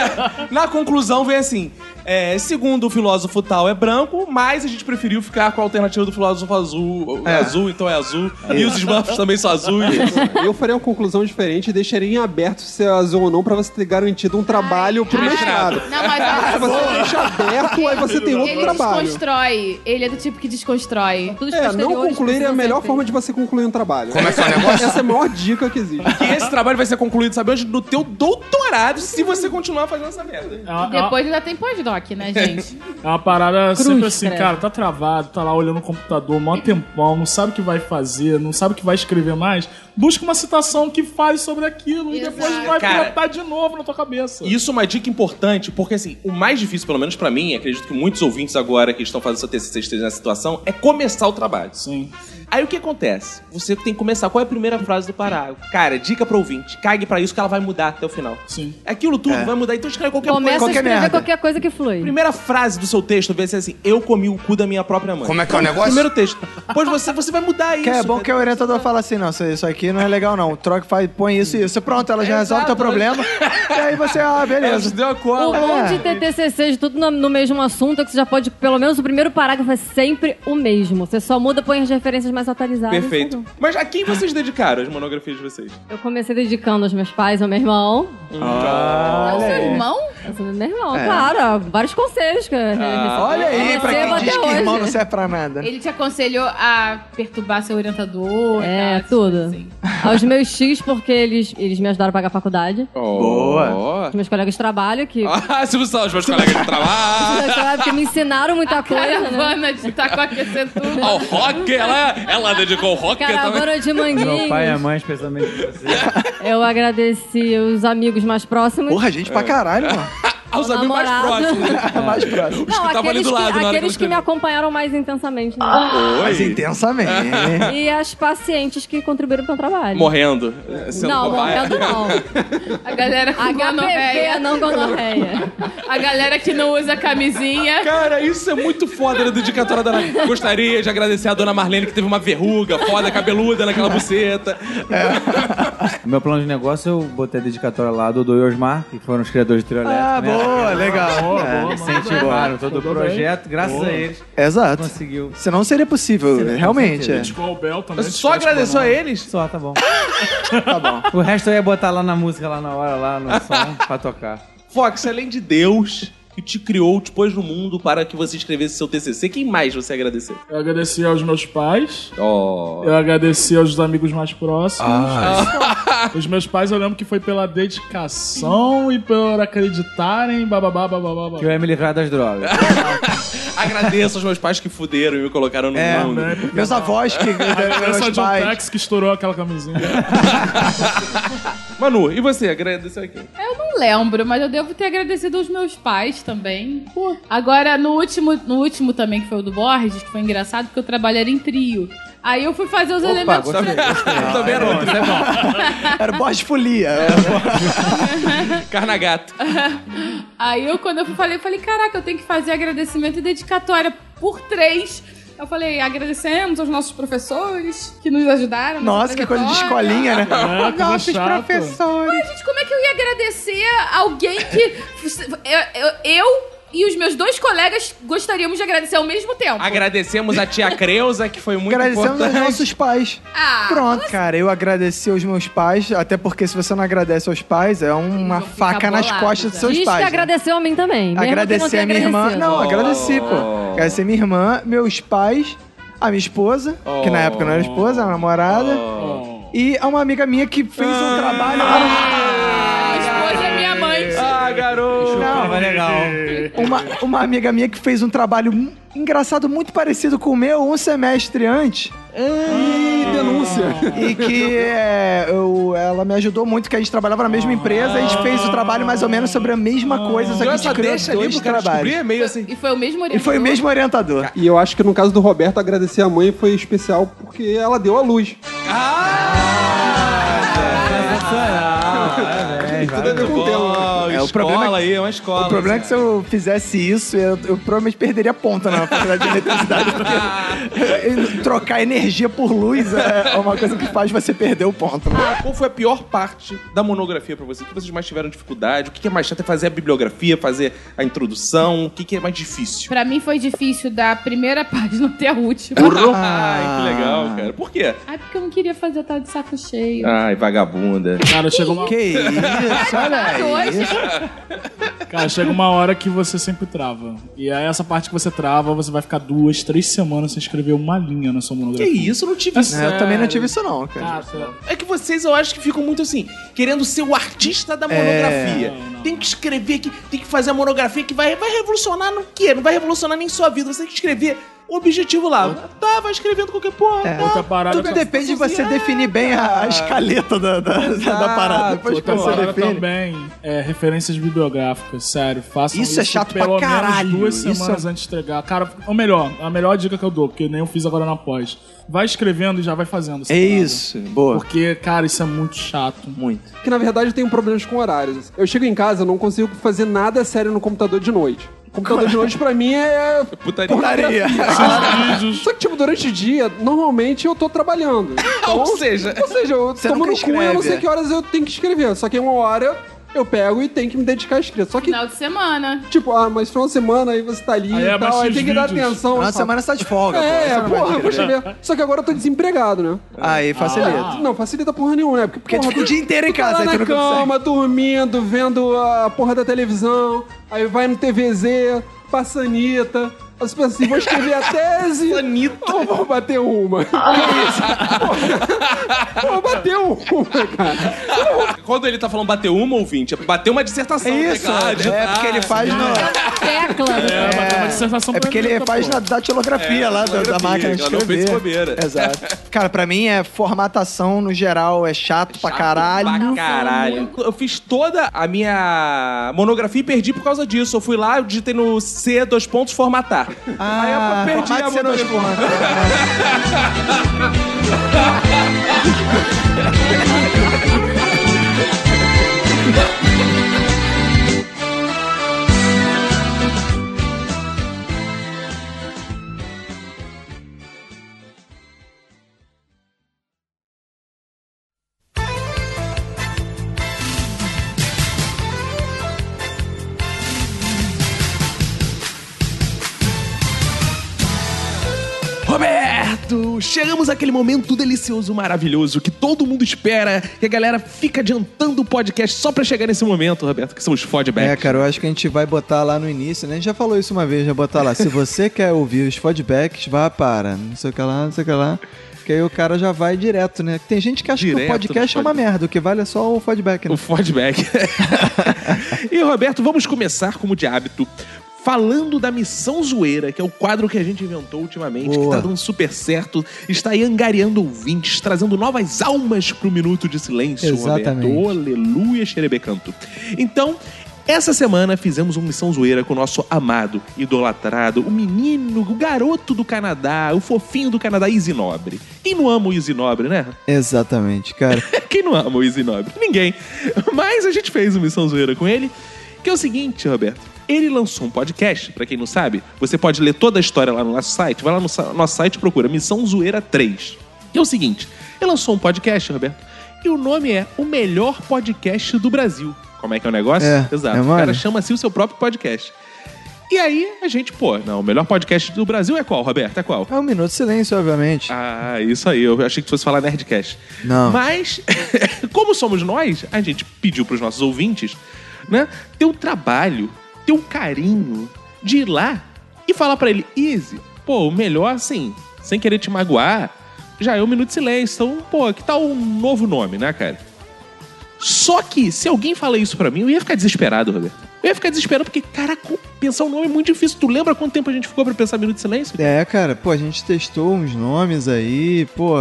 S1: Na conclusão vem assim: é, segundo o filósofo tal é branco, mas a gente preferiu ficar com a alternativa do filósofo azul.
S2: É.
S1: Azul, então é azul. E os esbanfos também são azuis.
S7: Eu faria uma conclusão diferente e deixaria em aberto se é azul ou não pra você ter garantido um trabalho pro
S3: Ai,
S7: mestrado.
S3: Não, mas olha
S7: Se
S3: só.
S7: você deixa aberto, aí você tem outro
S3: Ele
S7: trabalho.
S3: desconstrói. Ele é do tipo que desconstrói.
S6: Estudos
S7: É, não
S6: posteriores
S7: concluir é a
S6: precisam
S7: melhor
S6: ser
S7: forma
S6: feitos.
S7: de você concluir um trabalho.
S9: Como é que é o negócio?
S7: Essa é a maior dica que existe.
S2: É
S1: E esse trabalho vai ser concluído, sabe onde? No teu doutorado, se você continuar fazendo essa merda.
S4: É
S5: Ah,
S4: uma- é uma-
S3: Depois ainda tem pós-doc, né, gente?
S4: É uma parada
S6: Cruz,
S4: sempre assim,
S6: credo.
S4: cara, tá travado, tá lá olhando o computador mó tempão, não sabe o que vai fazer, não sabe o que vai escrever mais. Busca uma citação que fale sobre aquilo e
S3: Exato.
S4: depois vai
S1: Cara,
S4: plantar de novo na tua cabeça.
S1: E Isso é uma dica importante, porque assim, o mais difícil, pelo menos pra mim, e acredito que muitos ouvintes agora que estão fazendo essa TCC estejam nessa situação, é começar o trabalho.
S4: Sim.
S1: Aí o que acontece? Você tem que começar. Qual é a primeira frase do parágrafo? Cara, dica pro ouvinte. Cague pra isso que ela vai mudar até o final. É
S4: Sim.
S1: Aquilo tudo vai mudar. Então escreve qualquer coisa.
S6: Começa a
S2: Qualquer
S6: escrever
S2: merda.
S6: qualquer coisa que flui.
S1: Primeira frase do seu texto vai ser assim: Eu comi o cu da minha própria mãe.
S9: Como é que é o negócio?
S1: Primeiro texto. Pois você, você vai mudar isso.
S2: Que é bom que o orientador fala assim, não, isso- isso aqui não é legal não. Troca, faz, põe isso e isso. Pronto, ela já resolve o teu
S1: Exato.
S2: problema. e aí você, ah, beleza.
S1: deu a
S6: O
S1: cola.
S6: bom
S2: É.
S6: de ter TCC de tudo no, no mesmo assunto é que você já pode, pelo menos o primeiro parágrafo é sempre o mesmo. Você só muda, põe as referências mais atualizadas.
S1: Perfeito. Mas a quem vocês dedicaram as monografias de vocês?
S6: Eu comecei dedicando aos meus pais, ao meu irmão.
S2: Ah.
S3: É o seu irmão?
S6: Essa do Meu irmão,
S5: É.
S6: claro. Vários conselhos que eu recebi.
S1: Ah.
S2: Olha aí, pra
S6: Recebo
S2: quem
S6: até
S2: diz que
S6: hoje.
S2: irmão não serve pra nada.
S3: Ele te aconselhou a perturbar seu orientador.
S6: É,
S3: tá?
S6: tudo.
S3: Assim.
S6: Aos meus X, porque eles, eles me ajudaram a pagar a faculdade. Os meus colegas de trabalho, que,
S1: Ah, Silvio Santos, meus colegas de trabalho.
S6: que me ensinaram muita coisa, né?
S3: Caravana de taco aquecendo tudo.
S1: Ao rock, ela, ela dedicou o rock também.
S6: Caravana de
S5: Meu pai é- e a
S6: manguinhos.
S5: mãe, especialmente você.
S6: Eu agradeci os amigos mais próximos.
S2: Porra, gente
S9: É.
S2: pra caralho, mano.
S1: Aos
S6: Meu
S1: amigos mais
S6: namorado.
S1: próximos.
S2: Mais próximo.
S1: Os que estavam ali do
S6: que-
S1: lado na hora que
S6: aqueles
S1: eu
S6: que me
S1: escrevi. Ah.
S6: acompanharam mais intensamente. né?
S2: Mas intensamente.
S6: E as pacientes que contribuíram para o trabalho.
S1: Morrendo. eh, Sendo
S6: Não,
S1: cobaia.
S6: morrendo não.
S3: A galera com
S6: HPV,
S3: gonorreia.
S6: não gonorreia.
S3: A galera que não usa camisinha.
S1: Cara, isso é muito foda na dedicatória da Ana. Gostaria de agradecer a dona Marlene que teve uma verruga foda, cabeluda naquela buceta.
S5: O meu plano de negócio, eu botei a dedicatória lá do Dodô e Osmar, que foram os criadores de trio elétrico.
S9: É.
S2: Ah,
S5: né?
S2: boa, legal.
S4: Boa, boa,
S5: Incentivaram todo o
S4: Tudo bem?
S5: projeto, graças a eles,
S2: Exato.
S5: conseguiu.
S2: Senão seria possível, realmente. é.
S4: Dedicou ao Bel também.
S1: Só agradeceu a eles?
S5: Só, tá bom. tá
S2: é.
S5: bom. O resto eu ia botar lá na música, lá na hora, lá no som, pra tocar.
S1: Fox, é além de Deus, que te criou, te pôs no mundo para que você escrevesse seu TCC, quem mais você agradecer?
S4: Eu agradeci aos meus pais.
S1: Oh.
S4: Eu agradeci aos amigos mais próximos.
S1: Ah.
S4: Os meus pais, eu lembro que foi pela dedicação e por acreditarem, bababá, bababá. babá.
S1: é
S5: Que eu ia me livrar das drogas.
S1: Agradeço aos meus pais que fuderam e me colocaram no
S2: É,
S1: mundo.
S2: Meus avós que
S4: Essa
S2: meus
S4: John
S2: pais.
S4: Tax que estourou aquela camisinha.
S1: Manu, e você? Agradeceu aqui.
S3: Eu não lembro, mas eu devo ter agradecido aos meus pais também. Agora, no último, no último também, que foi o do Borges, que foi engraçado, porque eu trabalho era em trio. Aí eu fui fazer os elementos.
S5: gostei.
S1: Também era outro, né?
S2: Era bosta folia.
S1: Carnagato.
S3: Aí eu, quando eu fui, falei, falei, caraca, eu tenho que fazer agradecimento e dedicatória por três. Eu falei, agradecemos aos nossos professores que nos ajudaram. nessa
S2: Nossa, que coisa de
S3: trajetória.
S2: escolinha, né?
S4: É, coisa chata.
S3: Ai, gente, como é que eu ia agradecer alguém que. eu, eu- eu e os meus dois colegas gostaríamos de agradecer ao mesmo tempo.
S1: Agradecemos a tia Creuza, que foi muito
S2: Agradecemos aos
S1: importante.
S2: nossos pais.
S3: Ah,
S2: Pronto, cara, eu agradeci aos meus pais, até porque se você não agradece aos pais, é uma
S3: vão ficar
S2: faca nas
S3: bolados,
S2: costas
S3: né?
S2: dos seus
S6: Diz
S2: pais.
S6: que
S2: né?
S6: agradeceu a mim também. mesmo que
S2: Agradecer
S6: não
S2: a minha
S6: tenha
S2: irmã.
S6: agradecido.
S2: Não, agradeci, pô. Agradecer minha irmã, meus pais, a minha esposa, que na época não era esposa, era namorada, e a uma amiga minha que fez um trabalho.
S6: Ah,
S3: minha esposa é minha mãe.
S1: Ah, garoto.
S2: Não,
S5: Tava legal.
S2: uma, uma amiga minha que fez um trabalho mu- engraçado, muito parecido com o meu, um semestre antes. E que é, eu- ela me ajudou muito, que a gente trabalhava na mesma empresa, a gente fez o trabalho mais ou menos sobre a mesma coisa, só que a
S1: Deu
S2: gente
S1: essa
S2: criou
S1: deixa ali
S2: dois
S1: pro cara descobrir,
S2: trabalhos.
S1: é meio assim.
S3: E foi o mesmo
S2: E
S3: orientador.
S2: foi o mesmo orientador.
S7: E eu acho que no caso do Roberto, agradecer a mãe foi especial porque ela deu a luz. Tudo a ver com o tema.
S1: Ah,
S2: É, o
S1: escola
S2: problema é que-
S1: aí, é uma escola.
S2: O problema é que se eu fizesse isso, eu, eu provavelmente perderia a ponta na faculdade de eletricidade. Porque trocar energia por luz é uma coisa que faz você perder o ponto. né?
S1: Qual foi a pior parte da monografia pra você? O que vocês mais tiveram dificuldade? O que que é mais chato? É fazer a bibliografia, fazer a introdução? O que que é mais difícil?
S3: Pra mim foi difícil da primeira página até a última.
S1: Ai, que legal, cara. Por quê?
S3: Ai, porque eu não queria fazer, eu tava de saco cheio.
S1: Ai, vagabunda.
S4: Cara, chega uma,
S2: Que isso, Ah, olha
S3: Mas
S2: aí.
S3: hoje, é
S4: cara, chega uma hora que você sempre trava. E aí essa parte que você trava, você vai ficar duas, três semanas sem escrever uma linha na sua
S1: Que
S4: monografia.
S1: isso? Eu não tive isso.
S2: É, Eu também não tive isso né? não, cara.
S4: Cara, você-
S1: É que vocês, eu acho que ficam muito assim, querendo ser o artista
S2: É.
S1: da monografia. Tem que escrever, que, tem que fazer a monografia que vai, vai revolucionar no quê? Não vai revolucionar nem sua vida. Você tem que escrever o objetivo lá. Tá, vai escrevendo qualquer porra.
S2: É.
S1: tá.
S4: Outra parada
S2: Tudo depende de você definir bem a, a escaleta da, da, da parada. Depois que
S4: Outra
S2: você
S4: parada
S2: define.
S4: então também é referências bibliográficas, sério. Façam
S2: Isso
S4: isso,
S2: é chato
S4: pelo
S2: pra caralho,
S4: menos duas
S2: isso é
S4: semanas antes de entregar. Cara, ou melhor, a melhor dica que eu dou, porque nem eu fiz agora na pós. Vai escrevendo e já vai fazendo. essa
S2: É
S4: parada.
S2: isso, boa.
S4: Porque, cara, isso é muito chato.
S2: Muito.
S7: Que na verdade eu tenho problemas com horários. Eu chego em casa, eu não consigo fazer nada sério no computador de noite. Computador de noite pra mim é.
S1: Putaria.
S2: Putaria.
S4: Vídeos.
S7: Só que, tipo, durante o dia, normalmente eu tô trabalhando. Então,
S1: Ou seja,
S7: Ou seja, eu
S2: Você
S7: tomo
S2: nunca
S7: no cu e eu não
S2: escreve,
S7: sei
S2: é.
S7: que horas eu tenho que escrever. Só que uma hora eu pego e tenho que me dedicar à escrita. Só que,
S3: final de semana.
S7: tipo, ah, mas final de semana aí você tá ali
S4: Aí
S7: e
S4: abaixa
S7: tal, aí
S4: os
S7: tem que dar
S4: vídeos.
S7: atenção.
S2: Uma
S7: sabe?
S2: semana você tá de folga, pô.
S7: É,
S2: Você não vai
S7: porra,
S2: escrever.
S7: poxa ver. Só que agora eu tô desempregado, né?
S2: Aí, facilita.
S7: Não, facilita porra nenhuma, né? Porque,
S2: Ah. Porque tu
S7: porra,
S2: fica o dia inteiro em
S7: Tá
S2: casa,
S7: lá
S2: aí tu
S7: na
S2: não consegue.
S7: cama, dormindo, vendo a porra da televisão, aí vai no TVZ, passa a Anitta. Aí você pensa assim, vou escrever a tese. Anitta. Ou vou bater uma. Porra, vou bater uma, cara.
S1: quando ele tá falando bater uma ouvinte, é bater uma dissertação.
S2: Isso,
S1: tá ligado?
S2: é porque ele faz no...
S6: Tecla. né?
S4: É, bater uma dissertação
S2: É porque ele
S4: bonita,
S2: faz
S4: pô.
S2: na datilografia lá da, da máquina de
S1: ela É, não fez
S2: escrever. É
S1: bobeira.
S2: Exato. Cara, pra mim é formatação no geral, é chato, pra caralho.
S1: Pra caralho. Eu fiz toda a minha monografia e perdi por causa disso. Eu fui lá, eu digitei no C, dois pontos, formatar.
S2: Ah,
S1: Aí eu perdi a
S2: formate
S1: monografia.
S2: C2 porra.
S1: Roberto, chegamos àquele momento delicioso, maravilhoso, que todo mundo espera, que a galera fica adiantando o podcast só pra chegar nesse momento, Roberto, que são os
S2: É,
S1: feedbacks.
S2: cara, eu acho que a gente vai botar lá no início, né? A gente já falou isso uma vez, já botar lá. Se você quer ouvir os feedbacks, vá para não sei o que lá, não sei o que lá. Que aí o cara já vai direto, né? Tem gente que acha que
S1: Direto
S2: o
S1: no
S2: podcast é uma
S1: feedback.
S2: merda, o que vale é só o feedback, né?
S1: O feedback. e, Roberto, vamos começar como de hábito. falando da Missão Zoeira, que é o quadro que a gente inventou ultimamente, que
S5: Boa.
S1: tá dando super certo, está aí angariando ouvintes, trazendo novas almas pro Minuto de Silêncio.
S5: Exatamente.
S1: Roberto. Aleluia, xerebecanto. Então, essa semana fizemos uma missão zoeira com o nosso amado, idolatrado, o menino, o garoto do Canadá, o fofinho do Canadá, Izzy Nobre. Quem não ama o Izzy Nobre, né?
S2: Exatamente, cara.
S1: Quem não ama o Easy Nobre? Ninguém. Mas a gente fez uma missão zoeira com ele, que é o seguinte, Roberto. Ele lançou um podcast, pra quem não sabe, você pode ler toda a história lá no nosso site. Vai lá no sa- nosso site e procura Missão Zoeira 3. Que é o seguinte, ele lançou um podcast, Roberto, e o nome é O Melhor Podcast do Brasil. Como é que é o negócio?
S2: É,
S1: Exato.
S2: é
S1: o cara
S2: mole.
S1: chama-se o seu próprio podcast. E aí a gente, pô, não, o melhor podcast do Brasil é qual, Roberto? É qual?
S2: É um minuto de silêncio, obviamente.
S1: Ah, isso aí. Eu achei que fosse falar Nerdcast.
S2: Não.
S1: Mas, como somos nós, a gente pediu pros nossos ouvintes, né? Ter um trabalho, ter um carinho de ir lá e falar pra ele, Easy, pô, o melhor, assim, sem querer te magoar, já é um minuto de silêncio. Então, pô, que tal um novo nome, né, cara? Só que, se alguém falar isso pra mim, eu ia ficar desesperado, Roberto. Eu ia ficar desesperado porque, caraca, pensar um nome é muito difícil. Tu lembra quanto tempo a gente ficou pra pensar Minuto de Silêncio?
S2: É, cara, pô, a gente testou uns nomes aí, pô.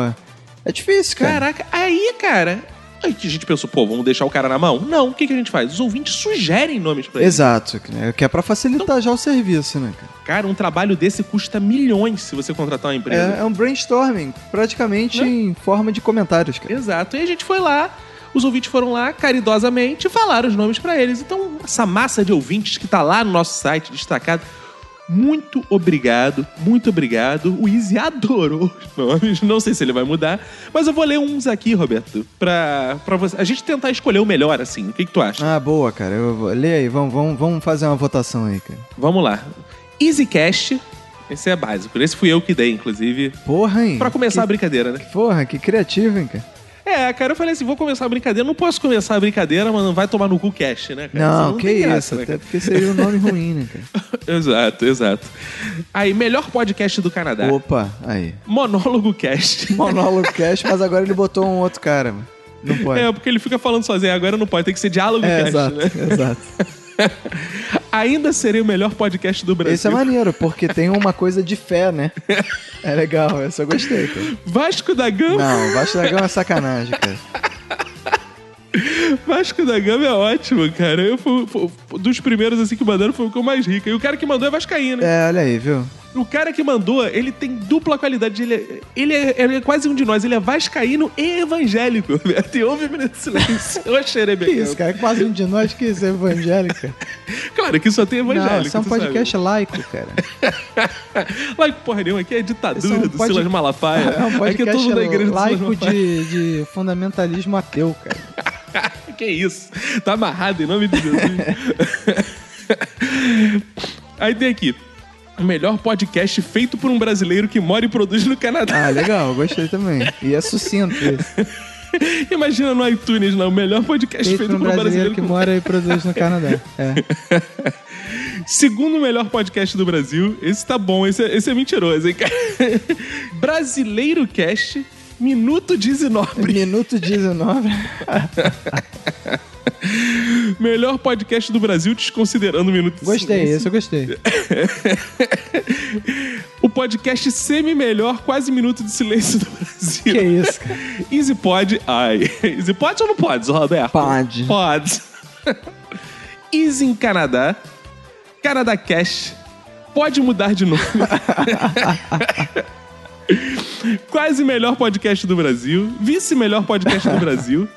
S2: É difícil, cara.
S1: Caraca, aí, cara. Aí que a gente pensou, pô, vamos deixar o cara na mão? Não, o que, que a gente faz? Os ouvintes sugerem nomes pra ele.
S2: Exato, né? que é pra facilitar
S1: Então-
S2: já o serviço, né, cara?
S1: Cara, um trabalho desse custa milhões se você contratar uma empresa.
S2: É, é um brainstorming,
S1: Né?
S2: praticamente em forma de comentários, cara.
S1: Exato. E a gente foi lá, os ouvintes foram lá caridosamente e falaram os nomes pra eles. Então, essa massa de ouvintes que tá lá no nosso site destacado, muito obrigado, muito obrigado. O Izzy adorou os nomes, não sei se ele vai mudar, mas eu vou ler uns aqui, Roberto, pra, pra você. A gente tentar escolher o melhor, assim. O que, que tu acha?
S2: Ah, boa, cara. Eu vou... Lê aí, vamos, vamos, vamos fazer uma votação aí, cara.
S1: Vamos lá. EasyCast. Esse é básico. Esse fui eu que dei, inclusive.
S2: Porra, hein?
S1: Pra começar a
S2: que...
S1: brincadeira, né?
S2: Porra, que criativo, hein, cara?
S1: É, cara, eu falei assim: vou começar a brincadeira. Não posso começar a brincadeira, mas não vai tomar no cu cash, né, cara?
S2: Não, que
S1: tem
S2: isso.
S1: graça, né,
S2: até porque seria um nome ruim, né, cara?
S1: cara? Exato, exato. Aí, melhor podcast do Canadá:
S2: Opa, aí.
S1: Monólogo Cast.
S2: Monólogo Cash, mas agora ele botou um outro cara, mano. Não pode.
S1: É, porque ele fica falando sozinho, agora não pode, tem que ser Diálogo
S2: É,
S1: Cast,
S2: exato,
S1: né?
S2: exato.
S1: Ainda seria o melhor podcast do Brasil.
S2: Esse é maneiro, porque tem uma coisa de fé, né? É legal, eu só gostei, cara.
S1: Vasco da Gama.
S2: Não, Baixo Dragão é sacanagem, cara.
S1: Vasco da Gama é ótimo, cara. Eu fui, fui- dos primeiros assim que mandaram foi o que eu mais rica. E o cara que mandou é Vascaíno.
S2: É, olha aí, viu?
S1: O cara que mandou, ele tem dupla qualidade. Ele é, ele é, ele é quase um de nós. Ele é vascaíno e evangélico. Tem ouve minuto de silêncio. Eu achei ele
S2: Que isso, cara? Quase um de nós que isso é evangélica.
S1: Claro que só tem evangélico.
S2: Não, isso é um
S1: tu
S2: podcast laico, cara.
S1: Sabe. Lá que porra nenhuma aqui é a
S2: Isso
S1: ditadura
S2: é um
S1: do
S2: podcast-
S1: Silas Malafaia.
S2: É um
S1: aqui é
S2: podcast
S1: todo mundo da igreja do Silas
S2: laico
S1: Malafaia.
S2: de, de fundamentalismo ateu, cara.
S1: Que isso? Tá amarrado em nome de Jesus. Aí tem aqui. O melhor podcast feito por um brasileiro que mora e produz no Canadá.
S2: Ah, legal, gostei também. E é sucinto isso.
S1: Imagina no iTunes, não. O melhor podcast feito,
S2: Ah. Feito por um brasileiro que mora e produz no Canadá. É.
S1: Segundo melhor podcast do Brasil. Esse tá bom, esse é, esse é mentiroso, hein, cara? brasileiro Cast, Minuto 19.
S2: Minuto 19.
S1: melhor podcast do Brasil, desconsiderando o Minuto
S2: Gostei,
S1: Silêncio.
S2: esse eu gostei.
S1: O podcast semi-melhor, quase Minuto de Silêncio do Brasil.
S2: Que isso, cara?
S1: Easy Pod, ai. Easy Pod ou não pode, Roberto?
S2: Pode.
S1: Pode. Easy em Canadá. Canadá Cash. Pode mudar de nome. Quase melhor podcast do Brasil. Vice-melhor podcast do Brasil.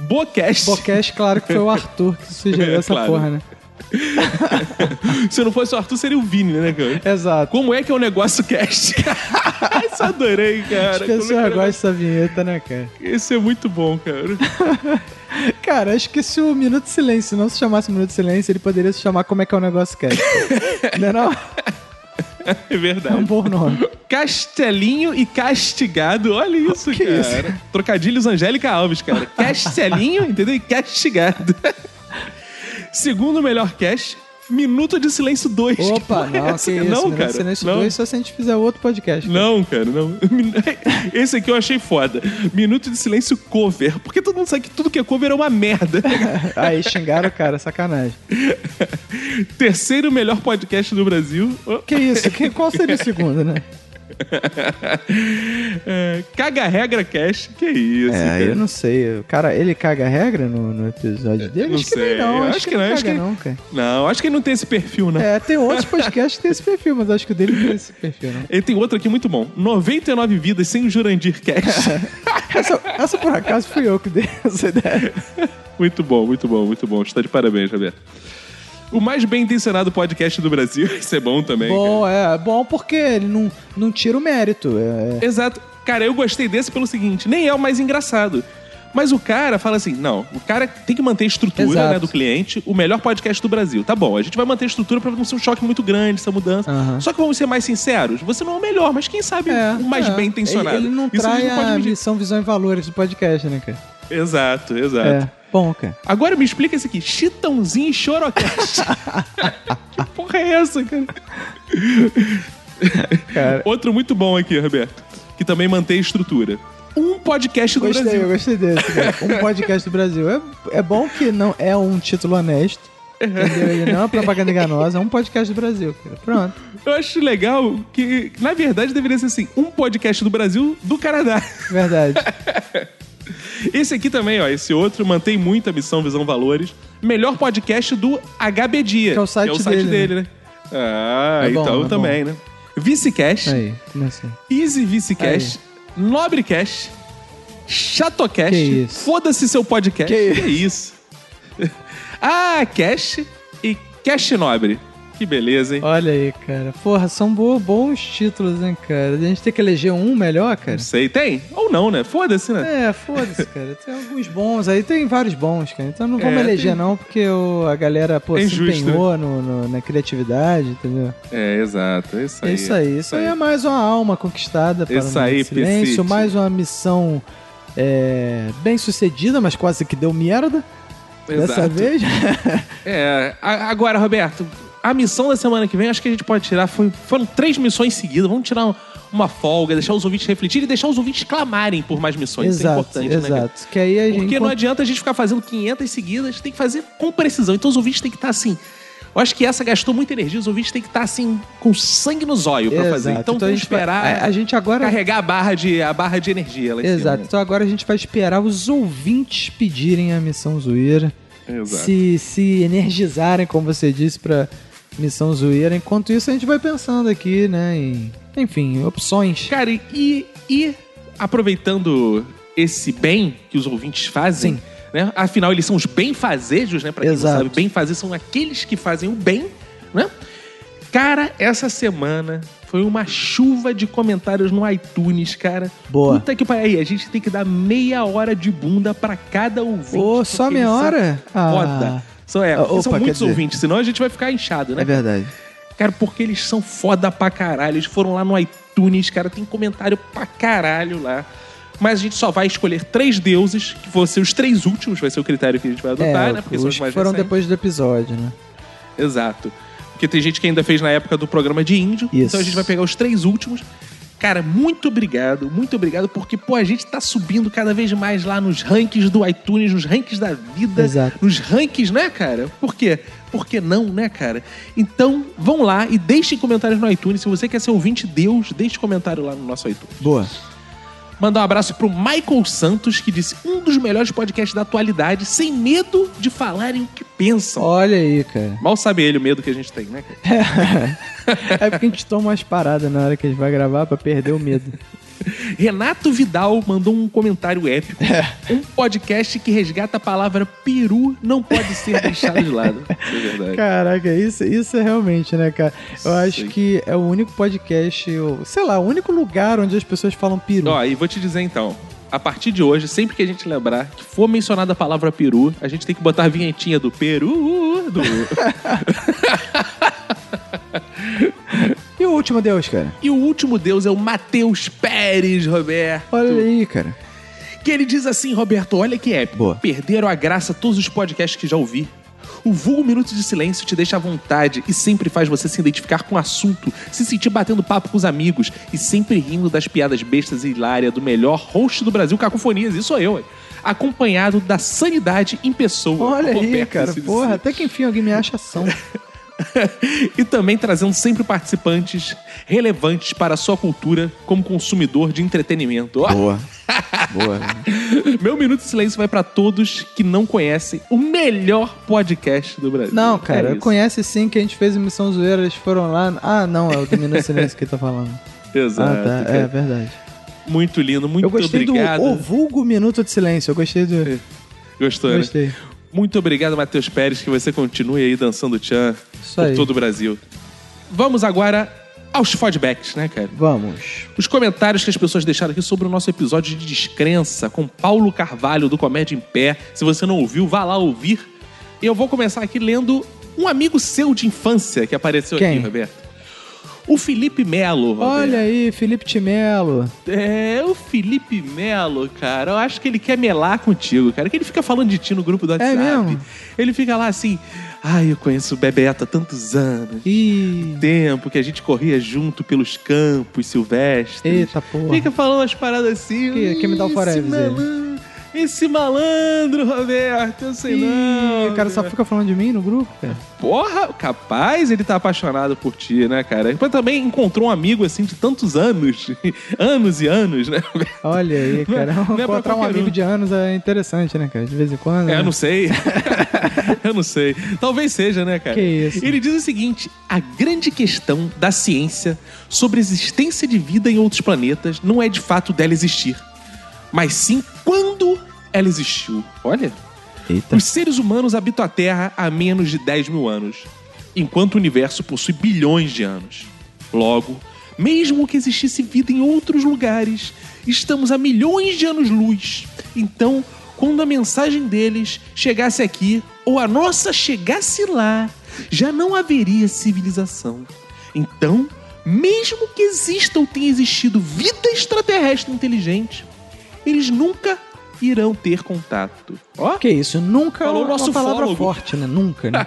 S1: Bocast.
S2: Podcast, claro que foi o Arthur que sugeriu
S1: É,
S2: essa
S1: claro.
S2: porra, né?
S1: Se não fosse o Arthur, seria o Vini, né, cara?
S2: Exato.
S1: Como é que é o negócio cast? Isso eu adorei, cara.
S2: As
S1: Como é que é o
S2: pessoas gostam
S1: negócio-
S2: dessa vinheta, né, cara?
S1: Esse é muito bom, cara.
S2: Cara, acho que se o Minuto de Silêncio não se chamasse Minuto de Silêncio, ele poderia se chamar Como é que é o negócio que é. não é não?
S1: É
S2: É um
S1: verdade.
S2: bom nome.
S1: Castelinho e castigado. Olha isso,
S2: Que
S1: cara.
S2: isso?
S1: Trocadilhos Angélica Alves, cara. Castelinho, entendeu? E castigado. Segundo melhor cast, Minuto de Silêncio 2.
S2: Opa,
S1: Que porra é
S2: não,
S1: essa?
S2: que isso.
S1: Não,
S2: Minuto
S1: cara.
S2: de Silêncio
S1: não.
S2: 2 só se a gente fizer outro podcast.
S1: Não, cara, não. Esse aqui eu achei foda. Minuto de silêncio cover. Porque todo mundo sabe que tudo que é cover é uma merda.
S2: Aí xingaram o cara, sacanagem.
S1: Terceiro melhor podcast do Brasil. Oh.
S2: Que isso? Que, qual seria o segundo, né?
S1: É, Caga Regra Cast. Que isso, cara.
S2: É, eu não sei. O cara, ele caga a regra no, no episódio dele?
S1: não
S2: acho que
S1: sei.
S2: nem não.
S1: Acho que não,
S2: ele
S1: acho
S2: caga
S1: que-
S2: não, cara.
S1: Não, acho que ele não tem esse perfil, né?
S2: É, tem outros podcasts que tem esse perfil, mas acho que o dele não tem esse perfil, não.
S1: Ele tem outro aqui muito bom. 99 vidas sem o Jurandir Cast.
S2: Essa, essa por acaso fui eu que dei essa ideia.
S1: muito bom, muito bom, muito bom. Está de parabéns, Roberto. O mais bem intencionado podcast do Brasil. Isso é bom também. cara.
S2: Bom, é bom porque ele não, não tira o mérito. É,
S1: Exato. Cara, eu gostei desse pelo seguinte, nem é o mais engraçado. Mas o cara fala assim, não, o cara tem que manter a estrutura
S2: Exato.
S1: né, do cliente, o melhor podcast do Brasil. Tá bom, a gente vai manter a estrutura pra não ser um choque muito grande, essa mudança.
S2: Aham.
S1: Só que vamos ser mais sinceros, você não é o melhor, mas quem sabe
S2: Ah. é,
S1: o mais
S2: é.
S1: bem intencionado.
S2: Ele, ele não
S1: Isso a
S2: trai
S1: gente não pode
S2: a
S1: medir.
S2: missão, visão e valores do podcast, né, cara?
S1: Exato, exato.
S2: É, bom, cara.
S1: Agora me explica esse aqui, Chitãozinho e Chorocast. que porra é essa, cara?
S2: Cara.
S1: Outro muito bom aqui, Roberto, que também mantém a estrutura. Um podcast do
S2: Gostei,
S1: Brasil.
S2: eu gostei desse, cara. Um podcast do Brasil. É, é bom que não é um título honesto. Entendeu? Ele não é uma propaganda enganosa, é um podcast do Brasil, cara. Pronto.
S1: Eu acho legal que, na verdade, deveria ser assim: um podcast do Brasil, do Canadá.
S2: Verdade.
S1: Esse aqui também, ó, esse outro, mantém muita missão, visão, valores. Melhor podcast do HB Dia.
S2: Que é o site dele,
S1: né? Ah,
S2: É bom,
S1: então
S2: é bom.
S1: também, né? Vicecast,
S2: Aí,
S1: assim?
S2: comecei.
S1: Easy Vicecast, Nobrecast, Chatocast,
S2: Que isso.
S1: Foda-se Seu Podcast.
S2: Que
S1: isso? ah, Cast e Cast Nobre. Que beleza, hein?
S2: Olha aí, cara. Porra, são bo- bons títulos, hein, cara? A gente tem que eleger um melhor, cara?
S1: Não sei, tem? Ou não, né? Foda-se, né?
S2: É, foda-se, cara. Tem alguns bons aí, tem vários bons, cara. Então não vamos
S1: É,
S2: eleger,
S1: tem-
S2: não, porque o- a galera, pô,
S1: É
S2: se
S1: injusto,
S2: empenhou no- no- na criatividade, entendeu?
S1: É, exato. É isso
S2: É
S1: aí.
S2: isso aí. Isso aí é mais uma alma conquistada para
S1: Isso
S2: o
S1: aí,
S2: silêncio,
S1: Piscite.
S2: mais uma missão é, bem sucedida, mas quase que deu merda dessa
S1: Exato.
S2: vez.
S1: É, a- agora, Roberto, a missão da semana que vem, acho que a gente pode tirar. Foi, foram três missões seguidas. Vamos tirar um- uma folga, deixar os ouvintes refletirem e deixar os ouvintes clamarem por mais missões. isso
S2: exato,
S1: é importante, né? cara?
S2: exato. que aí a gente
S1: Porque não adianta a gente ficar fazendo 500 seguidas, tem que fazer com precisão. Então os ouvintes têm que estar assim. Eu acho que essa gastou muita energia, os ouvintes têm que estar assim, com sangue no zóio pra
S2: Exato.
S1: fazer. Então, tem que
S2: gente vai- É,
S1: esperar
S2: a- a gente agora
S1: carregar a barra de, a barra de energia lá em cima, né?
S2: Exato. Então agora a gente vai esperar os ouvintes pedirem a missão zoeira,
S1: né? Exato.
S2: se, se energizarem, como você disse, pra missão zoeira. Enquanto isso, a gente vai pensando aqui, né, em, enfim, opções.
S1: Cara, e, e aproveitando esse bem que os ouvintes fazem,
S2: Sim.
S1: né? Afinal, eles são os bem-fazejos, né? Pra quem
S2: Exato.
S1: não sabe, bem-fazer são aqueles que fazem o bem, né? Cara, essa semana foi uma chuva de comentários no iTunes, cara.
S2: Boa.
S1: Puta que pariu. Aí, a gente tem que dar meia hora de bunda pra cada ouvinte.
S2: Ô, só
S1: porque
S2: meia
S1: eles são
S2: hora? Ah,
S1: Foda. São, é,
S2: Ah,
S1: porque são
S2: opa, quer
S1: muitos
S2: dizer-
S1: ouvintes, senão a gente vai ficar inchado, né?
S2: É verdade.
S1: Cara, porque eles são foda pra caralho. Eles foram lá no iTunes, cara, tem comentário pra caralho lá. Mas a gente só vai escolher três deuses, que vão ser os três últimos, vai ser o critério que a gente vai adotar,
S2: é,
S1: né? Porque
S2: os
S1: são os
S2: que
S1: mais
S2: foram
S1: recentes.
S2: depois do episódio, né?
S1: Exato. Porque tem gente que ainda fez na época do programa de índio.
S2: Isso.
S1: Então a gente vai pegar os três últimos. Cara, muito obrigado, muito obrigado, porque, pô, a gente tá subindo cada vez mais lá nos rankings do iTunes, nos rankings da vida,
S2: Exato.
S1: nos rankings, né, cara? Por quê? Por que não, né, cara? Então, vão lá e deixem comentários no iTunes. Se você quer ser ouvinte Deus, deixe comentário lá no nosso iTunes.
S2: Boa.
S1: Mandar um abraço pro Michael Santos, que disse um dos melhores podcasts da atualidade, sem medo de falarem o que pensam.
S2: Olha aí, cara.
S1: Mal sabe ele o medo que a gente tem, né, cara?
S2: É porque a gente toma umas paradas na hora que a gente vai gravar pra perder o medo.
S1: Renato Vidal mandou um comentário épico. Um podcast que resgata a palavra peru não pode ser deixado de lado. Isso é verdade.
S2: Caraca, isso, isso é realmente, né, cara? Eu acho
S1: Sim.
S2: que é o único podcast, ou, sei lá, o único lugar onde as pessoas falam peru.
S1: Ó, e vou te dizer então. A partir de hoje, sempre que a gente lembrar que for mencionada a palavra peru, a gente tem que botar a vinhetinha do peru. do-
S2: E o último Deus, cara?
S1: e o último deus é o Matheus Pérez, Roberto.
S2: Olha aí, cara.
S1: Que ele diz assim, Roberto, olha que épico.
S2: Boa.
S1: Perderam a graça todos os podcasts que já ouvi. O vulgo Minuto de Silêncio te deixa à vontade e sempre faz você se identificar com o assunto, se sentir batendo papo com os amigos e sempre rindo das piadas bestas e hilária do melhor host do Brasil, Cacofonias, isso sou eu, ué. acompanhado da sanidade em pessoa.
S2: Olha aí,
S1: Roberto
S2: cara.
S1: Cid
S2: Porra, até que enfim alguém me acha ação.
S1: e também trazendo sempre participantes relevantes para a sua cultura como consumidor de entretenimento. Ó,
S12: Boa. Boa.
S1: Meu minuto de silêncio vai para todos que não conhecem o melhor podcast do Brasil.
S2: Não, cara,
S1: É isso.
S2: conhece sim que a gente fez a Missão Zoeira, eles foram lá. Ah, não, é o do Minuto de Silêncio que tá falando.
S1: Exato.
S2: Ah, tá,
S1: cara.
S2: é verdade.
S1: Muito lindo, muito
S2: eu gostei
S1: obrigado. É,
S2: do O Vulgo Minuto de Silêncio, eu gostei do.
S1: Gostou, né?
S2: Gostei.
S1: Muito obrigado, Matheus Pérez, que você continue aí dançando tchan por
S2: aí.
S1: todo o Brasil. Vamos agora aos feedbacks, né, cara?
S2: Vamos.
S1: Os comentários que as pessoas deixaram aqui sobre o nosso episódio de descrença com Paulo Carvalho do Comédia em Pé. Se você não ouviu, vá lá ouvir. E eu vou começar aqui lendo um amigo seu de infância que apareceu
S2: Quem?
S1: aqui, Roberto. O Felipe Melo. Roberto.
S2: Olha aí, Felipe Timelo.
S1: É, o Felipe Melo, cara, eu acho que ele quer melar contigo, cara. Que ele fica falando de ti no grupo do WhatsApp.
S2: É mesmo?
S1: Ele fica lá assim, ai, eu conheço o Bebeto há tantos anos.
S2: Ih.
S1: Tempo que a gente corria junto pelos campos silvestres.
S2: Eita porra.
S1: Fica falando umas paradas assim.
S2: Que- quem me dá o
S1: "Ih,
S2: Forever,
S1: Esse malandro, esse malandro, Roberto, eu sei não.
S2: Ih, o cara só fica falando de mim no grupo, cara.
S1: Porra, capaz ele tá apaixonado por ti, né, cara? Mas também encontrou um amigo assim de tantos anos. anos e anos, né?
S2: Olha aí, cara.
S1: Não é- não é pra
S2: Encontrar um
S1: qualquer
S2: amigo
S1: um.
S2: de anos é interessante, né, cara? De vez em quando.
S1: É,
S2: né?
S1: eu não sei. eu não sei. Talvez seja, né, cara?
S2: Que isso.
S1: Ele diz o seguinte: a grande questão da ciência sobre a existência de vida em outros planetas não é de fato dela existir, mas sim quando ela existiu. Olha.
S12: Eita.
S1: Os seres humanos habitam a Terra há menos de 10 mil anos, enquanto o universo possui bilhões de anos. Logo, mesmo que existisse vida em outros lugares, estamos a milhões de anos-luz. Então, quando a mensagem deles chegasse aqui, ou a nossa chegasse lá, já não haveria civilização. Então, mesmo que exista ou tenha existido vida extraterrestre inteligente, eles nunca irão ter contato. Ó,
S2: Que isso, nunca
S1: Falou
S2: é uma
S1: nosso
S2: palavra
S1: fólogo.
S2: forte, né? Nunca, né?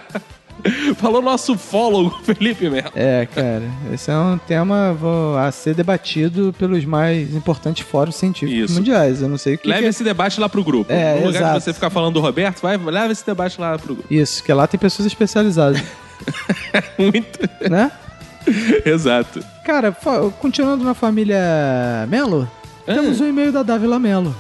S1: Falou nosso follow, Felipe Melo.
S2: É, cara, esse é um tema vo- a ser debatido pelos mais importantes fóruns científicos
S1: Isso.
S2: mundiais. Eu não sei o que,
S1: Leve
S2: que
S1: esse debate lá pro grupo.
S2: É,
S1: no lugar
S2: exato.
S1: de você ficar falando do Roberto, vai, leva esse debate lá pro grupo.
S2: é. Isso, que lá tem pessoas especializadas,
S1: Muito.
S2: né?
S1: Exato.
S2: Cara, fa- continuando na família Melo, temos um e-mail da Davila Melo.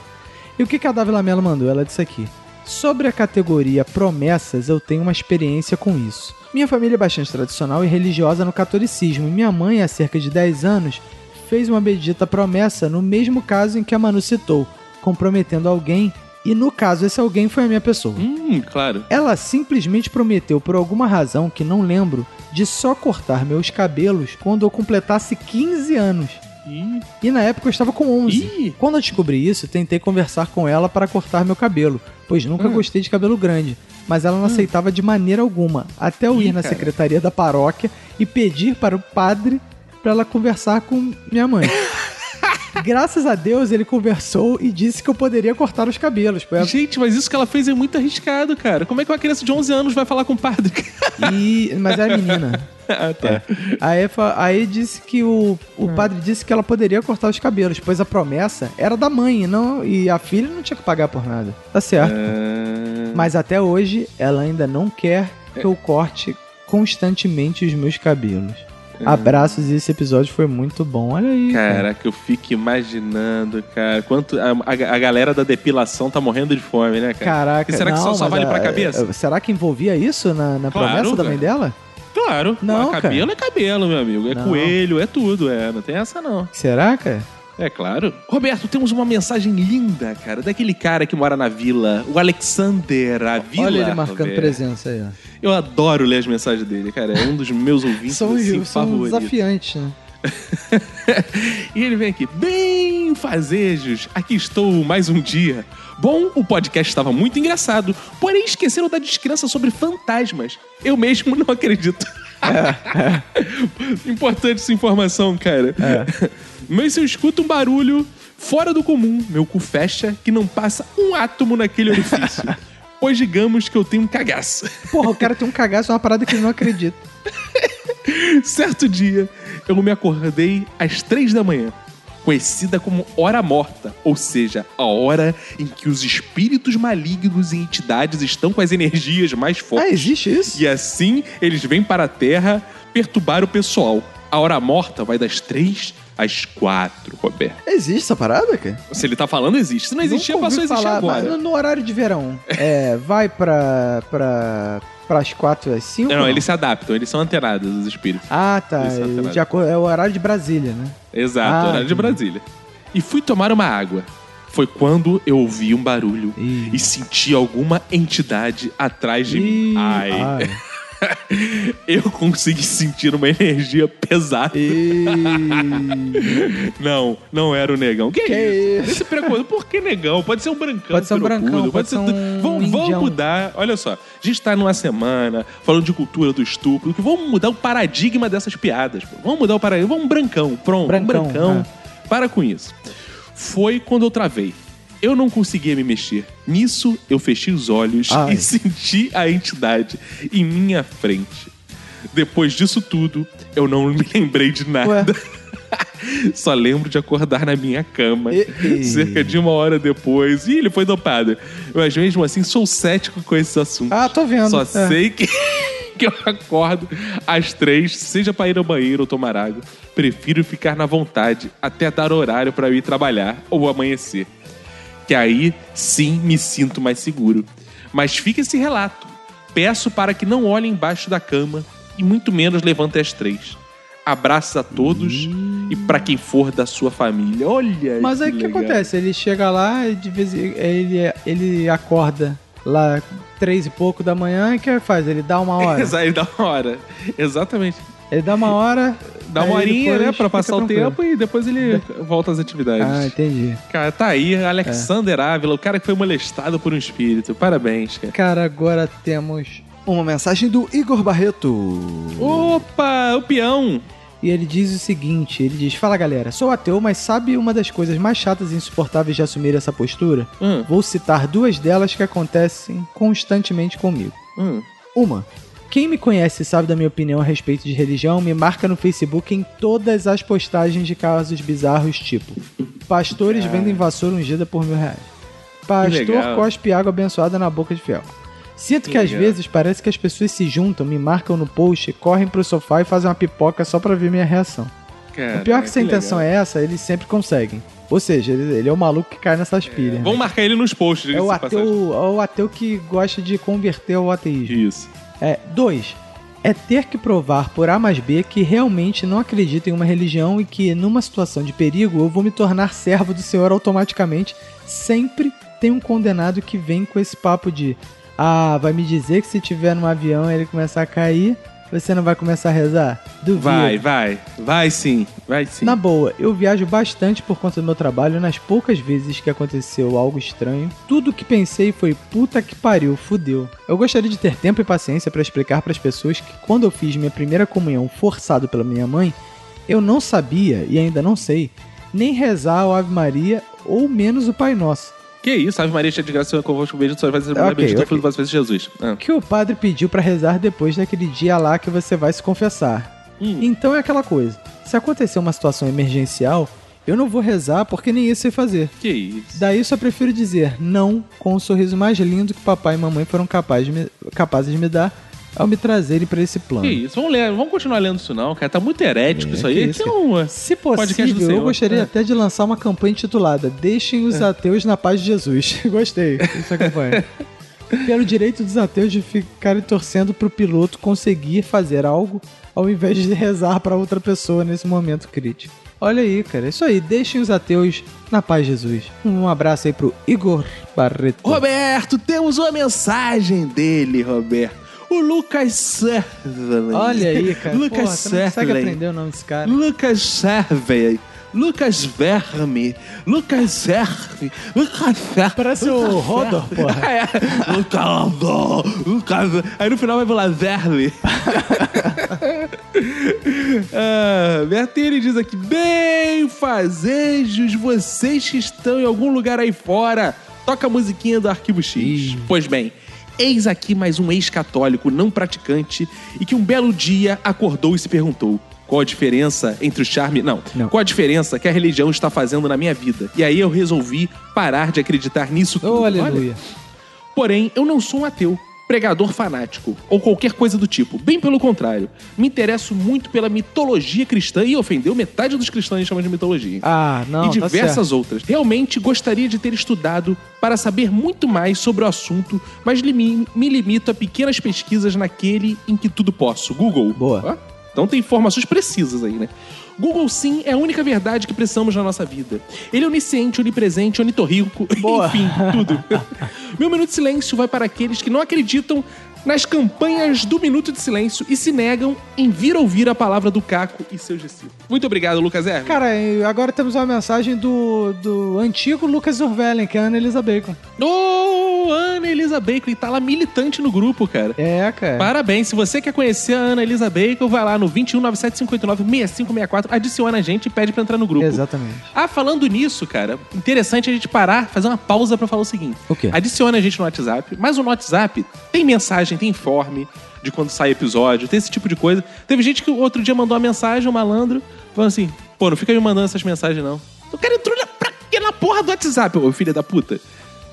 S2: E o que, que a Davila Melo mandou? Ela disse aqui. Sobre a categoria promessas, eu tenho uma experiência com isso. Minha família é bastante tradicional e religiosa no catolicismo. E minha mãe, há cerca de 10 anos, fez uma bendita promessa no mesmo caso em que a Manu citou, comprometendo alguém. E no caso, esse alguém foi a minha pessoa.
S1: Hum, claro.
S2: Ela simplesmente prometeu, por alguma razão que não lembro, de só cortar meus cabelos quando eu completasse 15 anos.
S1: Ih,
S2: E na época eu estava com 11.
S1: Ih.
S2: Quando eu descobri isso, tentei conversar com ela para cortar meu cabelo, pois nunca
S1: Ah.
S2: gostei de cabelo grande. Mas ela não aceitava de maneira alguma, até eu
S1: Ih,
S2: ir na
S1: cara.
S2: secretaria da paróquia e pedir para o padre para ela conversar com minha mãe. Graças a Deus ele conversou e disse que eu poderia cortar os cabelos. Foi a
S1: Gente, mas isso que ela fez é muito arriscado, cara. Como é que uma criança de 11 anos vai falar com o padre?
S2: E- mas era menina. É.
S1: ah, tá.
S2: Aí, fa- aí disse que o, o padre disse que ela poderia cortar os cabelos, pois a promessa era da mãe, não, e a filha não tinha que pagar por nada. Tá certo.
S1: Ah.
S2: Mas até hoje ela ainda não quer que eu corte constantemente os meus cabelos.
S1: Ah.
S2: Abraços e esse episódio foi muito bom. Olha aí. cara.
S1: Caraca, eu fico imaginando, cara. Quanto a, a- a galera da depilação tá morrendo de fome, né, cara?
S2: Caraca,
S1: E será que
S2: não,
S1: só- só
S2: mas
S1: vale
S2: a-
S1: pra cabeça?
S2: a- Será que envolvia isso na, na
S1: Claro,
S2: promessa da mãe
S1: cara.
S2: dela?
S1: Claro.
S2: Não,
S1: Ah, cabelo é cabelo, meu amigo. É
S2: Não.
S1: coelho, é tudo. É, não tem essa, não.
S2: Será, cara?
S1: É claro. Roberto, temos uma mensagem linda, cara, daquele cara que mora na vila, o Alexander, a vila.
S2: Olha ele marcando
S1: Roberto.
S2: presença aí, ó.
S1: Eu adoro ler as mensagens dele, cara. É um dos meus ouvintes
S2: São,
S1: assim,
S2: são
S1: favoritos.
S2: desafiantes, né?
S1: E ele vem aqui, bem fazejos, aqui estou mais um dia. Bom, o podcast estava muito engraçado, porém esqueceram da descrença sobre fantasmas. Eu mesmo não acredito.
S2: É,
S1: Importante essa informação, cara. Mas se eu escuto um barulho fora do comum, meu cu fecha que não passa um átomo naquele orifício. pois digamos que eu tenho um cagaço.
S2: Porra, o cara tem um cagaço, é uma parada que ele não acredita.
S1: certo dia, eu me acordei às três da manhã, conhecida como hora morta, ou seja, a hora em que os espíritos malignos e entidades estão com as energias mais fortes. Ah,
S2: existe isso?
S1: E assim eles vêm para a Terra perturbar o pessoal. A hora morta vai das três às quatro, Roberto.
S11: Existe essa parada, cara?
S1: Se ele tá falando, existe. Se não existia,
S2: Nunca ouvi
S1: passou a existir
S2: falar,
S1: agora.
S2: mas no, no horário de verão, é, vai pra, pra, pras quatro, às cinco?
S1: Não, não, eles se adaptam, eles são antenados, os espíritos.
S2: Ah, tá.
S1: Eles são
S2: e
S1: antenados.
S2: de acordo- é o horário de Brasília, né?
S1: Exato,
S2: Ah,
S1: horário de Brasília. E fui tomar uma água. Foi quando eu ouvi um barulho e senti alguma entidade atrás de mim. Ai. eu consegui sentir uma energia pesada. não, não era o negão. Que,
S2: Que
S1: isso?
S2: isso?
S1: Esse preconceito. Por que negão? Pode ser um brancão.
S2: Pode ser um
S1: pirocudo,
S2: brancão, pode ser
S1: tu-
S2: um
S1: Vamos, vamos
S2: indião.
S1: mudar. Olha só, a gente tá numa semana falando de cultura do estupro. que Vamos mudar o paradigma dessas piadas. pô. Vamos mudar o paradigma. Vamos um brancão. Pronto,
S2: Brancão, é.
S1: um brancão. Para com isso. Foi quando eu travei. Eu não conseguia me mexer. Nisso, eu fechei os olhos
S2: Ai.
S1: e senti a entidade em minha frente. Depois disso tudo, eu não me lembrei de nada. Só lembro de acordar na minha cama cerca de uma hora depois. Ih, ele foi dopado. Mas mesmo assim, sou cético com esses assuntos.
S2: Ah, tô vendo.
S1: Só
S2: É.
S1: sei que, que eu acordo às três, seja pra ir ao banheiro ou tomar água. Prefiro ficar na vontade até dar horário pra eu ir trabalhar ou amanhecer. Que aí sim me sinto mais seguro. Mas fica esse relato. Peço para que não olhem embaixo da cama e muito menos levantem às três. Abraços a todos e pra quem for da sua família. Olha
S2: Mas aí o que
S1: legal.
S2: acontece? Ele chega lá e de vez em- ele, ele acorda lá três e pouco da manhã e o que ele faz? Ele dá uma hora.
S1: Exa- Ele dá uma hora. Exatamente.
S2: Ele dá uma hora.
S1: Dá uma
S2: aí
S1: horinha,
S2: depois
S1: né, pra passar
S2: fica
S1: o
S2: tranquilo.
S1: tempo é e depois ele volta às atividades.
S2: Ah, entendi.
S1: Cara, tá aí Alexander Ávila, o cara que foi molestado por um espírito. Parabéns, cara.
S2: Cara, agora temos.
S11: Uma mensagem do Igor Barreto.
S1: Opa, o peão!
S2: E ele diz o seguinte: ele diz, fala galera, sou ateu, mas sabe uma das coisas mais chatas e insuportáveis de assumir essa postura?
S1: Hum,
S2: Vou citar duas delas que acontecem constantemente comigo.
S1: hum.
S2: Uma. Quem me conhece e sabe da minha opinião a respeito de religião, me marca no Facebook em todas as postagens de casos bizarros, tipo: Pastores vendem vassoura ungida por mil reais. Pastor
S1: legal.
S2: cospe água abençoada na boca de fiel. Sinto que,
S1: Que
S2: às
S1: legal.
S2: vezes parece que as pessoas se juntam, me marcam no post, correm pro sofá e fazem uma pipoca só pra ver minha reação. o pior é que se a intenção é essa, eles sempre conseguem. Ou seja, ele, ele é o maluco que cai nessas pilhas. né?
S1: É, Vamos marcar ele nos posts.
S2: É
S1: diga-se
S2: o,
S1: de
S2: ateu,
S1: passagem.
S2: é o ateu que gosta de converter ao ateísmo.
S1: Isso.
S2: É, dois, é ter que provar por A mais B que realmente não acredito em uma religião e que, numa situação de perigo, eu vou me tornar servo do Senhor automaticamente. Sempre tem um condenado que vem com esse papo de ah, vai me dizer que se tiver num avião e ele começar a cair, você não vai começar a rezar? Duvido.
S1: Vai, vai. Vai sim, vai sim.
S2: Na boa, eu viajo bastante por conta do meu trabalho. Nas poucas vezes que aconteceu algo estranho, tudo que pensei foi puta que pariu, fudeu. Eu gostaria de ter tempo e paciência pra explicar pras pessoas que quando eu fiz minha primeira comunhão forçado pela minha mãe, eu não sabia e ainda não sei nem rezar o Ave Maria ou menos o Pai Nosso.
S1: Que isso, Ave Maria, cheia de graça, eu convosco, beijo, só vai ser
S2: Ok,
S1: bendito,
S2: ok.
S1: fruto das vezes Jesus. Ah.
S2: que o padre pediu pra rezar depois daquele dia lá que você vai se confessar. Então é aquela coisa. Se acontecer uma situação emergencial, eu não vou rezar porque nem isso sei fazer.
S1: Que é isso.
S2: Daí só prefiro dizer não com o sorriso mais lindo que papai e mamãe foram capazes de me, capazes de me dar ao me trazerem pra esse plano.
S1: Que isso, vamos ler, vamos continuar lendo isso não, cara. Tá muito herético isso aí.
S2: que
S1: Isso é um
S2: Se
S1: podcast do
S2: Possível, eu
S1: Senhor.
S2: gostaria
S1: É.
S2: até de lançar uma campanha intitulada Deixem os ateus na paz de Jesus. Gostei
S1: é
S2: dessa campanha. Pelo direito dos ateus de ficarem torcendo pro piloto conseguir fazer algo ao invés de rezar pra outra pessoa nesse momento crítico. Olha aí, cara. É isso aí. Deixem os ateus na paz de Jesus. Um abraço aí pro Igor Barreto.
S1: Roberto, temos uma mensagem dele, Roberto. O Lucas Sutherland.
S2: Olha aí, cara.
S1: Lucas
S2: Porra, você não consegue
S1: Sutherland.
S2: aprender o nome desse cara.
S1: Lucas Serve. Lucas Verme. Lucas Serve. Lucas Serve.
S2: Parece o Rodor, porra.
S1: É. Lucas Rodor. Lucas... Aí no final vai falar Verme. Ah, Berta, ele diz aqui: bem fazejos, vocês que estão em algum lugar aí fora, toca a musiquinha do Arquivo X. Pois bem,
S11: Eis aqui mais um ex-católico não praticante e que um belo dia acordou e se perguntou: qual a diferença entre o charme. Não. Qual a diferença que a religião está fazendo na minha vida? E aí eu resolvi parar de acreditar nisso tudo.
S2: aleluia.
S11: Porém, eu não sou um ateu, pregador fanático ou qualquer coisa do tipo. Bem pelo contrário, me interesso muito pela mitologia cristã e ofendeu metade dos cristãos chamam de mitologia.
S2: Ah, não,
S11: e
S2: tá
S11: diversas
S2: certo.
S11: outras. Realmente gostaria de ter estudado para saber muito mais sobre o assunto, mas limi- me limito a pequenas pesquisas naquele em que tudo posso. Google. Boa. então tem informações precisas aí, né? Google sim é a única verdade que precisamos na nossa vida. Ele é onisciente, onipresente, onitorrico, enfim, tudo. Meu minuto de silêncio vai para aqueles que não acreditam nas campanhas do minuto de silêncio e se negam em vir ouvir a palavra do Caco e seus discípulos. Muito obrigado, Lucas Hermes.
S2: Cara, e agora temos uma mensagem do, do antigo Lucas Urvelen, que é a Ana Elisa Bacon.
S11: Ô, Ana Elisa Bacon, e tá lá militante no grupo, cara.
S2: É, cara.
S11: Parabéns. Se você quer conhecer a Ana Elisa Bacon, vai lá no 21975896564, adiciona a gente e pede pra entrar no grupo.
S2: Exatamente.
S11: Ah, falando nisso, cara, interessante a gente parar, fazer uma pausa pra falar o seguinte.
S2: O quê?
S11: Adiciona a gente no WhatsApp, mas o WhatsApp tem mensagem, tem informe de quando sai episódio, tem esse tipo de coisa. Teve gente que outro dia mandou uma mensagem, um malandro, falando assim, pô, não fica me mandando essas mensagens não. O cara entrou na, pra quê na porra do WhatsApp, ô filho da puta?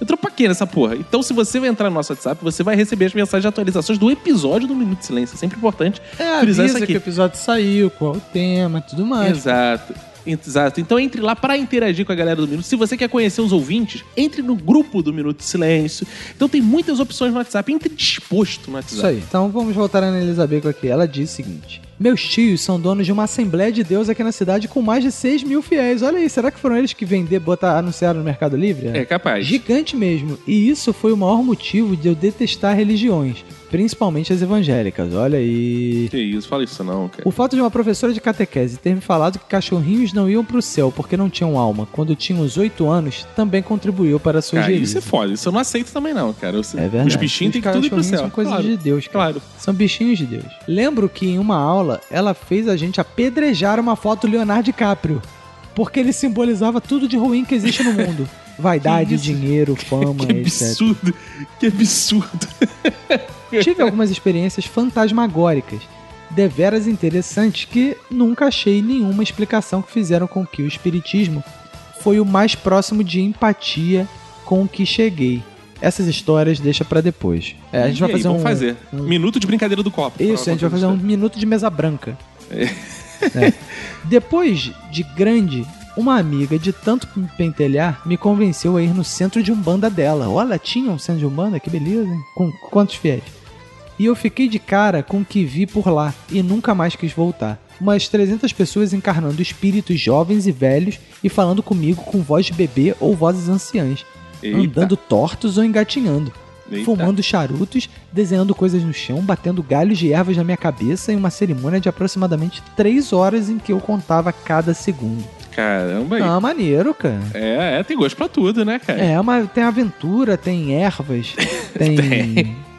S11: Entrou pra quê nessa porra? Então, se você vai entrar no nosso WhatsApp, você vai receber as mensagens de atualizações do episódio do Minuto de Silêncio. É sempre importante
S2: É,
S11: frisar isso
S2: avisa
S11: aqui.
S2: que o episódio saiu, qual o tema, tudo mais.
S11: Exato. Exato. Então entre lá para interagir com a galera do Minuto. Se você quer conhecer os ouvintes, entre no grupo do Minuto de Silêncio. Então tem muitas opções no WhatsApp. Entre disposto no WhatsApp.
S2: Isso aí. Então vamos voltar a Ana Elisa Bacon aqui. Ela diz o seguinte: Meus tios são donos de uma Assembleia de Deus aqui na cidade com mais de 6 mil fiéis. Olha aí, será que foram eles que vender, botar, anunciaram no Mercado Livre?
S11: É capaz.
S2: Gigante mesmo. E isso foi o maior motivo de eu detestar religiões, principalmente as evangélicas. Olha aí.
S11: Que isso, fala isso não, cara.
S2: O fato de uma professora de catequese ter me falado que cachorrinhos não iam pro céu porque não tinham alma quando tinha uns 8 anos também contribuiu para a sua
S11: Cara, isso
S2: geriza.
S11: é foda. Isso eu não aceito também, não, cara. Os-
S2: verdade.
S11: Os bichinhos têm que tudo ir pro
S2: cachorrinhos
S11: céu.
S2: São coisas
S11: Claro.
S2: de Deus, cara.
S11: Claro.
S2: São bichinhos de Deus. Lembro que em uma aula ela fez a gente apedrejar uma foto do Leonardo DiCaprio, porque ele simbolizava tudo de ruim que existe no mundo. Vaidade, dinheiro, fama,
S11: Que
S2: etc.
S11: absurdo. Que absurdo.
S2: Tive algumas experiências fantasmagóricas, deveras interessantes que nunca achei nenhuma explicação que fizeram com que o espiritismo foi o mais próximo de empatia com o que cheguei. Essas histórias deixa pra depois. É, a gente
S11: E
S2: vai
S11: aí,
S2: fazer
S11: vamos
S2: um
S11: fazer. Minuto de brincadeira do copo.
S2: Isso, a gente vai fazer um minuto de mesa branca. É. Depois de grande, uma amiga de tanto me pentelhar me convenceu a ir no centro de umbanda dela. Olha, tinha um centro de umbanda, que beleza, hein? Com quantos fiéis? E eu fiquei de cara com o que vi por lá e nunca mais quis voltar. Umas 300 pessoas encarnando espíritos jovens e velhos e falando comigo com voz de bebê ou vozes anciãs,
S11: Eita.
S2: andando tortos ou engatinhando,
S11: Eita.
S2: fumando charutos, desenhando coisas no chão, batendo galhos de ervas na minha cabeça em uma cerimônia de aproximadamente 3 horas em que eu contava cada segundo.
S11: Caramba aí.
S2: Ah, maneiro, cara.
S11: É, é, tem gosto pra tudo, né, cara?
S2: É, uma, tem aventura, tem é. ervas, tem,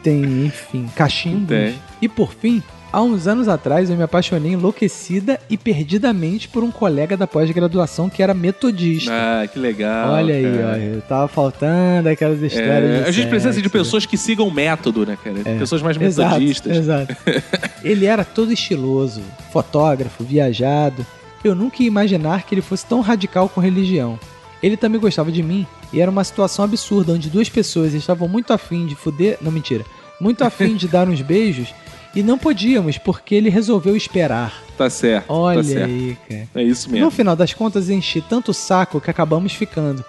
S2: tem. enfim, cachimbos.
S11: Tem.
S2: E por fim, há uns anos atrás eu me apaixonei enlouquecida e perdidamente por um colega da pós-graduação que era metodista.
S11: Ah, que legal.
S2: olha aí,
S11: cara.
S2: olha, tava faltando aquelas histórias.
S11: É,
S2: de
S11: a gente precisa assim,
S2: sexo.
S11: de pessoas que sigam o método, né, cara? Pessoas mais
S2: É. Exato,
S11: metodistas.
S2: Exato. ele era todo estiloso, fotógrafo, viajado. Eu nunca ia imaginar que ele fosse tão radical com religião. Ele também gostava de mim e era uma situação absurda onde duas pessoas estavam muito afim de fuder. Não, mentira. Muito afim de dar uns beijos e não podíamos porque ele resolveu esperar.
S11: Tá certo.
S2: Olha
S11: tá certo.
S2: aí, cara.
S11: É isso mesmo.
S2: No final das contas, enchi tanto o saco que acabamos ficando.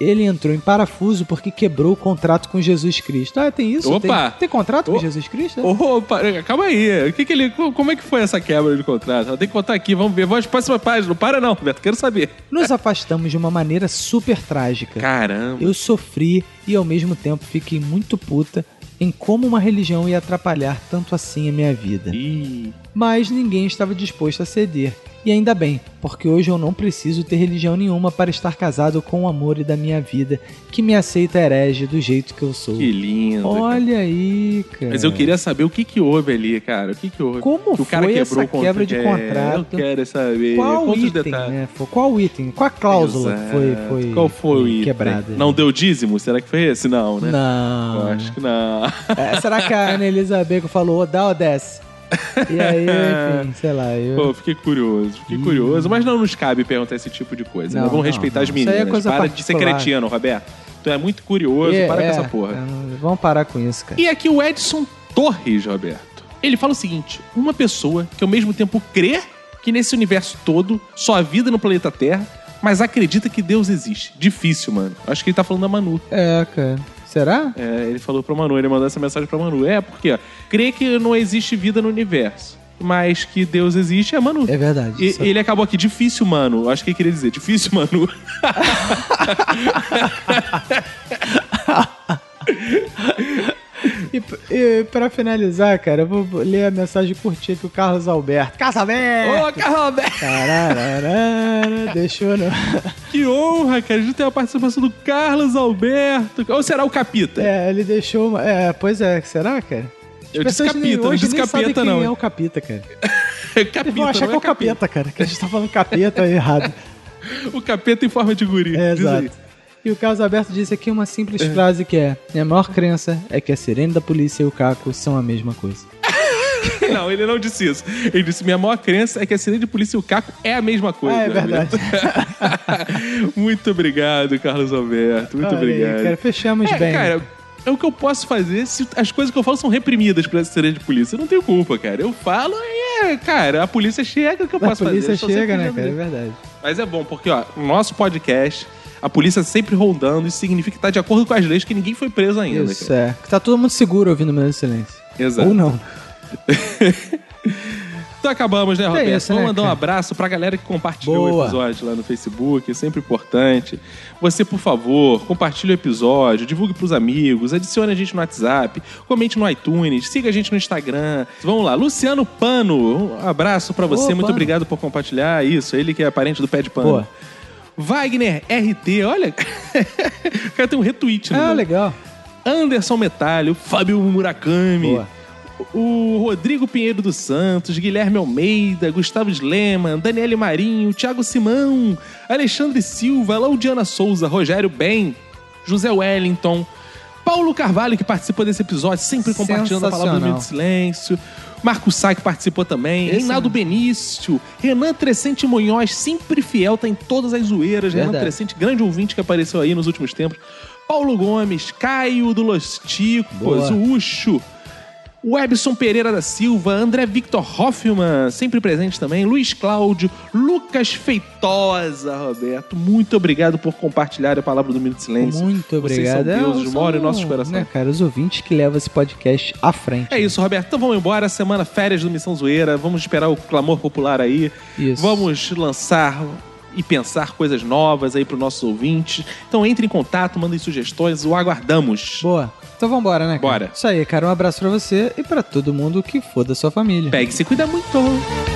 S2: Ele entrou em parafuso porque quebrou o contrato com Jesus Cristo. Ah, tem isso?
S11: Opa!
S2: Tem, tem contrato com Jesus Cristo? é?
S11: Opa, calma aí. O que que ele, co- como é que foi essa quebra de contrato? Eu tenho que contar aqui, vamos ver. Vamos para próxima página. Não para não, Beto, quero saber.
S2: Nos afastamos de uma maneira super trágica.
S11: Caramba.
S2: Eu sofri e ao mesmo tempo fiquei muito puta em como uma religião ia atrapalhar tanto assim a minha vida.
S11: Ih.
S2: Mas ninguém estava disposto a ceder. E ainda bem, porque hoje eu não preciso ter religião nenhuma para estar casado com o amor da minha vida, que me aceita herege do jeito que eu sou.
S11: Que lindo.
S2: Olha aí, cara.
S11: Mas eu queria saber o que que houve ali, cara. O que que houve?
S2: É. Como
S11: que o cara
S2: foi
S11: quebrou
S2: essa
S11: o contrato.
S2: quebra de
S11: É, eu
S2: contrato?
S11: quero saber.
S2: Qual
S11: Quantos
S2: item,
S11: detalhes?
S2: né? Foi- Qual item? Qual a cláusula que foi,
S11: Exato.
S2: foi, né,
S11: Qual foi o item?
S2: quebrada?
S11: Não deu dízimo? Será que foi esse? Não, né?
S2: Não.
S11: Eu acho que não.
S2: É, será que a Ana Elisa Bacon falou, "Ô, dá ou desce? E aí, enfim, sei lá. Eu...
S11: Pô, fiquei curioso, fiquei curioso. Mas não nos cabe perguntar esse tipo de coisa.
S2: Não,
S11: né? Vamos
S2: não,
S11: respeitar
S2: não.
S11: as
S2: Isso aí é
S11: meninas.
S2: coisa
S11: para de ser
S2: particular.
S11: cretino, Roberto. Tu é muito curioso,
S2: É,
S11: para
S2: é,
S11: com essa porra.
S2: é, Vamos parar com isso, cara.
S11: E aqui o Edson Torres, Roberto. Ele fala o seguinte: uma pessoa que ao mesmo tempo crê que nesse universo todo só há vida no planeta Terra, mas acredita que Deus existe. Difícil, mano. Acho que ele tá falando da Manu.
S2: É, cara. Será?
S11: É, ele falou pra Manu, ele mandou essa mensagem pra Manu. É, porque, ó, crê que não existe vida no universo, mas que Deus existe é a Manu.
S2: É verdade.
S11: E, ele acabou aqui, difícil, mano. Eu Acho que ele queria dizer, difícil, Manu.
S2: E, p- e pra finalizar, cara, eu vou vou ler a mensagem curtinha que o Carlos Alberto. Carlos Alberto!
S11: Ô, Carlos Alberto!
S2: Carararara, deixou não.
S11: que honra, cara. A gente tem a participação do Carlos Alberto. Ou será o Capita?
S2: É, ele deixou uma... É, pois é, será, cara? As
S11: Eu disse
S2: pessoas nem-
S11: capita, não
S2: hoje
S11: disse
S2: nem
S11: capeta,
S2: sabem quem
S11: não.
S2: é o capita, cara.
S11: capita,
S2: Eles vão achar
S11: não
S2: que é o capeta, cara. Que a gente tá falando capeta errado.
S11: O capeta em forma de guri.
S2: É,
S11: Diz aí.
S2: exato. E o Carlos Alberto disse aqui uma simples frase que é: Minha maior crença é que a sirene da polícia e o caco são a mesma coisa.
S11: Não, ele não disse isso. Ele disse: minha maior crença é que a sirene de polícia e o caco é a mesma coisa.
S2: Ah, é
S11: meu amigo. Muito obrigado, Carlos Alberto. Muito
S2: Olha aí,
S11: obrigado.
S2: cara, fechamos
S11: É,
S2: bem.
S11: Cara, é o que eu posso fazer se as coisas que eu falo são reprimidas pela sirene de polícia. Eu não tenho culpa, cara. Eu falo e, é, cara, a polícia chega, o que eu
S2: a
S11: posso fazer?
S2: polícia
S11: Eu sou sempre
S2: chega, né,
S11: livre.
S2: cara? É verdade.
S11: Mas é bom, porque, ó, no nosso podcast, a polícia sempre rondando, isso significa que tá de acordo com as leis, que ninguém foi preso ainda.
S2: Isso é. Tá todo mundo seguro ouvindo o Minuto de Silêncio.
S11: Exato.
S2: Ou não.
S11: Então acabamos, né,
S2: É
S11: Roberto?
S2: isso,
S11: Vamos
S2: né,
S11: mandar um
S2: cara?
S11: abraço pra galera que compartilhou o
S2: Boa.
S11: episódio lá no Facebook, é sempre importante. Você, por favor, compartilhe o episódio, divulgue pros amigos, adicione a gente no WhatsApp, comente no iTunes, siga a gente no Instagram. Vamos lá, Luciano Pano, um abraço pra você,
S2: Ô,
S11: muito
S2: Pano.
S11: obrigado por compartilhar isso, ele que é parente do Pé de Pano.
S2: Boa.
S11: Wagner RT, olha. o cara tem um retweet, né?
S2: Ah, legal.
S11: Anderson Metalho, Fábio Murakami. O Rodrigo Pinheiro dos Santos, Guilherme Almeida, Gustavo Sleman, Daniele Marinho, Thiago Simão, Alexandre Silva, Laudiana Souza, Rogério Bem, José Wellington, Paulo Carvalho, que participou desse episódio, sempre compartilhando a palavra do
S2: Sensacional.
S11: Minuto de Silêncio. Marco Sá, que participou também.
S2: Esse
S11: Reinaldo Benício. Renan Crescente Munhoz, sempre fiel, tá em todas as zoeiras. Renan
S2: Verdade.
S11: Crescente, grande ouvinte que apareceu aí nos últimos tempos. Paulo Gomes, Caio do Los Ticos,
S2: Boa.
S11: o Ucho, Webson Pereira da Silva, André Victor Hoffman, sempre presente também, Luiz Cláudio, Lucas Feitosa, Roberto, muito obrigado por compartilhar a palavra do Minuto de Silêncio.
S2: Muito obrigado.
S11: Vocês são deuses,
S2: É,
S11: moram em
S2: são,
S11: nossos corações.
S2: Né, cara, os ouvintes que levam esse podcast à frente.
S11: É isso, Roberto. Então vamos embora. Semana férias do Missão Zoeira. Vamos esperar o clamor popular aí.
S2: Isso.
S11: Vamos lançar e pensar coisas novas aí para nossos ouvintes. Então entre em contato, mandem sugestões, o aguardamos.
S2: Boa. Então vambora, né? Cara?
S11: Bora.
S2: Isso aí, cara. Um abraço pra você e pra todo mundo que for da sua família.
S11: Pegue-se, cuida muito.